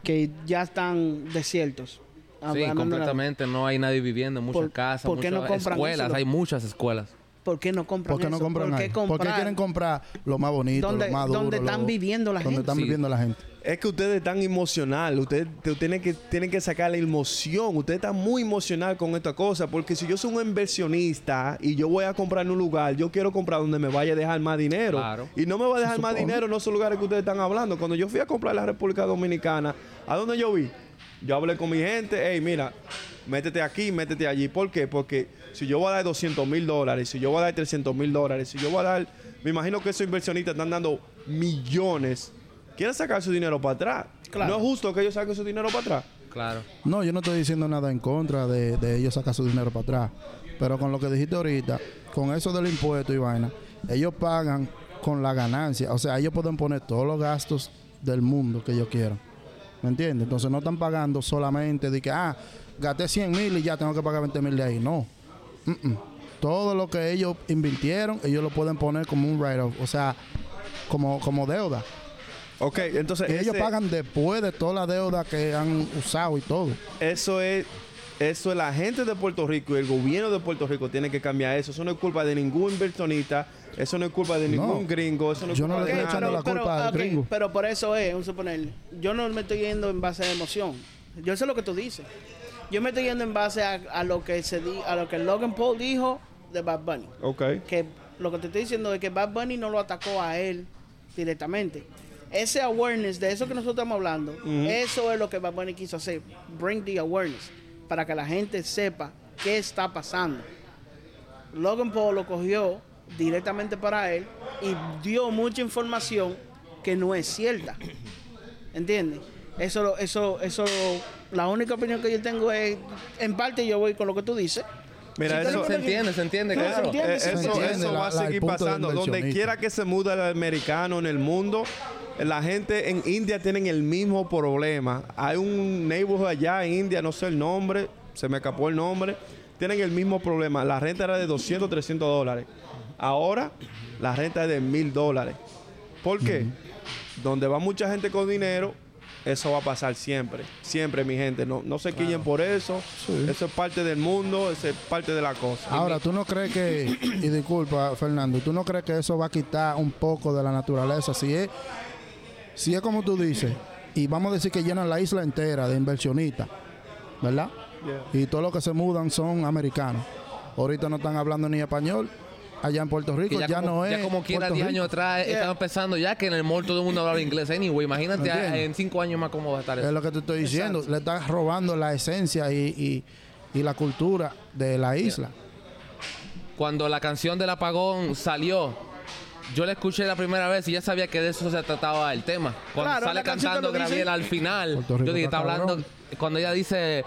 [SPEAKER 2] que ya están desiertos.
[SPEAKER 1] Sí,
[SPEAKER 2] Hablando-
[SPEAKER 1] completamente. No hay nadie viviendo, muchas
[SPEAKER 2] ¿Por-
[SPEAKER 1] casas,
[SPEAKER 2] por qué no
[SPEAKER 1] muchas
[SPEAKER 2] compran
[SPEAKER 1] escuelas.
[SPEAKER 2] eso?
[SPEAKER 1] Hay muchas escuelas.
[SPEAKER 2] ¿Por qué no compran
[SPEAKER 3] ¿Por qué no
[SPEAKER 2] eso?
[SPEAKER 3] compran
[SPEAKER 2] ¿Por qué
[SPEAKER 3] ahí? ¿Por qué
[SPEAKER 2] comprar?
[SPEAKER 3] quieren comprar lo más bonito,
[SPEAKER 2] ¿Dónde-
[SPEAKER 3] lo más duro?
[SPEAKER 2] dónde están
[SPEAKER 3] lo-
[SPEAKER 2] viviendo la
[SPEAKER 3] Donde
[SPEAKER 2] gente?
[SPEAKER 3] están
[SPEAKER 1] Sí.
[SPEAKER 3] viviendo la gente.
[SPEAKER 5] Es que ustedes están emocional, ustedes te- tienen que, tienen que sacar la emoción, ustedes están muy emocional con esta cosa, porque si yo soy un inversionista y yo voy a comprar en un lugar, yo quiero comprar donde me vaya a dejar más dinero.
[SPEAKER 1] Claro.
[SPEAKER 5] Y no me va a dejar más
[SPEAKER 3] supone.
[SPEAKER 5] dinero en esos lugares que ustedes están hablando. Cuando yo fui a comprar en la República Dominicana, ¿a dónde yo vi? Yo hablé con mi gente, hey, mira, métete aquí, métete allí. ¿Por qué? Porque si yo voy a dar 200 mil dólares, si yo voy a dar 300 mil dólares, si yo voy a dar, me imagino que esos inversionistas están dando millones. Quieren sacar su dinero para atrás.
[SPEAKER 2] Claro.
[SPEAKER 5] No es justo que ellos saquen su dinero para atrás.
[SPEAKER 1] Claro.
[SPEAKER 3] No, yo no estoy diciendo nada en contra de, de ellos sacar su dinero para atrás. Pero con lo que dijiste ahorita, con eso del impuesto y vaina, ellos pagan con la ganancia. O sea, ellos pueden poner todos los gastos del mundo que ellos quieran. ¿Me entiendes? Entonces no están pagando solamente de que, ah, gasté 100 mil y ya tengo que pagar 20 mil de ahí. No. Mm-mm. Todo lo que ellos invirtieron, ellos lo pueden poner como un write-off. O sea, como, como deuda.
[SPEAKER 5] Ok, entonces.
[SPEAKER 3] Y ellos
[SPEAKER 5] ese-
[SPEAKER 3] pagan después de toda la deuda que han usado y todo.
[SPEAKER 5] Eso es. Eso es la gente de Puerto Rico y el gobierno de Puerto Rico tiene que cambiar eso. Eso no es culpa de ningún inversionista. Eso no es culpa de
[SPEAKER 3] No.
[SPEAKER 5] ningún gringo. Eso no es
[SPEAKER 3] Yo
[SPEAKER 5] culpa
[SPEAKER 3] no le
[SPEAKER 5] de
[SPEAKER 3] estoy
[SPEAKER 5] nadie.
[SPEAKER 3] echando la culpa al
[SPEAKER 2] ok,
[SPEAKER 3] gringo.
[SPEAKER 2] pero por eso es, vamos a suponer, yo no me estoy yendo en base a emoción. Yo sé lo que tú dices. Yo me estoy yendo en base a, a lo que se di, a lo que Logan Paul dijo de Bad Bunny.
[SPEAKER 5] Ok.
[SPEAKER 2] Que lo que te estoy diciendo es que Bad Bunny no lo atacó a él directamente. Ese awareness de eso que nosotros estamos hablando, eso es lo que Bad Bunny quiso hacer. Bring the awareness para que la gente sepa qué está pasando. Logan Paul lo cogió directamente para él y dio mucha información que no es cierta. ¿Entiendes? Eso, lo- eso, eso, la única opinión que yo tengo es, en parte yo voy con lo que tú dices.
[SPEAKER 5] Mira,
[SPEAKER 2] Si tú
[SPEAKER 5] eso.
[SPEAKER 2] no
[SPEAKER 1] Se entiende, se entiende,
[SPEAKER 2] No, se
[SPEAKER 1] claro.
[SPEAKER 2] entiende.
[SPEAKER 5] Eh,
[SPEAKER 2] sí,
[SPEAKER 5] eso,
[SPEAKER 3] sí.
[SPEAKER 5] eso va a
[SPEAKER 3] La- la- el
[SPEAKER 5] seguir
[SPEAKER 3] punto del
[SPEAKER 5] pasando. Donde
[SPEAKER 3] inversionista.
[SPEAKER 5] quiera que se muda el americano en el mundo, la gente en India tienen el mismo problema. Hay un neighborhood allá en India, no sé el nombre, se me escapó el nombre. Tienen el mismo problema. La renta era de 200, 300 dólares. Ahora la renta es de 1000 dólares. ¿Por qué? Donde va mucha gente con dinero, eso va a pasar siempre. Siempre, mi gente. No, no se quillen por eso.
[SPEAKER 3] Sí.
[SPEAKER 5] Eso es parte del mundo, eso es parte de la cosa.
[SPEAKER 3] Ahora, ¿tú no crees
[SPEAKER 5] [CLEARS THROAT]
[SPEAKER 3] que, y disculpa Fernando, ¿tú no crees que eso va a quitar un poco de la naturaleza? Si es, si es como tú dices, y vamos a decir que llenan la isla entera de inversionistas, ¿verdad? Y todos los que se mudan son americanos. Ahorita no están hablando ni español. Allá en Puerto
[SPEAKER 1] Que
[SPEAKER 3] Rico
[SPEAKER 1] ya,
[SPEAKER 3] ya,
[SPEAKER 1] como,
[SPEAKER 3] no es.
[SPEAKER 1] ya como quiera,
[SPEAKER 3] Puerto
[SPEAKER 1] 10
[SPEAKER 3] Rico.
[SPEAKER 1] años atrás estaban pensando ya que en el mall todo el mundo hablaba inglés. Anyway, imagínate a-
[SPEAKER 3] ¿Entiendes?
[SPEAKER 1] en 5 años más cómo va a estar
[SPEAKER 3] Es
[SPEAKER 1] eso.
[SPEAKER 3] lo que te estoy diciendo. Le estás robando la esencia y, y- y la cultura de la isla.
[SPEAKER 1] Cuando la canción del apagón salió, yo la escuché la primera vez y ya sabía que de eso se trataba el tema. Cuando
[SPEAKER 2] Claro,
[SPEAKER 1] sale
[SPEAKER 2] la canción te
[SPEAKER 1] cantando
[SPEAKER 2] lo dice.
[SPEAKER 1] Gabriela al final,
[SPEAKER 3] Puerto
[SPEAKER 1] yo
[SPEAKER 3] Rico
[SPEAKER 1] dije,
[SPEAKER 3] está
[SPEAKER 1] está hablando,
[SPEAKER 3] cabrón.
[SPEAKER 1] cuando ella dice,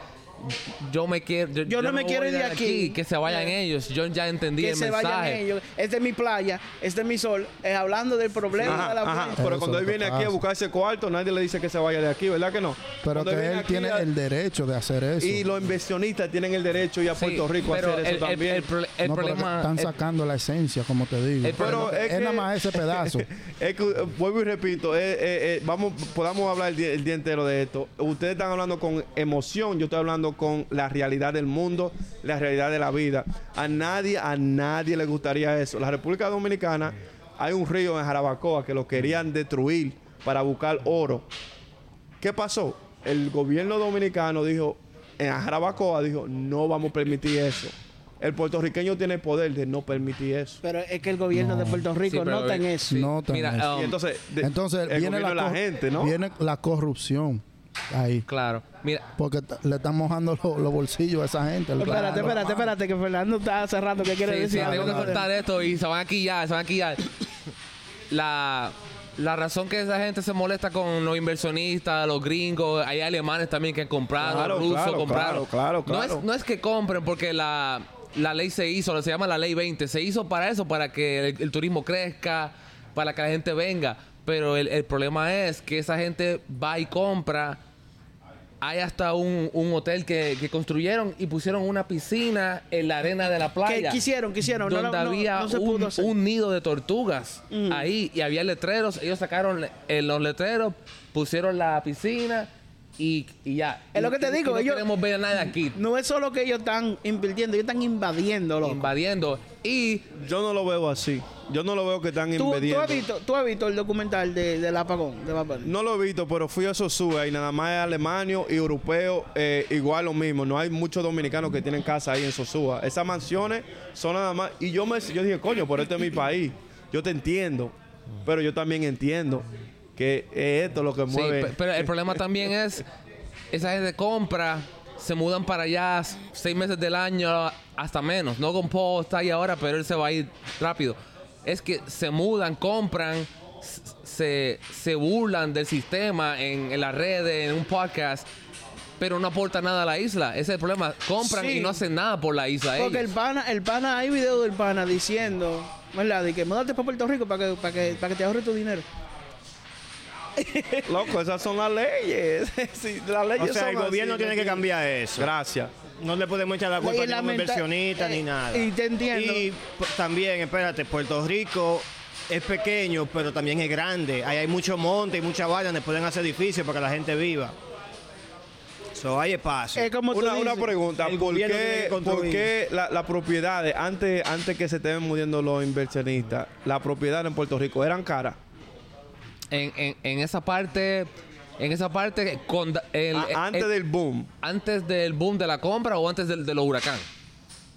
[SPEAKER 1] yo me quiero, yo,
[SPEAKER 2] no me
[SPEAKER 1] voy
[SPEAKER 2] quiero ir de aquí.
[SPEAKER 1] que se vayan
[SPEAKER 2] Eh,
[SPEAKER 1] ellos. Yo ya entendí
[SPEAKER 2] que
[SPEAKER 1] el
[SPEAKER 2] se
[SPEAKER 1] mensaje.
[SPEAKER 2] vayan ellos. Este es mi playa, este es mi sol. Es hablando del problema
[SPEAKER 5] Ajá,
[SPEAKER 2] de la
[SPEAKER 5] ajá.
[SPEAKER 2] playa.
[SPEAKER 5] Pero
[SPEAKER 3] Ah, Eso
[SPEAKER 5] cuando él
[SPEAKER 3] es lo que
[SPEAKER 5] viene aquí a
[SPEAKER 3] pasa.
[SPEAKER 5] buscar ese cuarto, nadie le dice que se vaya de aquí, ¿verdad que no?
[SPEAKER 3] Pero
[SPEAKER 5] Cuando
[SPEAKER 3] que
[SPEAKER 5] viene
[SPEAKER 3] él
[SPEAKER 5] aquí
[SPEAKER 3] tiene
[SPEAKER 5] a-
[SPEAKER 3] el derecho de hacer eso.
[SPEAKER 5] Y los inversionistas tienen el derecho y a
[SPEAKER 1] Sí,
[SPEAKER 5] Puerto Rico a
[SPEAKER 1] pero
[SPEAKER 5] hacer eso
[SPEAKER 1] el- el-
[SPEAKER 5] también.
[SPEAKER 1] el prole- el
[SPEAKER 3] No, pero
[SPEAKER 1] problema...
[SPEAKER 3] están
[SPEAKER 1] el-
[SPEAKER 3] sacando la esencia, como te digo.
[SPEAKER 1] el
[SPEAKER 5] Pero
[SPEAKER 3] es,
[SPEAKER 5] es que-
[SPEAKER 3] nada más ese
[SPEAKER 5] [LAUGHS]
[SPEAKER 3] pedazo.
[SPEAKER 5] Es que, eh, vuelvo y repito, eh, eh, eh, vamos, podamos hablar el día, el día entero de esto. Ustedes están hablando con emoción, yo estoy hablando con la realidad del mundo, la realidad de la vida. A nadie, a nadie le gustaría eso. La República Dominicana, hay un río en Jarabacoa que lo querían destruir para buscar oro. ¿Qué pasó? El gobierno dominicano dijo, en Jarabacoa dijo, no vamos a permitir eso. El puertorriqueño tiene el poder de no permitir eso.
[SPEAKER 2] Pero es que el gobierno
[SPEAKER 3] No.
[SPEAKER 2] de Puerto Rico
[SPEAKER 1] Sí, pero-
[SPEAKER 2] no
[SPEAKER 1] eh,
[SPEAKER 2] está en eso.
[SPEAKER 1] sí.
[SPEAKER 3] No tan
[SPEAKER 1] Mira,
[SPEAKER 3] eso.
[SPEAKER 5] Y
[SPEAKER 1] um,
[SPEAKER 5] entonces, de-
[SPEAKER 3] Entonces
[SPEAKER 5] el
[SPEAKER 3] viene la,
[SPEAKER 5] gobierno de
[SPEAKER 3] cor-
[SPEAKER 5] la gente, ¿no?
[SPEAKER 3] viene la corrupción ahí.
[SPEAKER 1] claro. Mira,
[SPEAKER 3] Porque t- le están mojando lo- los bolsillos a esa gente. lo-
[SPEAKER 2] Espérate,
[SPEAKER 3] lo-
[SPEAKER 2] espérate, espérate, que Fernando está cerrando. ¿Qué quiere
[SPEAKER 1] Sí,
[SPEAKER 2] decir?
[SPEAKER 1] sí, tengo que cortar esto y se van a quillar, se van a quillar. La, la razón que esa gente se molesta con los inversionistas, los gringos, hay alemanes también que compraron,
[SPEAKER 5] Claro,
[SPEAKER 1] rusos
[SPEAKER 5] claro,
[SPEAKER 1] compraron.
[SPEAKER 5] claro, claro, claro.
[SPEAKER 1] No, es, no es que compren porque la, la ley se hizo, se llama la ley 20, se hizo para eso, para que el, el turismo crezca, para que la gente venga. Pero el, el problema es que esa gente va y compra. Hay hasta un, un hotel que, que construyeron y pusieron una piscina en la arena de la playa.
[SPEAKER 2] quisieron, quisieron, no
[SPEAKER 1] Donde
[SPEAKER 2] la- no-
[SPEAKER 1] había
[SPEAKER 2] no se
[SPEAKER 1] un,
[SPEAKER 2] pudo hacer. Mm.
[SPEAKER 1] un nido de tortugas
[SPEAKER 2] Ujú.
[SPEAKER 1] ahí y había letreros. Ellos sacaron le- eh, los letreros, pusieron la piscina y, y ya.
[SPEAKER 2] Es lo que te
[SPEAKER 1] Y- y
[SPEAKER 2] digo,
[SPEAKER 1] No
[SPEAKER 2] ellos-
[SPEAKER 1] queremos ver a nadie aquí
[SPEAKER 2] No es solo que ellos están invirtiendo, ellos están invadiendo, loco.
[SPEAKER 1] invadiendo. Y
[SPEAKER 5] Yo no lo veo así. Yo no lo veo que están
[SPEAKER 2] ¿Tú, tú,
[SPEAKER 5] invadiendo.
[SPEAKER 2] has visto, tú has visto el documental de, del apagón de Bad Bunny?
[SPEAKER 5] No lo he visto, pero fui a Sosúa y nada más es alemán y europeo eh, igual lo mismo. No hay muchos dominicanos que tienen casa ahí en Sosúa. Esas mansiones son nada más. Y yo me yo dije, coño, pero este es mi país. Yo te entiendo, pero yo también entiendo que es esto lo que
[SPEAKER 1] Sí,
[SPEAKER 5] mueve.
[SPEAKER 1] pe- pero el problema también es esa gente compra, se mudan para allá s- seis meses del año, hasta menos. No con Paul está ahí ahora, pero él se va a ir rápido. Es que se mudan, compran, s- se, se burlan del sistema en, en las redes, en un podcast, pero no aporta nada a la isla. Ese es el problema. Compran
[SPEAKER 2] Sí.
[SPEAKER 1] y no hacen nada por la isla.
[SPEAKER 2] Porque el
[SPEAKER 1] ellos.
[SPEAKER 2] pana, el pana, hay video del pana diciendo, ¿verdad? De que mudate para Puerto Rico para que, para que, para que te ahorre tu dinero.
[SPEAKER 5] [LAUGHS] Loco, esas son las leyes. [LAUGHS] Sí, las
[SPEAKER 4] O
[SPEAKER 5] leyes
[SPEAKER 4] sea, el
[SPEAKER 5] son así,
[SPEAKER 4] gobierno tiene que
[SPEAKER 5] loco.
[SPEAKER 4] cambiar eso.
[SPEAKER 5] Gracias.
[SPEAKER 4] No le podemos echar la culpa
[SPEAKER 2] Y
[SPEAKER 4] a ningún
[SPEAKER 2] lamenta-
[SPEAKER 4] inversionista
[SPEAKER 2] eh,
[SPEAKER 4] ni nada.
[SPEAKER 2] y te entiendo.
[SPEAKER 4] Y p- también, espérate, Puerto Rico es pequeño, pero también es grande. Ahí hay mucho monte y mucha vaina donde pueden hacer edificios para que la gente viva. So, hay espacio.
[SPEAKER 2] Es como tú
[SPEAKER 5] Una, una
[SPEAKER 2] dices.
[SPEAKER 5] pregunta,
[SPEAKER 4] El
[SPEAKER 5] ¿por
[SPEAKER 4] gobierno tiene
[SPEAKER 5] qué,
[SPEAKER 4] que
[SPEAKER 5] por
[SPEAKER 4] construir.
[SPEAKER 5] qué la- las propiedades, antes, antes que se estén muriendo los inversionistas, las propiedades en Puerto Rico eran caras?
[SPEAKER 1] en, en- en esa parte, en esa parte, con, el-
[SPEAKER 5] A- Ah, antes
[SPEAKER 1] el-
[SPEAKER 5] del boom.
[SPEAKER 1] antes del boom de la compra o antes del, de los huracán.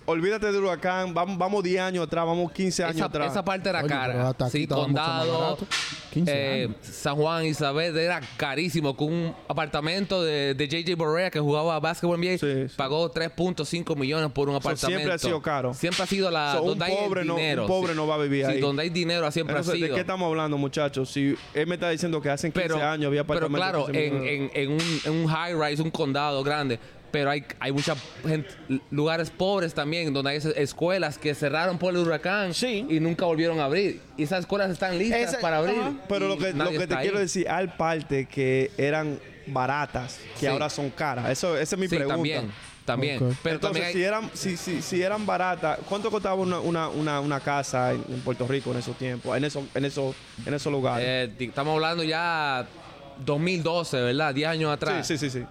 [SPEAKER 5] Olvídate del huracán, vamos, vamos 10 años atrás, vamos 15 años
[SPEAKER 1] Esa,
[SPEAKER 5] atrás.
[SPEAKER 1] esa parte era
[SPEAKER 3] Oye, pero
[SPEAKER 1] cara.
[SPEAKER 3] hasta aquí
[SPEAKER 1] Sí,
[SPEAKER 3] estaba mucho más
[SPEAKER 1] condado,
[SPEAKER 3] barato. 15
[SPEAKER 1] eh,
[SPEAKER 3] años.
[SPEAKER 1] San Juan, Isabel, era carísimo. Con un apartamento de, de JJ Borrea que jugaba básquetbol NBA,
[SPEAKER 5] Sí, sí.
[SPEAKER 1] pagó 3.5 millones por un apartamento.
[SPEAKER 5] siempre ha sido caro.
[SPEAKER 1] Siempre ha sido la.
[SPEAKER 5] So, un
[SPEAKER 1] donde hay el
[SPEAKER 5] pobre no- un
[SPEAKER 1] dinero.
[SPEAKER 5] pobre
[SPEAKER 1] sí.
[SPEAKER 5] no va a vivir
[SPEAKER 1] Sí,
[SPEAKER 5] ahí.
[SPEAKER 1] donde hay dinero siempre ha
[SPEAKER 5] Entonces,
[SPEAKER 1] sido.
[SPEAKER 5] ¿de qué estamos hablando, muchachos? Si él me está diciendo que hace 15
[SPEAKER 1] pero,
[SPEAKER 5] años había
[SPEAKER 1] pero
[SPEAKER 5] apartamentos
[SPEAKER 1] claro,
[SPEAKER 5] que se
[SPEAKER 1] en,
[SPEAKER 5] vendieron.
[SPEAKER 1] en- en un, en un high rise, un condado grande, pero hay, hay muchas lugares pobres también donde hay esas escuelas que cerraron por el huracán
[SPEAKER 2] Sí.
[SPEAKER 1] y nunca volvieron a abrir. Y esas escuelas están listas
[SPEAKER 2] Esa-
[SPEAKER 1] para abrir.
[SPEAKER 2] ajá.
[SPEAKER 5] Pero
[SPEAKER 1] y
[SPEAKER 5] lo que, lo
[SPEAKER 1] nadie
[SPEAKER 5] que te
[SPEAKER 1] está ahí.
[SPEAKER 5] quiero decir, hay parte que eran baratas, que
[SPEAKER 1] Sí.
[SPEAKER 5] ahora son caras. Eso, esa es mi
[SPEAKER 1] sí,
[SPEAKER 5] pregunta.
[SPEAKER 1] también, también.
[SPEAKER 3] Ok.
[SPEAKER 1] Pero
[SPEAKER 5] Entonces,
[SPEAKER 1] también hay-
[SPEAKER 5] si, eran, si, si, si eran baratas, ¿cuánto costaba una, una, una, una casa en, en Puerto Rico en esos tiempos, en, esos en, esos en esos lugares?
[SPEAKER 1] eh, di- estamos hablando ya 2012, ¿verdad? 10 años atrás.
[SPEAKER 5] sí, sí, sí, sí.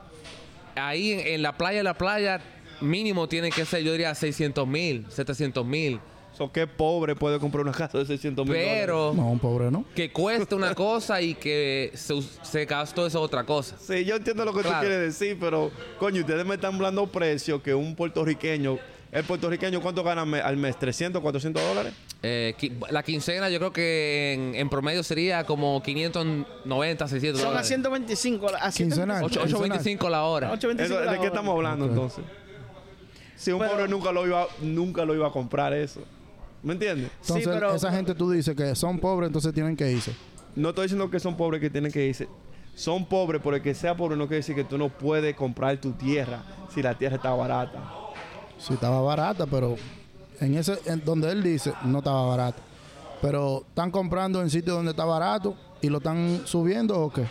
[SPEAKER 1] Ahí en, en la playa, la playa mínimo tiene que ser, yo diría, 600 mil, 700 mil.
[SPEAKER 5] So, ¿Qué pobre puede comprar una casa de 600 mil dólares?
[SPEAKER 1] Pero
[SPEAKER 3] No, un pobre no.
[SPEAKER 1] que cuesta una cosa y que se, us- se gastó esa otra cosa.
[SPEAKER 5] Sí, yo entiendo lo que
[SPEAKER 1] Claro.
[SPEAKER 5] tú quieres decir, pero coño, ustedes me están hablando precios que un puertorriqueño... ¿El puertorriqueño cuánto gana me- al mes? ¿300, 400 dólares?
[SPEAKER 1] Eh, qui- la quincena yo creo que en, en promedio sería como 590, 600
[SPEAKER 2] Son a
[SPEAKER 1] dólares.
[SPEAKER 2] 125 a la- a
[SPEAKER 3] Quincenal.
[SPEAKER 1] 8- 825 la hora.
[SPEAKER 2] 825
[SPEAKER 5] Eso-
[SPEAKER 2] la
[SPEAKER 5] ¿De qué
[SPEAKER 2] hora.
[SPEAKER 5] estamos hablando
[SPEAKER 3] Ok.
[SPEAKER 5] entonces? Si un
[SPEAKER 2] Pero-
[SPEAKER 5] pobre nunca lo iba nunca lo iba a comprar eso. ¿Me entiendes?
[SPEAKER 3] Entonces,
[SPEAKER 2] pero-
[SPEAKER 3] esa gente tú dices que son pobres, entonces tienen que irse.
[SPEAKER 5] No estoy diciendo que son pobres que tienen que irse. Son pobres porque sea pobre no quiere decir que tú no puedes comprar tu tierra si la tierra está barata.
[SPEAKER 3] Sí, estaba barata, pero en ese en donde él dice no estaba barata. Pero están comprando en sitios donde está barato y lo están subiendo o qué?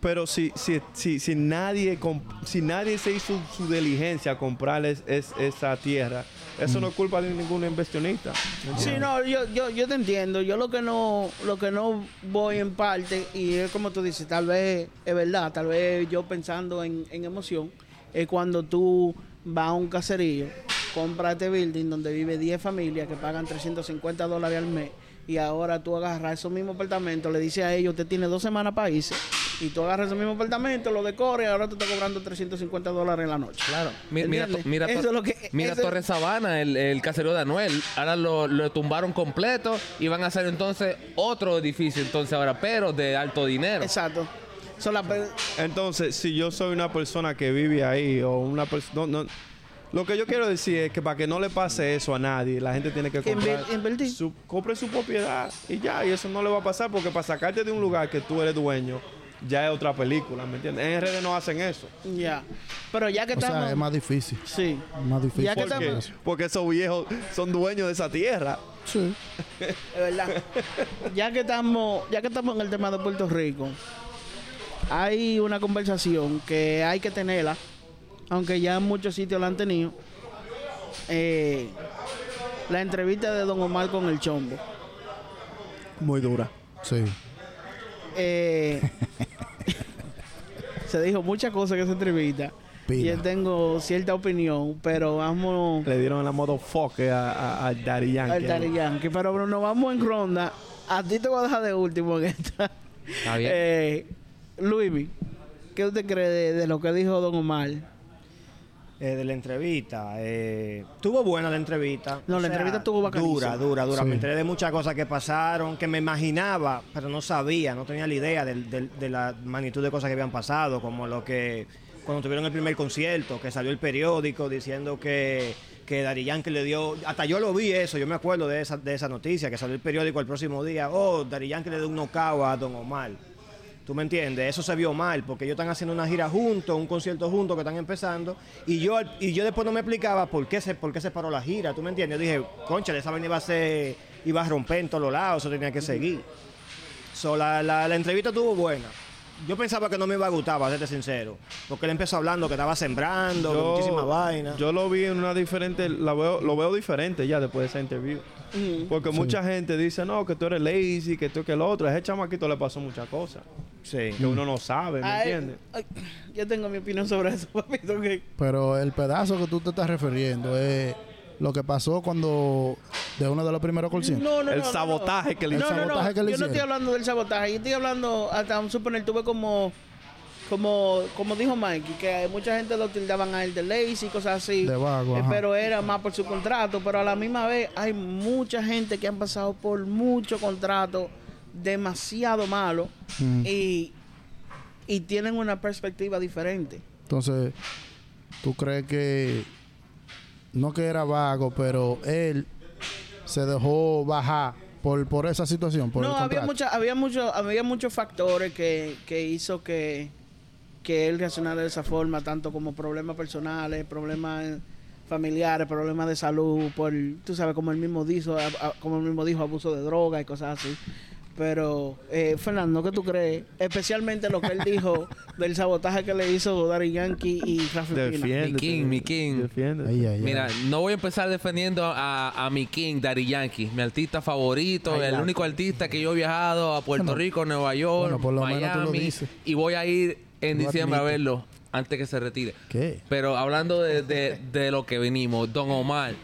[SPEAKER 5] Pero si, si, si, si nadie comp- si nadie se hizo su diligencia a comprar es- es- esa tierra, eso no es culpa de ningún inversionista.
[SPEAKER 2] Sí, no, yo, yo, yo te entiendo. Yo lo que no lo que no voy en parte, y es como tú dices, tal vez es verdad, tal vez yo pensando en, en emoción, es cuando tú vas a un caserío, compras este building donde vive 10 familias que pagan 350 dólares al mes, y ahora tú agarras esos mismos apartamentos, le dices a ellos, usted tiene dos semanas para irse, y tú agarras esos mismos apartamentos, lo decoras, y ahora tú estás cobrando 350 dólares en la noche.
[SPEAKER 1] Claro. Mi- Mira,
[SPEAKER 2] ¿Entiendes?
[SPEAKER 1] to- mira,
[SPEAKER 2] Eso
[SPEAKER 1] to-
[SPEAKER 2] es lo que-
[SPEAKER 1] mira
[SPEAKER 2] eso-
[SPEAKER 1] Torres Sabana, el, el caserío de Anuel. Ahora lo, lo tumbaron completo y van a hacer entonces otro edificio, entonces ahora, pero de alto dinero.
[SPEAKER 2] Exacto. Son las pe-
[SPEAKER 5] Entonces, si yo soy una persona que vive ahí o una persona... No, no- lo que yo quiero decir es que para que no le pase eso a nadie, la gente tiene que
[SPEAKER 2] Que inver-
[SPEAKER 5] comprar...
[SPEAKER 2] invertir.
[SPEAKER 5] Su, compre su propiedad y ya, y eso no le va a pasar porque para sacarte de un lugar que tú eres dueño, ya es otra película, ¿me entiendes? En RD no hacen eso.
[SPEAKER 2] Ya. Pero ya que
[SPEAKER 3] O
[SPEAKER 2] estamos.
[SPEAKER 3] sea, es más difícil.
[SPEAKER 2] Sí.
[SPEAKER 3] es Más difícil.
[SPEAKER 2] Ya que
[SPEAKER 5] ¿Por
[SPEAKER 2] estamos-
[SPEAKER 5] qué? Porque esos viejos son dueños de esa tierra.
[SPEAKER 3] Sí.
[SPEAKER 2] Es verdad. [LAUGHS] ya que estamos, ya que estamos en el tema de Puerto Rico, hay una conversación que hay que tenerla, aunque ya en muchos sitios la han tenido. Eh, la entrevista de Don Omar con el Chombo.
[SPEAKER 5] Muy dura.
[SPEAKER 3] Sí.
[SPEAKER 2] Eh, [LAUGHS] se dijo muchas cosas en esa entrevista.
[SPEAKER 3] Pila.
[SPEAKER 2] Yo tengo cierta opinión, pero vamos
[SPEAKER 5] Le dieron la modo a, a, al Daddy Yankee.
[SPEAKER 2] al Daddy Yankee. Pero Bruno, vamos en ronda. A ti te voy a dejar de último en esta.
[SPEAKER 1] Está bien.
[SPEAKER 2] Eh, Luis, ¿qué usted cree de, de lo que dijo Don Omar?
[SPEAKER 4] eh, de la entrevista. eh, tuvo buena la entrevista.
[SPEAKER 2] No, la entrevista estuvo bacanísima.
[SPEAKER 4] Dura, dura, dura.
[SPEAKER 3] Sí.
[SPEAKER 4] Me enteré de muchas cosas que pasaron, que me imaginaba, pero no sabía, no tenía la idea del- del- de, la magnitud de cosas que habían pasado, como lo que cuando tuvieron el primer concierto, que salió el periódico diciendo que, que Dari Yankee le dio, hasta yo lo vi eso, yo me acuerdo de esa, de esa noticia, que salió el periódico el próximo día, oh, Dari Yankee le dio un knockout a Don Omar. ¿Tú me entiendes? Eso se vio mal, porque ellos están haciendo una gira juntos, un concierto juntos que están empezando, y yo al- y yo después no me explicaba por qué se, por qué se paró la gira, ¿tú me entiendes? Yo dije, concha, esa vaina iba a ser, iba a romper en todos los lados, eso tenía que seguir. So, la, la- la entrevista estuvo buena. Yo pensaba que no me iba a gustar, para serte sincero, porque él empezó hablando que estaba sembrando, que muchísima vaina.
[SPEAKER 5] Yo lo vi en una diferente, la veo, lo veo diferente ya después de esa interview.
[SPEAKER 2] Mm.
[SPEAKER 5] Porque mucha gente dice, no, que tú eres lazy, que tú que lo otro. A ese chamaquito le pasó muchas cosas
[SPEAKER 4] sí.
[SPEAKER 5] que uno no sabe, ¿me
[SPEAKER 2] Ay,
[SPEAKER 5] entiendes?
[SPEAKER 2] ay, yo tengo mi opinión sobre eso, [LAUGHS] papito. que-
[SPEAKER 3] Pero el pedazo que tú te estás refiriendo es lo que pasó cuando de uno de los primeros conciertos.
[SPEAKER 2] No, no,
[SPEAKER 5] El
[SPEAKER 2] no, no,
[SPEAKER 5] sabotaje
[SPEAKER 2] no.
[SPEAKER 5] que le
[SPEAKER 2] No, no,
[SPEAKER 3] hicieron.
[SPEAKER 2] no,
[SPEAKER 3] Sabotaje que le
[SPEAKER 2] Yo no estoy
[SPEAKER 3] hicieron.
[SPEAKER 2] hablando del sabotaje. Yo estoy hablando, hasta un suponer, tuve como, como, como dijo Mikey, que mucha gente lo tildaban a él de lazy y cosas así.
[SPEAKER 3] De vago,
[SPEAKER 2] Eh,
[SPEAKER 3] ajá.
[SPEAKER 2] Pero era más por su contrato. Pero a la misma vez hay mucha gente que han pasado por mucho contrato demasiado malo
[SPEAKER 3] Mm.
[SPEAKER 2] y, y tienen una perspectiva diferente.
[SPEAKER 3] Entonces, ¿tú crees que no que era vago, pero él se dejó bajar por, por esa situación? Por
[SPEAKER 2] no,
[SPEAKER 3] el
[SPEAKER 2] había,
[SPEAKER 3] contrato?
[SPEAKER 2] mucha, había, mucho, había muchos factores que, que hizo que, que él reaccionara de esa forma, tanto como problemas personales, problemas familiares, problemas de salud, por, tú sabes, como él mismo dijo, a- a- como él mismo dijo abuso de droga y cosas así. Pero, eh, Fernando, ¿qué tú crees? Especialmente lo que él
[SPEAKER 3] [LAUGHS]
[SPEAKER 2] dijo del sabotaje que le hizo Dari Yankee y Rafi Pina.
[SPEAKER 5] Defiende.
[SPEAKER 1] Mi king, mi king.
[SPEAKER 5] Defiende.
[SPEAKER 3] Ay, ay, ay.
[SPEAKER 1] Mira, no voy a empezar defendiendo a, a mi King, Daddy Yankee, mi artista favorito, el único artista que yo he viajado a Puerto Rico, Nueva York,
[SPEAKER 3] bueno, por lo menos tú lo
[SPEAKER 1] Miami,
[SPEAKER 3] dices.
[SPEAKER 1] y voy a ir en
[SPEAKER 3] Lo
[SPEAKER 1] diciembre a
[SPEAKER 3] admite.
[SPEAKER 1] verlo antes que se retire.
[SPEAKER 3] ¿Qué?
[SPEAKER 1] Pero hablando de, de- de lo que vinimos, Don Omar.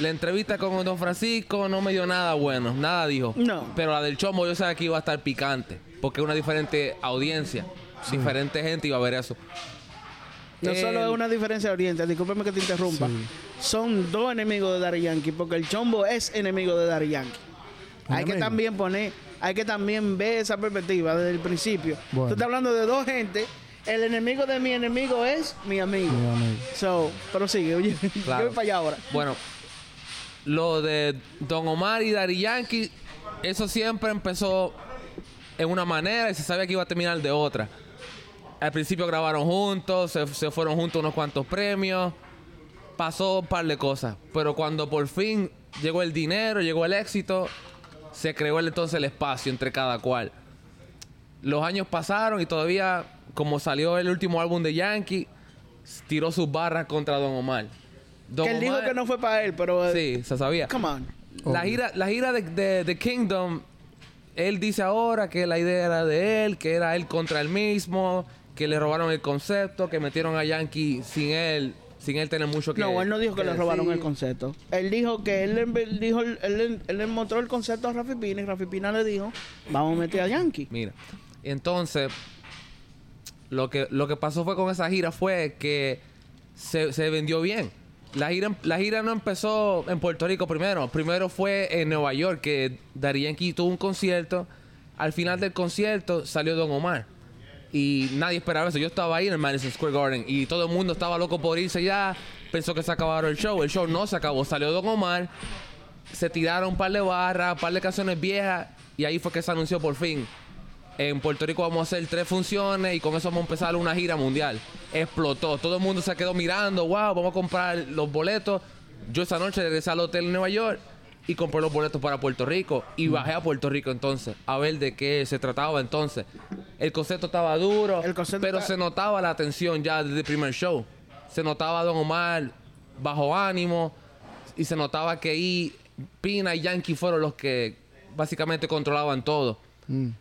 [SPEAKER 1] La entrevista con Don Francisco no me dio nada bueno, nada dijo.
[SPEAKER 2] No.
[SPEAKER 1] Pero la del Chomo yo sabía que iba a estar picante, porque es una diferente audiencia, diferente gente iba a ver eso.
[SPEAKER 2] No solo
[SPEAKER 1] El-
[SPEAKER 2] es una diferencia de Oriente, discúlpeme que te interrumpa.
[SPEAKER 3] Eh, Sí.
[SPEAKER 2] Son dos enemigos de Dari Yankee, porque el chombo es enemigo de Dari Yankee. Hay que
[SPEAKER 3] ¿Enemigo?
[SPEAKER 2] también poner, hay que también ver esa perspectiva desde el principio.
[SPEAKER 3] Bueno.
[SPEAKER 2] Tú estás hablando de dos gente, el enemigo de mi enemigo es mi amigo.
[SPEAKER 3] Mi amigo.
[SPEAKER 2] So, pero sigue, oye, [LAUGHS]
[SPEAKER 1] Claro.
[SPEAKER 2] yo voy para allá ahora.
[SPEAKER 1] Bueno, lo de Don Omar y Dari Yankee, eso siempre empezó en una manera y se sabía que iba a terminar de otra. Al principio grabaron juntos, se, se fueron juntos unos cuantos premios, pasó un par de cosas. Pero cuando por fin llegó el dinero, llegó el éxito, se creó el- entonces el espacio entre cada cual. Los años pasaron y todavía, como salió el último álbum de Yankee, tiró sus barras contra Don Omar. Don
[SPEAKER 2] que él dijo
[SPEAKER 1] Omar-
[SPEAKER 2] que no fue para él, pero eh,
[SPEAKER 1] Sí, se sabía.
[SPEAKER 2] come on.
[SPEAKER 1] La gira, la gira de, de- de Kingdom, él dice ahora que la idea era de él, que era él contra él mismo, que le robaron el concepto, que metieron a Yankee sin él, sin él tener mucho que
[SPEAKER 2] no, él no dijo que, le robaron
[SPEAKER 1] decir.
[SPEAKER 2] el concepto. Él dijo que él le, él dijo, él, le- él le mostró el concepto a Rafi Pina y Rafi Pina le dijo, vamos a meter a Yankee.
[SPEAKER 1] Mira, entonces, lo que, lo que pasó fue con esa gira fue que se, se vendió bien. La gira, la gira no empezó en Puerto Rico primero. Primero fue en Nueva York, que Daddy Yankee tuvo un concierto. Al final del concierto salió Don Omar. Y nadie esperaba eso. Yo estaba ahí en el Madison Square Garden y todo el mundo estaba loco por irse ya. Pensó que se acabaron el show. El show no se acabó. Salió Don Omar se tiraron un par de barras, un par de canciones viejas y ahí fue que se anunció por fin. En Puerto Rico vamos a hacer tres funciones y con eso vamos a empezar una gira mundial. Explotó, todo el mundo se quedó mirando, wow, vamos a comprar los boletos. Yo esa noche regresé al hotel en Nueva York y compré los boletos para Puerto Rico y
[SPEAKER 2] Mm.
[SPEAKER 1] bajé a Puerto Rico entonces a ver de qué se trataba entonces. El concepto estaba duro,
[SPEAKER 2] El concepto
[SPEAKER 1] pero
[SPEAKER 2] está-
[SPEAKER 1] se notaba la tensión ya desde el primer show. Se notaba a Don Omar bajo ánimo y se notaba que ahí Pina y Yankee fueron los que básicamente controlaban todo.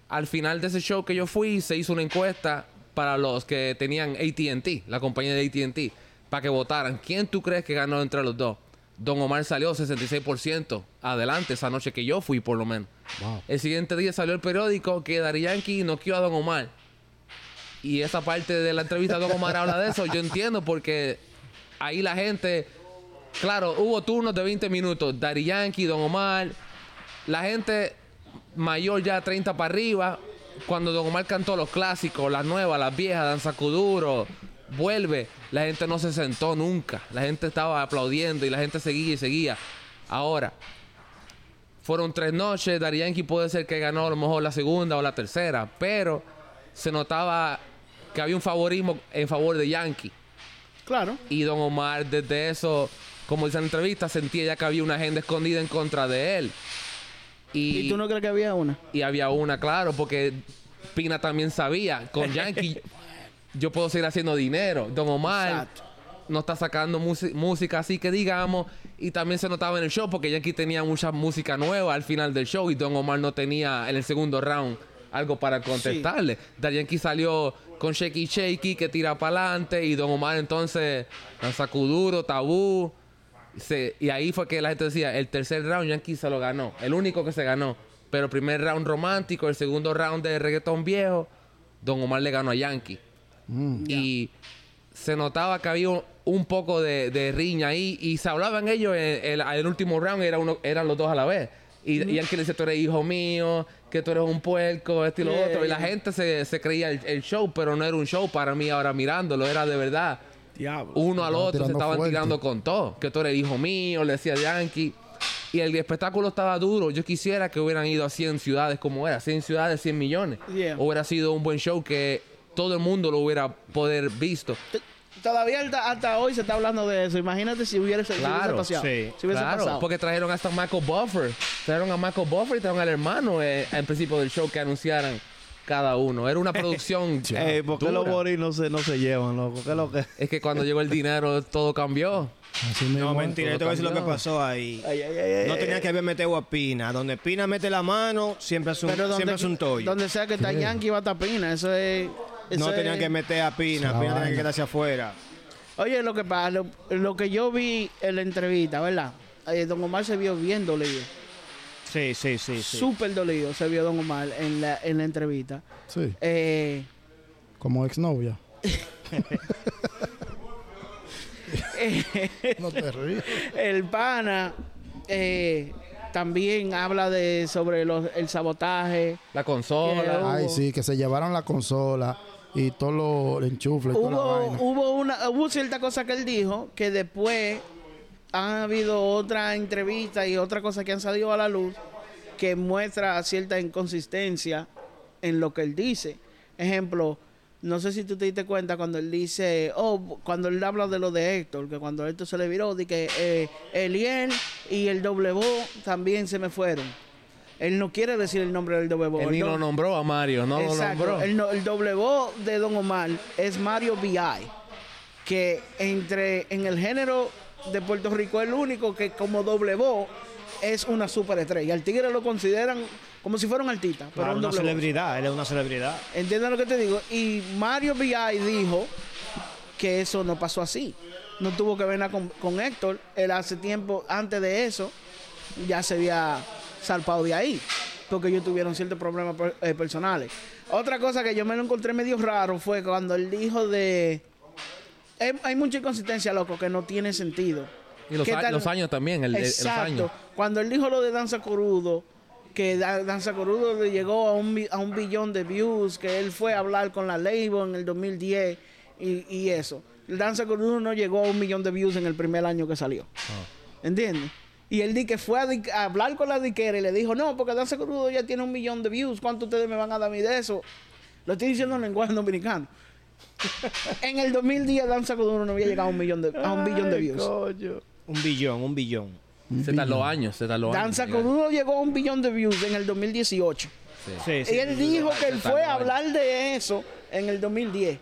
[SPEAKER 1] Al final de ese show que yo fui, se hizo una encuesta para los que tenían ATT, la compañía de ATT, para que votaran. ¿Quién tú crees que ganó entre los dos? Don Omar salió 66% adelante esa noche que yo fui, por lo menos. El siguiente día salió el periódico que Dari Yankee noqueó a Don Omar. Y esa parte de la entrevista de Don Omar habla de eso. Yo entiendo porque ahí la gente, claro, hubo turnos de 20 minutos, Dari Yankee, Don Omar, la gente mayor ya 30 para arriba, cuando Don Omar cantó los clásicos, las nuevas, las viejas, Danza Cuduro, vuelve, la gente no se sentó nunca, la gente estaba aplaudiendo y la gente seguía y seguía. Ahora, fueron tres noches. Darianki puede ser que ganó a lo mejor la segunda o la tercera, pero se notaba que había un favorismo en favor de Yankee.
[SPEAKER 2] Claro.
[SPEAKER 1] Y Don Omar, desde eso, como dice en la entrevista, sentía ya que había una agenda escondida en contra de él. Y,
[SPEAKER 2] ¿Y tú no crees que había una?
[SPEAKER 1] y había una, claro, porque Pina también sabía. Con Yankee, yo puedo seguir haciendo dinero. Don Omar
[SPEAKER 2] Exacto.
[SPEAKER 1] no está sacando musi- música así que digamos. Y también se notaba en el show porque Yankee tenía mucha música nueva al final del show y Don Omar no tenía en el segundo round algo para contestarle. Daddy Yankee salió con Shaky Shaky que tira para adelante y Don Omar entonces sacuduro, tabú. Se- y ahí fue que la gente decía, el tercer round Yankee se lo ganó, el único que se ganó. Pero el primer round romántico, el segundo round de reggaetón viejo, Don Omar le ganó a Yankee.
[SPEAKER 2] Mm.
[SPEAKER 1] Y se notaba que había un, un poco de, de riña ahí y se hablaban ellos en el, en el último round, era uno, eran los dos a la vez.
[SPEAKER 2] Mm.
[SPEAKER 1] Y, y Yankee le dice, tú eres hijo mío, que tú eres un puerco, esto y lo
[SPEAKER 2] Yeah,
[SPEAKER 1] otro. Y la
[SPEAKER 2] yeah.
[SPEAKER 1] gente se, se creía el, el show, pero no era un show para mí ahora mirándolo, era de verdad
[SPEAKER 5] Diablo.
[SPEAKER 1] uno al
[SPEAKER 3] Estaban
[SPEAKER 1] otro se
[SPEAKER 3] tirando
[SPEAKER 1] estaban
[SPEAKER 3] fuerte.
[SPEAKER 1] tirando con todo. Que tú eres hijo mío, le decía Yankee. Y el espectáculo estaba duro. Yo quisiera que hubieran ido a 100 ciudades como era. 100 ciudades, 100 millones.
[SPEAKER 2] Yeah.
[SPEAKER 1] Hubiera sido un buen show que todo el mundo lo hubiera poder visto.
[SPEAKER 2] T- Todavía hasta, hasta hoy se está hablando de eso. Imagínate si hubiera, si hubiese
[SPEAKER 1] Claro,
[SPEAKER 2] pasado.
[SPEAKER 4] sí,
[SPEAKER 2] si hubiese
[SPEAKER 1] claro,
[SPEAKER 2] pasado.
[SPEAKER 1] porque trajeron hasta a Michael Buffer. Trajeron a Michael Buffer y trajeron al hermano eh, en principio del show que anunciaran cada uno.
[SPEAKER 2] [LAUGHS]
[SPEAKER 1] Era una producción
[SPEAKER 5] Ey, eh, ¿por qué los
[SPEAKER 1] dura.
[SPEAKER 5] boris no se, no se llevan, loco? ¿Qué es lo que?
[SPEAKER 1] Es que cuando llegó el dinero todo cambió.
[SPEAKER 3] Así mismo
[SPEAKER 4] No,
[SPEAKER 3] es.
[SPEAKER 4] mentira, yo te voy a decir lo que
[SPEAKER 1] cambiado.
[SPEAKER 4] pasó ahí.
[SPEAKER 2] Ay, ay,
[SPEAKER 5] Eh,
[SPEAKER 2] ay, ay,
[SPEAKER 4] No tenía que haber metido a Pina. Donde Pina mete la mano, siempre hace un,
[SPEAKER 2] Pero
[SPEAKER 4] siempre
[SPEAKER 2] donde,
[SPEAKER 4] hace un toy.
[SPEAKER 2] donde sea que está
[SPEAKER 3] Sí.
[SPEAKER 2] Yankee va a estar Pina. Eso es. eso
[SPEAKER 4] No tenía
[SPEAKER 2] es-
[SPEAKER 4] que meter a Pina.
[SPEAKER 3] Esa
[SPEAKER 4] Pina tenía que
[SPEAKER 3] vaina.
[SPEAKER 4] quedarse afuera.
[SPEAKER 2] Oye, lo que pasa, lo, lo que yo vi en la entrevista, ¿verdad? Eh, don Omar se vio bien dolido.
[SPEAKER 4] Sí, sí, sí. sí.
[SPEAKER 2] Súper dolido se vio Don Omar en la, en la entrevista.
[SPEAKER 3] Sí,
[SPEAKER 2] Eh, [LAUGHS]
[SPEAKER 3] como exnovia. no te ríes.
[SPEAKER 2] el pana eh, también habla de sobre los, el sabotaje.
[SPEAKER 1] La consola.
[SPEAKER 2] Yeah.
[SPEAKER 3] Ay,
[SPEAKER 2] Hubo-
[SPEAKER 3] sí, que se llevaron la consola y todos los enchufles y toda la
[SPEAKER 2] Hubo,
[SPEAKER 3] vaina.
[SPEAKER 2] hubo, una, hubo cierta cosa que él dijo que después han habido otra entrevista y otra cosa que han salido a la luz que muestra cierta inconsistencia en lo que él dice. Ejemplo, no sé si tú te diste cuenta cuando él dice, oh, cuando él habla de lo de Héctor, que cuando Héctor se le viró, de que eh, Eliel y el doble bo también se me fueron. Él no quiere decir el nombre del doble bo.
[SPEAKER 1] Él
[SPEAKER 2] El
[SPEAKER 1] ni lo
[SPEAKER 2] doble-
[SPEAKER 1] nombró a Mario, no lo nombró.
[SPEAKER 2] el, no- el doble voz de Don Omar es Mario B.I. Que entre en el género de Puerto Rico es el único que como doble voz es una superestrella. Al tigre lo consideran como si fuera un artista, pero
[SPEAKER 4] Claro,
[SPEAKER 2] un
[SPEAKER 4] una
[SPEAKER 2] doble voz.
[SPEAKER 4] celebridad. Él es una celebridad.
[SPEAKER 2] ¿Entiendes lo que te digo? Y Mario B.I. dijo que eso no pasó así. No tuvo que ver nada con, con Héctor. Él hace tiempo, antes de eso, ya se había salpado de ahí. Porque ellos tuvieron ciertos problemas per- eh, personales. Otra cosa que yo me lo encontré medio raro fue cuando él dijo de... Hay, hay mucha inconsistencia, loco, que no tiene sentido.
[SPEAKER 1] Y los,
[SPEAKER 2] ¿Qué
[SPEAKER 1] a-
[SPEAKER 2] tal?
[SPEAKER 1] los años también, el, el- los
[SPEAKER 2] Exacto.
[SPEAKER 1] años.
[SPEAKER 2] Cuando él dijo lo de Danza Corudo, que Da- Danza Corudo le llegó a un, mi- a un billón de views, que él fue a hablar con la Label en el 2010 y, y eso. Danza Corudo no llegó a un millón de views en el primer año que salió.
[SPEAKER 1] Ah.
[SPEAKER 2] ¿Entiendes? Y él di que fue a, di- a hablar con la diquera y le dijo, no, porque Danza Corudo ya tiene un millón de views, ¿cuánto ustedes me van a dar a mí de eso? Lo estoy diciendo en lenguaje
[SPEAKER 1] [LAUGHS]
[SPEAKER 2] dominicano. en el 2010 Danza Corudo no había llegado a un, millón de, a un billón de
[SPEAKER 5] Ay,
[SPEAKER 2] views.
[SPEAKER 5] coño.
[SPEAKER 4] Un billón, un billón.
[SPEAKER 1] Se tardó años, se tardó años.
[SPEAKER 2] Danza
[SPEAKER 1] Miguel.
[SPEAKER 2] con uno llegó a un billón de views en el 2018.
[SPEAKER 1] Sí.
[SPEAKER 4] Sí, sí.
[SPEAKER 2] y él dijo que él
[SPEAKER 1] está
[SPEAKER 2] fue a
[SPEAKER 1] mal.
[SPEAKER 2] hablar de eso en el 2010.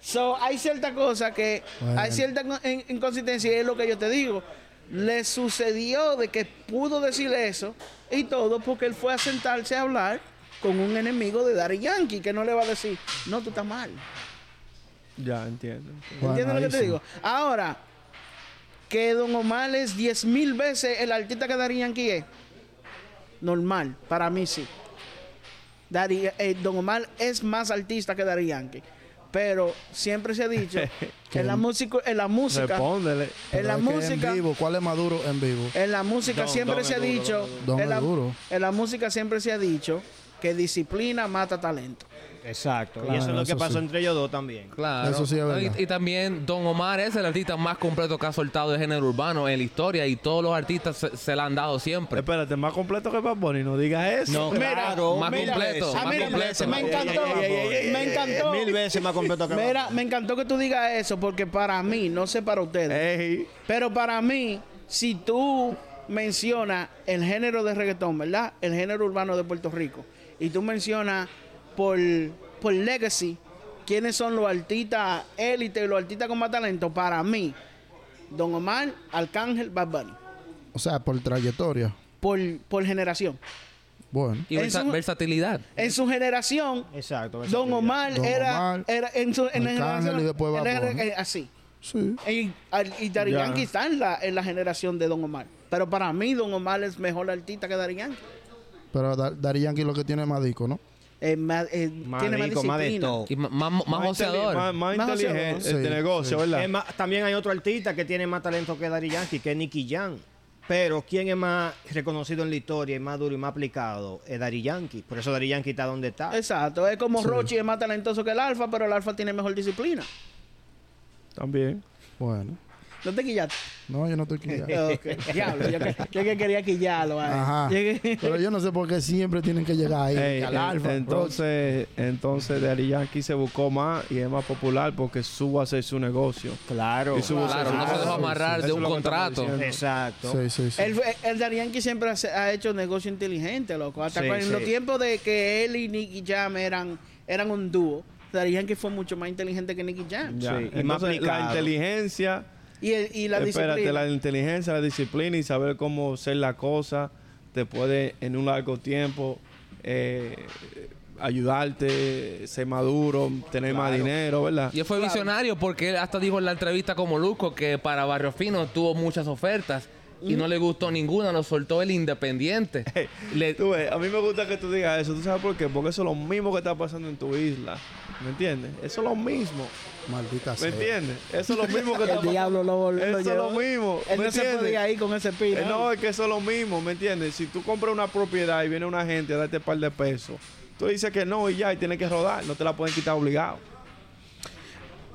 [SPEAKER 2] So, hay cierta cosa que,
[SPEAKER 3] Bueno.
[SPEAKER 2] hay cierta co- in- inconsistencia y es lo que yo te digo. Le sucedió de que pudo decir eso y todo porque él fue a sentarse a hablar con un enemigo de Daddy Yankee que no le va a decir, no, tú estás mal.
[SPEAKER 5] [LAUGHS] Ya, entiendo. entiendo.
[SPEAKER 3] Bueno,
[SPEAKER 2] ¿Entiendes lo que te
[SPEAKER 3] ahí sí.
[SPEAKER 2] digo? Ahora, que Don Omar es 10 mil veces el artista que Dari Yankee es. Normal, eh, para mí sí. Daddy- eh, Don Omar es más artista que Dari Yankee. Pero siempre se ha
[SPEAKER 5] [LAUGHS]
[SPEAKER 2] dicho que en la, música en la música,
[SPEAKER 5] Respóndele.
[SPEAKER 2] en
[SPEAKER 3] Pero
[SPEAKER 2] la
[SPEAKER 3] es que
[SPEAKER 2] música,
[SPEAKER 3] En vivo, ¿cuál es más duro en vivo?
[SPEAKER 2] en la música
[SPEAKER 5] Don,
[SPEAKER 2] siempre
[SPEAKER 5] Don
[SPEAKER 2] se ha
[SPEAKER 5] es duro,
[SPEAKER 2] dicho,
[SPEAKER 5] Don es
[SPEAKER 3] duro.
[SPEAKER 2] en la,
[SPEAKER 3] Don es duro.
[SPEAKER 2] en la música siempre se ha dicho que disciplina mata talento.
[SPEAKER 4] Exacto. y
[SPEAKER 3] Claro,
[SPEAKER 4] eso es lo que
[SPEAKER 3] eso
[SPEAKER 4] pasó
[SPEAKER 3] sí.
[SPEAKER 4] entre ellos dos también.
[SPEAKER 1] Claro.
[SPEAKER 3] Eso sí es verdad.
[SPEAKER 1] Y, y también Don Omar es el artista más completo que ha soltado de género urbano en la historia y todos los artistas se, se la han dado siempre.
[SPEAKER 5] Espérate, más completo que Bad Bunny, no digas eso.
[SPEAKER 1] Eh, claro, más mira completo, eso. más
[SPEAKER 4] Ah, mira,
[SPEAKER 1] completo.
[SPEAKER 4] Me encantó,
[SPEAKER 2] Ey, ey, ey, ey,
[SPEAKER 4] me
[SPEAKER 2] ey,
[SPEAKER 4] encantó.
[SPEAKER 2] ey, ey,
[SPEAKER 4] Mil veces más completo que Bad
[SPEAKER 2] Mira,
[SPEAKER 4] Bunny.
[SPEAKER 2] me encantó que tú digas eso porque para mí, no sé para ustedes,
[SPEAKER 5] Ey,
[SPEAKER 2] pero para mí, si tú mencionas el género de reggaetón, ¿verdad? El género urbano de Puerto Rico y tú mencionas por, por legacy quiénes son los artistas élite y los artistas con más talento, para mí, Don Omar, Arcángel, Bad Bunny,
[SPEAKER 3] O sea, por trayectoria.
[SPEAKER 2] por, por generación.
[SPEAKER 3] Bueno.
[SPEAKER 1] Y
[SPEAKER 2] En
[SPEAKER 1] versa-
[SPEAKER 2] su-
[SPEAKER 1] versatilidad.
[SPEAKER 2] En su generación,
[SPEAKER 4] Exacto.
[SPEAKER 2] Don Omar
[SPEAKER 3] Pues, Don
[SPEAKER 2] era,
[SPEAKER 3] Omar,
[SPEAKER 2] era en su en la
[SPEAKER 3] Arcángel
[SPEAKER 2] generación,
[SPEAKER 3] y después Bad
[SPEAKER 2] era-
[SPEAKER 3] Bunny.
[SPEAKER 2] eh, así.
[SPEAKER 3] Sí.
[SPEAKER 2] Y, al- y Daddy
[SPEAKER 5] Ya.
[SPEAKER 2] Yankee está en la, en la generación de Don Omar. Pero para mí, Don Omar es mejor artista que Dari Yankee.
[SPEAKER 3] Pero Da- Daddy Yankee lo que tiene es más disco, ¿no?
[SPEAKER 2] Eh, más, eh, tiene más
[SPEAKER 4] rico, más de
[SPEAKER 2] disciplina.
[SPEAKER 4] todo.
[SPEAKER 1] Y ma- ma- más,
[SPEAKER 5] más
[SPEAKER 1] joseador.
[SPEAKER 5] inteli- Más, más
[SPEAKER 2] Más
[SPEAKER 5] inteligente
[SPEAKER 3] joseador.
[SPEAKER 5] de
[SPEAKER 3] Sí,
[SPEAKER 5] negocio,
[SPEAKER 3] sí.
[SPEAKER 5] ¿verdad?
[SPEAKER 4] Es más, también hay otro artista que tiene más talento que Daddy Yankee, que es Nicky Jam. Pero ¿quién es más reconocido en la historia y más duro y más aplicado? Es Daddy Yankee. Por eso Daddy Yankee está donde está.
[SPEAKER 2] Exacto. Es como
[SPEAKER 3] Sí.
[SPEAKER 2] Rochi es más talentoso que el Alfa, pero el Alfa tiene mejor disciplina.
[SPEAKER 5] También.
[SPEAKER 3] Bueno.
[SPEAKER 2] No te quillaste.
[SPEAKER 3] No, yo no
[SPEAKER 2] [LAUGHS]
[SPEAKER 3] estoy quillado.
[SPEAKER 2] Ok. Diablo, yo, que, yo que quería quillarlo. vale.
[SPEAKER 3] Ajá.
[SPEAKER 2] Yo que-
[SPEAKER 3] Pero yo no sé por qué siempre tienen que llegar ahí.
[SPEAKER 5] Ey,
[SPEAKER 3] al
[SPEAKER 5] en-
[SPEAKER 3] alfa,
[SPEAKER 5] entonces, entonces Daddy Yankee se buscó más y es más popular porque subo a hacer su negocio.
[SPEAKER 4] Claro.
[SPEAKER 5] Y subo
[SPEAKER 1] Claro, no se dejó amarrar de
[SPEAKER 5] Eso es
[SPEAKER 1] un
[SPEAKER 5] lo que estamos
[SPEAKER 1] contrato.
[SPEAKER 5] diciendo.
[SPEAKER 4] Exacto.
[SPEAKER 3] bro. Sí, sí, sí.
[SPEAKER 2] El, el Daddy Yankee siempre hace- ha hecho negocio inteligente, loco. Hasta
[SPEAKER 4] Sí,
[SPEAKER 2] cuando- en los
[SPEAKER 4] sí.
[SPEAKER 2] tiempos de que él y Nicky Jam eran, eran un dúo, Daddy Yankee fue mucho más inteligente que Nicky Jam.
[SPEAKER 5] Ya.
[SPEAKER 4] Sí, y
[SPEAKER 5] Entonces,
[SPEAKER 4] más
[SPEAKER 5] la
[SPEAKER 4] aplicado.
[SPEAKER 5] inteligencia,
[SPEAKER 2] Y, el, y la
[SPEAKER 5] espérate,
[SPEAKER 2] disciplina.
[SPEAKER 5] la inteligencia, la disciplina y saber cómo hacer la cosa te puede en un largo tiempo eh, ayudarte, ser maduro, tener más dinero, ¿verdad?
[SPEAKER 1] Y él fue visionario porque él hasta dijo en la entrevista con Molusco que para Barrio Fino tuvo muchas ofertas y no le gustó ninguna, nos soltó el independiente. Le-
[SPEAKER 5] Tú ves, a mí me gusta que tú digas eso. ¿Tú sabes por qué? Porque eso es lo mismo que está pasando en tu isla. ¿Me entiendes? Eso es lo mismo.
[SPEAKER 3] Maldita
[SPEAKER 5] ¿Me
[SPEAKER 3] sea.
[SPEAKER 5] entiendes? Eso es lo mismo que está
[SPEAKER 2] El diablo lo volvió.
[SPEAKER 5] Eso es lo mismo.
[SPEAKER 2] Él
[SPEAKER 5] ¿me
[SPEAKER 2] no se
[SPEAKER 5] entiendes?
[SPEAKER 2] podía ir con ese pino.
[SPEAKER 5] Eh, No, es que eso es lo mismo, ¿me entiendes? Si tú compras una propiedad y viene una gente a darte un par de pesos, tú dices que no y ya, y tienes que rodar, no te la pueden quitar obligado.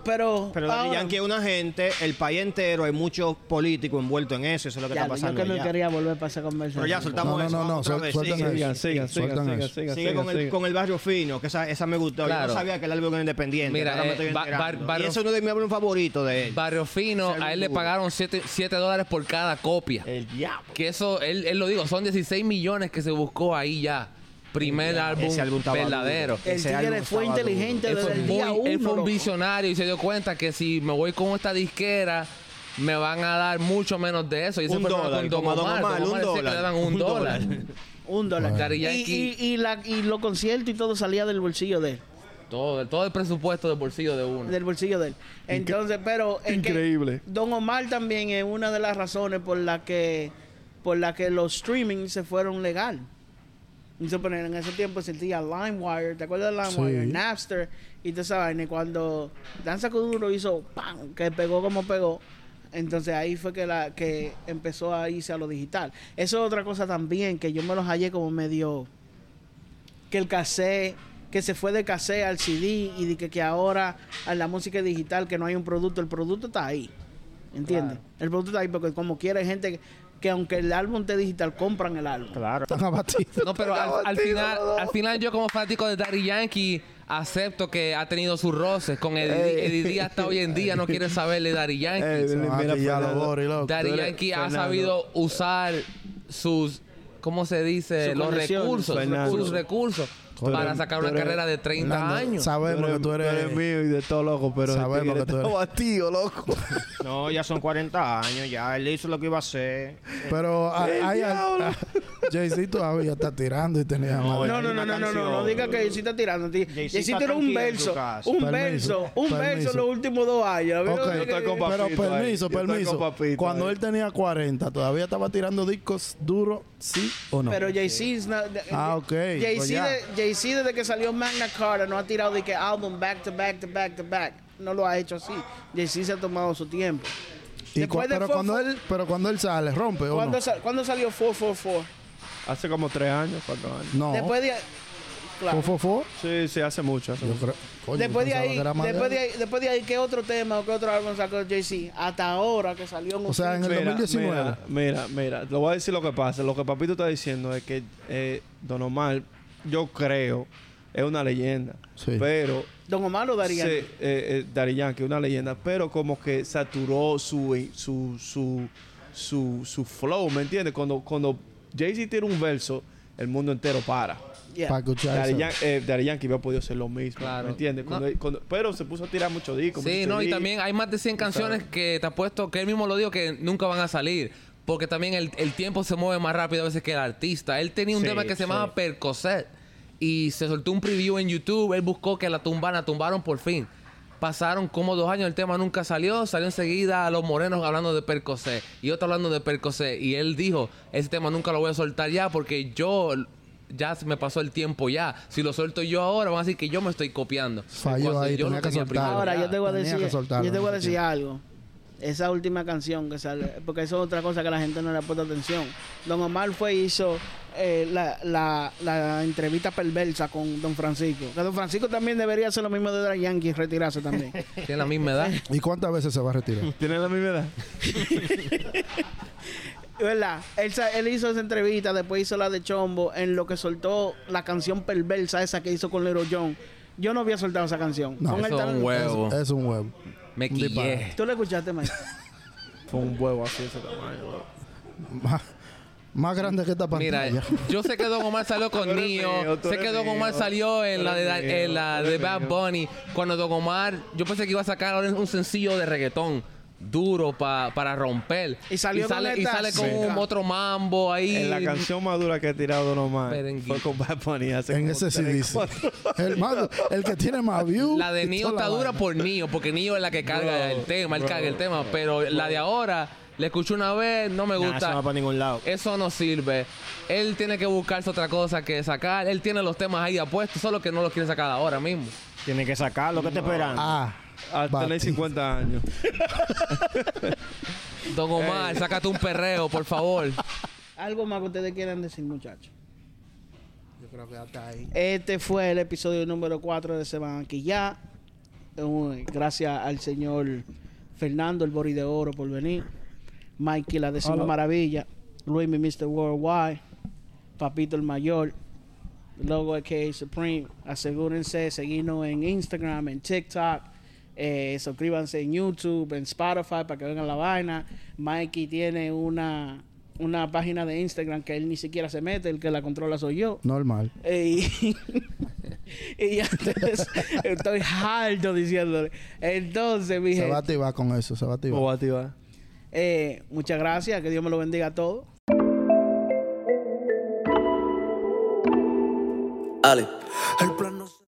[SPEAKER 2] pero,
[SPEAKER 4] Pero Daddy
[SPEAKER 2] ahora-
[SPEAKER 4] Yankee es una gente, el país entero, hay muchos políticos envueltos en eso. Eso es lo que
[SPEAKER 2] Ya,
[SPEAKER 4] está pasando.
[SPEAKER 2] yo que no
[SPEAKER 4] ya.
[SPEAKER 2] quería volver para esa conversación.
[SPEAKER 4] Pero ya soltamos
[SPEAKER 3] No, no,
[SPEAKER 4] eso.
[SPEAKER 3] no,
[SPEAKER 4] vamos
[SPEAKER 3] no,
[SPEAKER 4] otra
[SPEAKER 3] suel-
[SPEAKER 4] vez,
[SPEAKER 3] sueltan
[SPEAKER 4] sigue.
[SPEAKER 3] eso.
[SPEAKER 5] Sigan,
[SPEAKER 3] sí,
[SPEAKER 5] sigan, sigan,
[SPEAKER 3] sueltan
[SPEAKER 5] sigan,
[SPEAKER 3] eso.
[SPEAKER 5] sigan.
[SPEAKER 4] Sigue con el, con el barrio fino, que esa, esa me gustó. Yo
[SPEAKER 1] Claro.
[SPEAKER 4] no sabía que el álbum era independiente.
[SPEAKER 1] Mira,
[SPEAKER 4] ahora me
[SPEAKER 1] eh,
[SPEAKER 4] estoy
[SPEAKER 1] ba-
[SPEAKER 4] enterando.
[SPEAKER 1] bar- barrio-
[SPEAKER 4] y eso es uno de mis álbumes favoritos de él.
[SPEAKER 1] Barrio Fino, a él le pagaron 7 dólares por cada copia.
[SPEAKER 4] Eh.
[SPEAKER 5] El diablo.
[SPEAKER 1] Que eso, él, él lo dijo, son 16 millones que se buscó ahí ya. Primer álbum,
[SPEAKER 4] Ese álbum estaba
[SPEAKER 1] verdadero.
[SPEAKER 4] duro. Eh,
[SPEAKER 2] el
[SPEAKER 4] Ese
[SPEAKER 2] tigre
[SPEAKER 4] álbum
[SPEAKER 2] fue
[SPEAKER 4] estaba
[SPEAKER 2] inteligente
[SPEAKER 1] Él
[SPEAKER 2] desde
[SPEAKER 1] fue,
[SPEAKER 2] el
[SPEAKER 1] muy-
[SPEAKER 2] día uno.
[SPEAKER 1] él fue un
[SPEAKER 2] loco.
[SPEAKER 1] visionario y se dio cuenta que si me voy con esta disquera me van a dar mucho menos de eso. Y ese
[SPEAKER 4] Un
[SPEAKER 1] fue el problema
[SPEAKER 4] dólar,
[SPEAKER 1] con Don
[SPEAKER 4] como a Don
[SPEAKER 1] Omar.
[SPEAKER 4] Omar,
[SPEAKER 1] Don
[SPEAKER 4] un
[SPEAKER 1] Omar decía que
[SPEAKER 4] dólar.
[SPEAKER 1] le daban un,
[SPEAKER 4] Un
[SPEAKER 1] dólar.
[SPEAKER 4] dólar.
[SPEAKER 2] Un dólar.
[SPEAKER 1] Daddy
[SPEAKER 2] Y,
[SPEAKER 1] Yankee.
[SPEAKER 2] y- y la, y los conciertos y todo salía del bolsillo de él.
[SPEAKER 1] Todo, todo el presupuesto del bolsillo de uno.
[SPEAKER 2] Del bolsillo de él. Entonces, pero... es que
[SPEAKER 5] Increíble.
[SPEAKER 2] Don Omar también es una de las razones por la que, por la que los streaming se fueron legal. Y se ponen- en ese tiempo sentía LimeWire, ¿te acuerdas de LimeWire?
[SPEAKER 3] Sí.
[SPEAKER 2] Napster y toda esa vaina. Y cuando Danza Kuduro hizo ¡pam! que pegó como pegó, entonces ahí fue que la que empezó a irse a lo digital. Eso es otra cosa también que yo me los hallé como medio que el cassette, que se fue de cassette al CD y de que, que ahora a la música digital que no hay un producto, el producto está ahí. ¿Entiendes? El producto está ahí porque como quiere gente que, que aunque el álbum esté digital, compran el álbum.
[SPEAKER 4] Claro.
[SPEAKER 3] Están abatidos.
[SPEAKER 1] No, pero al, al final, al final yo como fanático de Daddy Yankee acepto que ha tenido sus roces con Eddie, Eddie Díaz hasta hoy en día no quiere saberle Daddy Yankee.
[SPEAKER 3] Son aquí Ah, ya los Boris, loco.
[SPEAKER 1] Daddy
[SPEAKER 5] tú eres
[SPEAKER 1] Yankee ha
[SPEAKER 5] Fernando.
[SPEAKER 1] sabido usar sus, ¿cómo se dice?
[SPEAKER 2] Sus
[SPEAKER 1] Los
[SPEAKER 2] conexiones.
[SPEAKER 1] recursos,
[SPEAKER 5] Fernando.
[SPEAKER 1] sus recursos para
[SPEAKER 5] eres-
[SPEAKER 1] sacar
[SPEAKER 5] tú
[SPEAKER 1] una
[SPEAKER 5] eres-
[SPEAKER 1] carrera de 30
[SPEAKER 3] Fernando,
[SPEAKER 1] años.
[SPEAKER 3] Sabemos que tú eres,
[SPEAKER 5] mío y de todo loco, pero el
[SPEAKER 3] Sabemos
[SPEAKER 5] tigre
[SPEAKER 3] que tú eres.
[SPEAKER 5] estaba
[SPEAKER 3] [LAUGHS]
[SPEAKER 5] tío, loco.
[SPEAKER 4] No, ya son 40 años, ya él hizo lo que iba a hacer.
[SPEAKER 3] Pero a- hay, ah, al- [LAUGHS] Jay-Z todavía está tirando y tenía
[SPEAKER 4] No,
[SPEAKER 3] madre.
[SPEAKER 2] No, no, no, no, no, no, no diga que Jay-Z está tirando. ti-
[SPEAKER 4] Jay-Z
[SPEAKER 2] Jay-Z
[SPEAKER 4] está
[SPEAKER 2] tiró un
[SPEAKER 4] tranquilo en su
[SPEAKER 2] verso,
[SPEAKER 4] casa.
[SPEAKER 2] un
[SPEAKER 3] Permiso,
[SPEAKER 2] verso, un verso
[SPEAKER 3] permiso.
[SPEAKER 2] los últimos dos años. ¿vio?
[SPEAKER 3] Ok.
[SPEAKER 5] Yo estoy con
[SPEAKER 3] Pero
[SPEAKER 5] papito ahí. Yo
[SPEAKER 3] permiso,
[SPEAKER 5] estoy con papito
[SPEAKER 3] permiso. Cuando
[SPEAKER 5] ahí.
[SPEAKER 3] él tenía 40, todavía estaba tirando discos duros, sí o no.
[SPEAKER 2] Pero Jay-Z... es na- de-
[SPEAKER 3] Ah, ok,
[SPEAKER 2] Jay-Z,
[SPEAKER 3] pues ya.
[SPEAKER 2] de- Jay-Z desde que salió Magna Carta no ha tirado de que álbum back to back to back to back. No lo ha hecho así. Jay-Z se ha tomado su tiempo.
[SPEAKER 3] Y
[SPEAKER 2] después
[SPEAKER 3] cua-
[SPEAKER 2] de
[SPEAKER 3] pero
[SPEAKER 2] Fofo-
[SPEAKER 3] cuando él, pero cuando él sale, rompe o
[SPEAKER 2] ¿Cuándo,
[SPEAKER 3] no.
[SPEAKER 2] sa- ¿cuándo salió 444?
[SPEAKER 5] Hace como tres años, cuatro años.
[SPEAKER 3] No.
[SPEAKER 2] Después de... Claro.
[SPEAKER 3] Fo, fo, fo.
[SPEAKER 5] Sí, sí, hace mucho. hace
[SPEAKER 3] Yo
[SPEAKER 5] mucho.
[SPEAKER 3] creo- coño,
[SPEAKER 2] Después de,
[SPEAKER 3] pensaba
[SPEAKER 2] ahí,
[SPEAKER 3] que era más
[SPEAKER 2] después,
[SPEAKER 3] de
[SPEAKER 2] de
[SPEAKER 3] él.
[SPEAKER 2] ahí, después de ahí, ¿qué otro tema o qué otro álbum sacó Jay-Z? Hasta ahora que salió en un
[SPEAKER 3] O sea, en el
[SPEAKER 5] Mira,
[SPEAKER 3] 2019.
[SPEAKER 5] Mira, mira, mira, Lo voy a decir lo que pasa. Lo que Papito está diciendo es que eh, Don Omar, yo creo, es una leyenda.
[SPEAKER 3] Sí.
[SPEAKER 5] Pero
[SPEAKER 2] Don Omar lo daría.
[SPEAKER 5] se- eh, eh, Daddy Yankee, una leyenda, pero como que saturó su su, su, su, su flow, ¿me entiendes? Cuando, cuando Jay-Z tira un verso, el mundo entero para.
[SPEAKER 2] Yeah.
[SPEAKER 3] Para escuchar
[SPEAKER 5] Daddy,
[SPEAKER 3] eso.
[SPEAKER 5] Yan- eh, Daddy Yankee hubiera podido hacer lo mismo,
[SPEAKER 1] Claro.
[SPEAKER 5] ¿me entiendes? Cuando-
[SPEAKER 1] No.
[SPEAKER 5] cuando- pero se puso a tirar muchos discos.
[SPEAKER 1] Sí,
[SPEAKER 5] muchos
[SPEAKER 1] no, y
[SPEAKER 5] CDs.
[SPEAKER 1] también hay más de 100 canciones que te apuesto que él mismo lo dijo que nunca van a salir. Porque también el, el tiempo se mueve más rápido a veces que el artista. Él tenía un
[SPEAKER 5] Sí,
[SPEAKER 1] tema que se
[SPEAKER 5] sí.
[SPEAKER 1] llamaba Percocet. Y se soltó un preview en YouTube. Él buscó que la tumbaran, la tumbaron por fin. Pasaron como dos años, el tema nunca salió. Salió enseguida a los morenos hablando de Percocet. Y otro hablando de Percocet. Y él dijo, ese tema nunca lo voy a soltar ya porque yo... Ya se me pasó el tiempo ya. Si lo suelto yo ahora, van a decir que yo me estoy copiando.
[SPEAKER 3] Falló
[SPEAKER 1] Cuando
[SPEAKER 3] ahí,
[SPEAKER 1] yo lo
[SPEAKER 3] tenía que
[SPEAKER 1] tenía primero.
[SPEAKER 3] soltarlo.
[SPEAKER 2] Ahora,
[SPEAKER 3] Ya,
[SPEAKER 2] yo te voy a
[SPEAKER 3] tenía
[SPEAKER 2] decir,
[SPEAKER 3] que soltarlo
[SPEAKER 2] yo te
[SPEAKER 3] en
[SPEAKER 2] voy a
[SPEAKER 3] ese
[SPEAKER 2] decir
[SPEAKER 3] tiempo.
[SPEAKER 2] algo. Esa última canción que sale, porque eso es otra cosa que la gente no le puesto atención. Don Omar fue y hizo eh, la, la- la entrevista perversa con Don Francisco. Que Don Francisco también debería hacer lo mismo de Daddy Yankee y retirarse
[SPEAKER 3] [LAUGHS]
[SPEAKER 2] también.
[SPEAKER 1] Tiene la misma
[SPEAKER 5] [LAUGHS]
[SPEAKER 1] edad.
[SPEAKER 3] ¿Y cuántas veces se va a retirar?
[SPEAKER 5] ¿Tiene la misma edad?
[SPEAKER 2] ¿Verdad? Él, sa- él hizo esa entrevista, después hizo la de Chombo, en lo que soltó la canción perversa esa que hizo con Lero John. Yo no había soltado esa canción.
[SPEAKER 3] No.
[SPEAKER 2] Con el
[SPEAKER 1] Eso es un
[SPEAKER 2] talento-
[SPEAKER 1] huevo.
[SPEAKER 3] Es, es un huevo.
[SPEAKER 1] Me
[SPEAKER 3] Un disparo.
[SPEAKER 1] quillé.
[SPEAKER 2] ¿Tú lo escuchaste, Mike?
[SPEAKER 5] Fue un huevo así de ese tamaño. bro.
[SPEAKER 3] Más, más grande que esta
[SPEAKER 1] Mira,
[SPEAKER 3] pantalla.
[SPEAKER 1] [LAUGHS]
[SPEAKER 5] eh,
[SPEAKER 1] yo sé que Don Omar salió
[SPEAKER 5] [LAUGHS] Tú
[SPEAKER 1] con
[SPEAKER 5] eres mío,
[SPEAKER 1] Nio.
[SPEAKER 5] tú
[SPEAKER 1] Sé
[SPEAKER 5] eres
[SPEAKER 1] que Don
[SPEAKER 5] mío,
[SPEAKER 1] Omar salió en
[SPEAKER 5] tú
[SPEAKER 1] la de,
[SPEAKER 5] eres mío,
[SPEAKER 1] en la
[SPEAKER 5] tú
[SPEAKER 1] de
[SPEAKER 5] eres
[SPEAKER 1] Bad
[SPEAKER 5] mío.
[SPEAKER 1] Bunny. Cuando Don Omar, yo pensé que iba a sacar ahora un sencillo de reggaetón duro pa- para romper.
[SPEAKER 2] Y salió con
[SPEAKER 1] sale, y
[SPEAKER 2] esta
[SPEAKER 1] sale con
[SPEAKER 2] seca.
[SPEAKER 1] un otro mambo ahí.
[SPEAKER 5] En la canción más dura que ha tirado Don Omar
[SPEAKER 1] Merengue.
[SPEAKER 5] fue con Bad Bunny hace
[SPEAKER 3] [LAUGHS] en
[SPEAKER 5] como
[SPEAKER 3] ese CD.
[SPEAKER 5] tres, cuatro-
[SPEAKER 3] [LAUGHS] El, más- el que tiene más views.
[SPEAKER 1] La de
[SPEAKER 3] y
[SPEAKER 1] Nio
[SPEAKER 3] toda
[SPEAKER 1] está
[SPEAKER 3] la
[SPEAKER 1] dura
[SPEAKER 3] vaina.
[SPEAKER 1] por Nio, porque Nio es la que carga
[SPEAKER 5] Bro,
[SPEAKER 1] el tema, él
[SPEAKER 5] bro,
[SPEAKER 1] carga el tema. pero la de ahora, la escuché una vez, no me
[SPEAKER 4] Nah,
[SPEAKER 1] gusta.
[SPEAKER 4] eso no va para ningún lado.
[SPEAKER 1] Eso no sirve. Él tiene que buscarse otra cosa que sacar. Él tiene los temas ahí apuestos, solo que no los quiere sacar ahora mismo.
[SPEAKER 4] Tiene que sacarlo, ¿qué te esperan?
[SPEAKER 3] Ah,
[SPEAKER 5] Al tener
[SPEAKER 3] Batista.
[SPEAKER 5] 50 años.
[SPEAKER 1] Don Omar, sácate un perreo, por favor.
[SPEAKER 2] [LAUGHS] Algo más que ustedes quieran decir, muchachos.
[SPEAKER 3] Yo creo que hasta ahí.
[SPEAKER 2] Este fue el episodio número 4 de Se van aquí ya. Eh, Gracias al señor Fernando, el Bori de Oro, por venir. Mikey, la décima
[SPEAKER 5] Hola.
[SPEAKER 2] maravilla. Luis, mi Mr. Worldwide. Papito el Mayor. Logo AK Supreme. Asegúrense de seguirnos en Instagram, en TikTok. Eh, suscríbanse en YouTube, en Spotify para que vengan la vaina. Mikey tiene una, una página de Instagram que él ni siquiera se mete, el que la controla soy yo.
[SPEAKER 3] Normal.
[SPEAKER 2] Eh, Y, [LAUGHS] y antes estoy harto diciéndole. Entonces, mi
[SPEAKER 3] Se va a
[SPEAKER 2] gente,
[SPEAKER 3] activar con eso, se va a activar.
[SPEAKER 5] ¿Cómo va a activar?
[SPEAKER 2] eh, muchas gracias, que Dios me lo bendiga a todos.
[SPEAKER 7] Ale. El plan no se-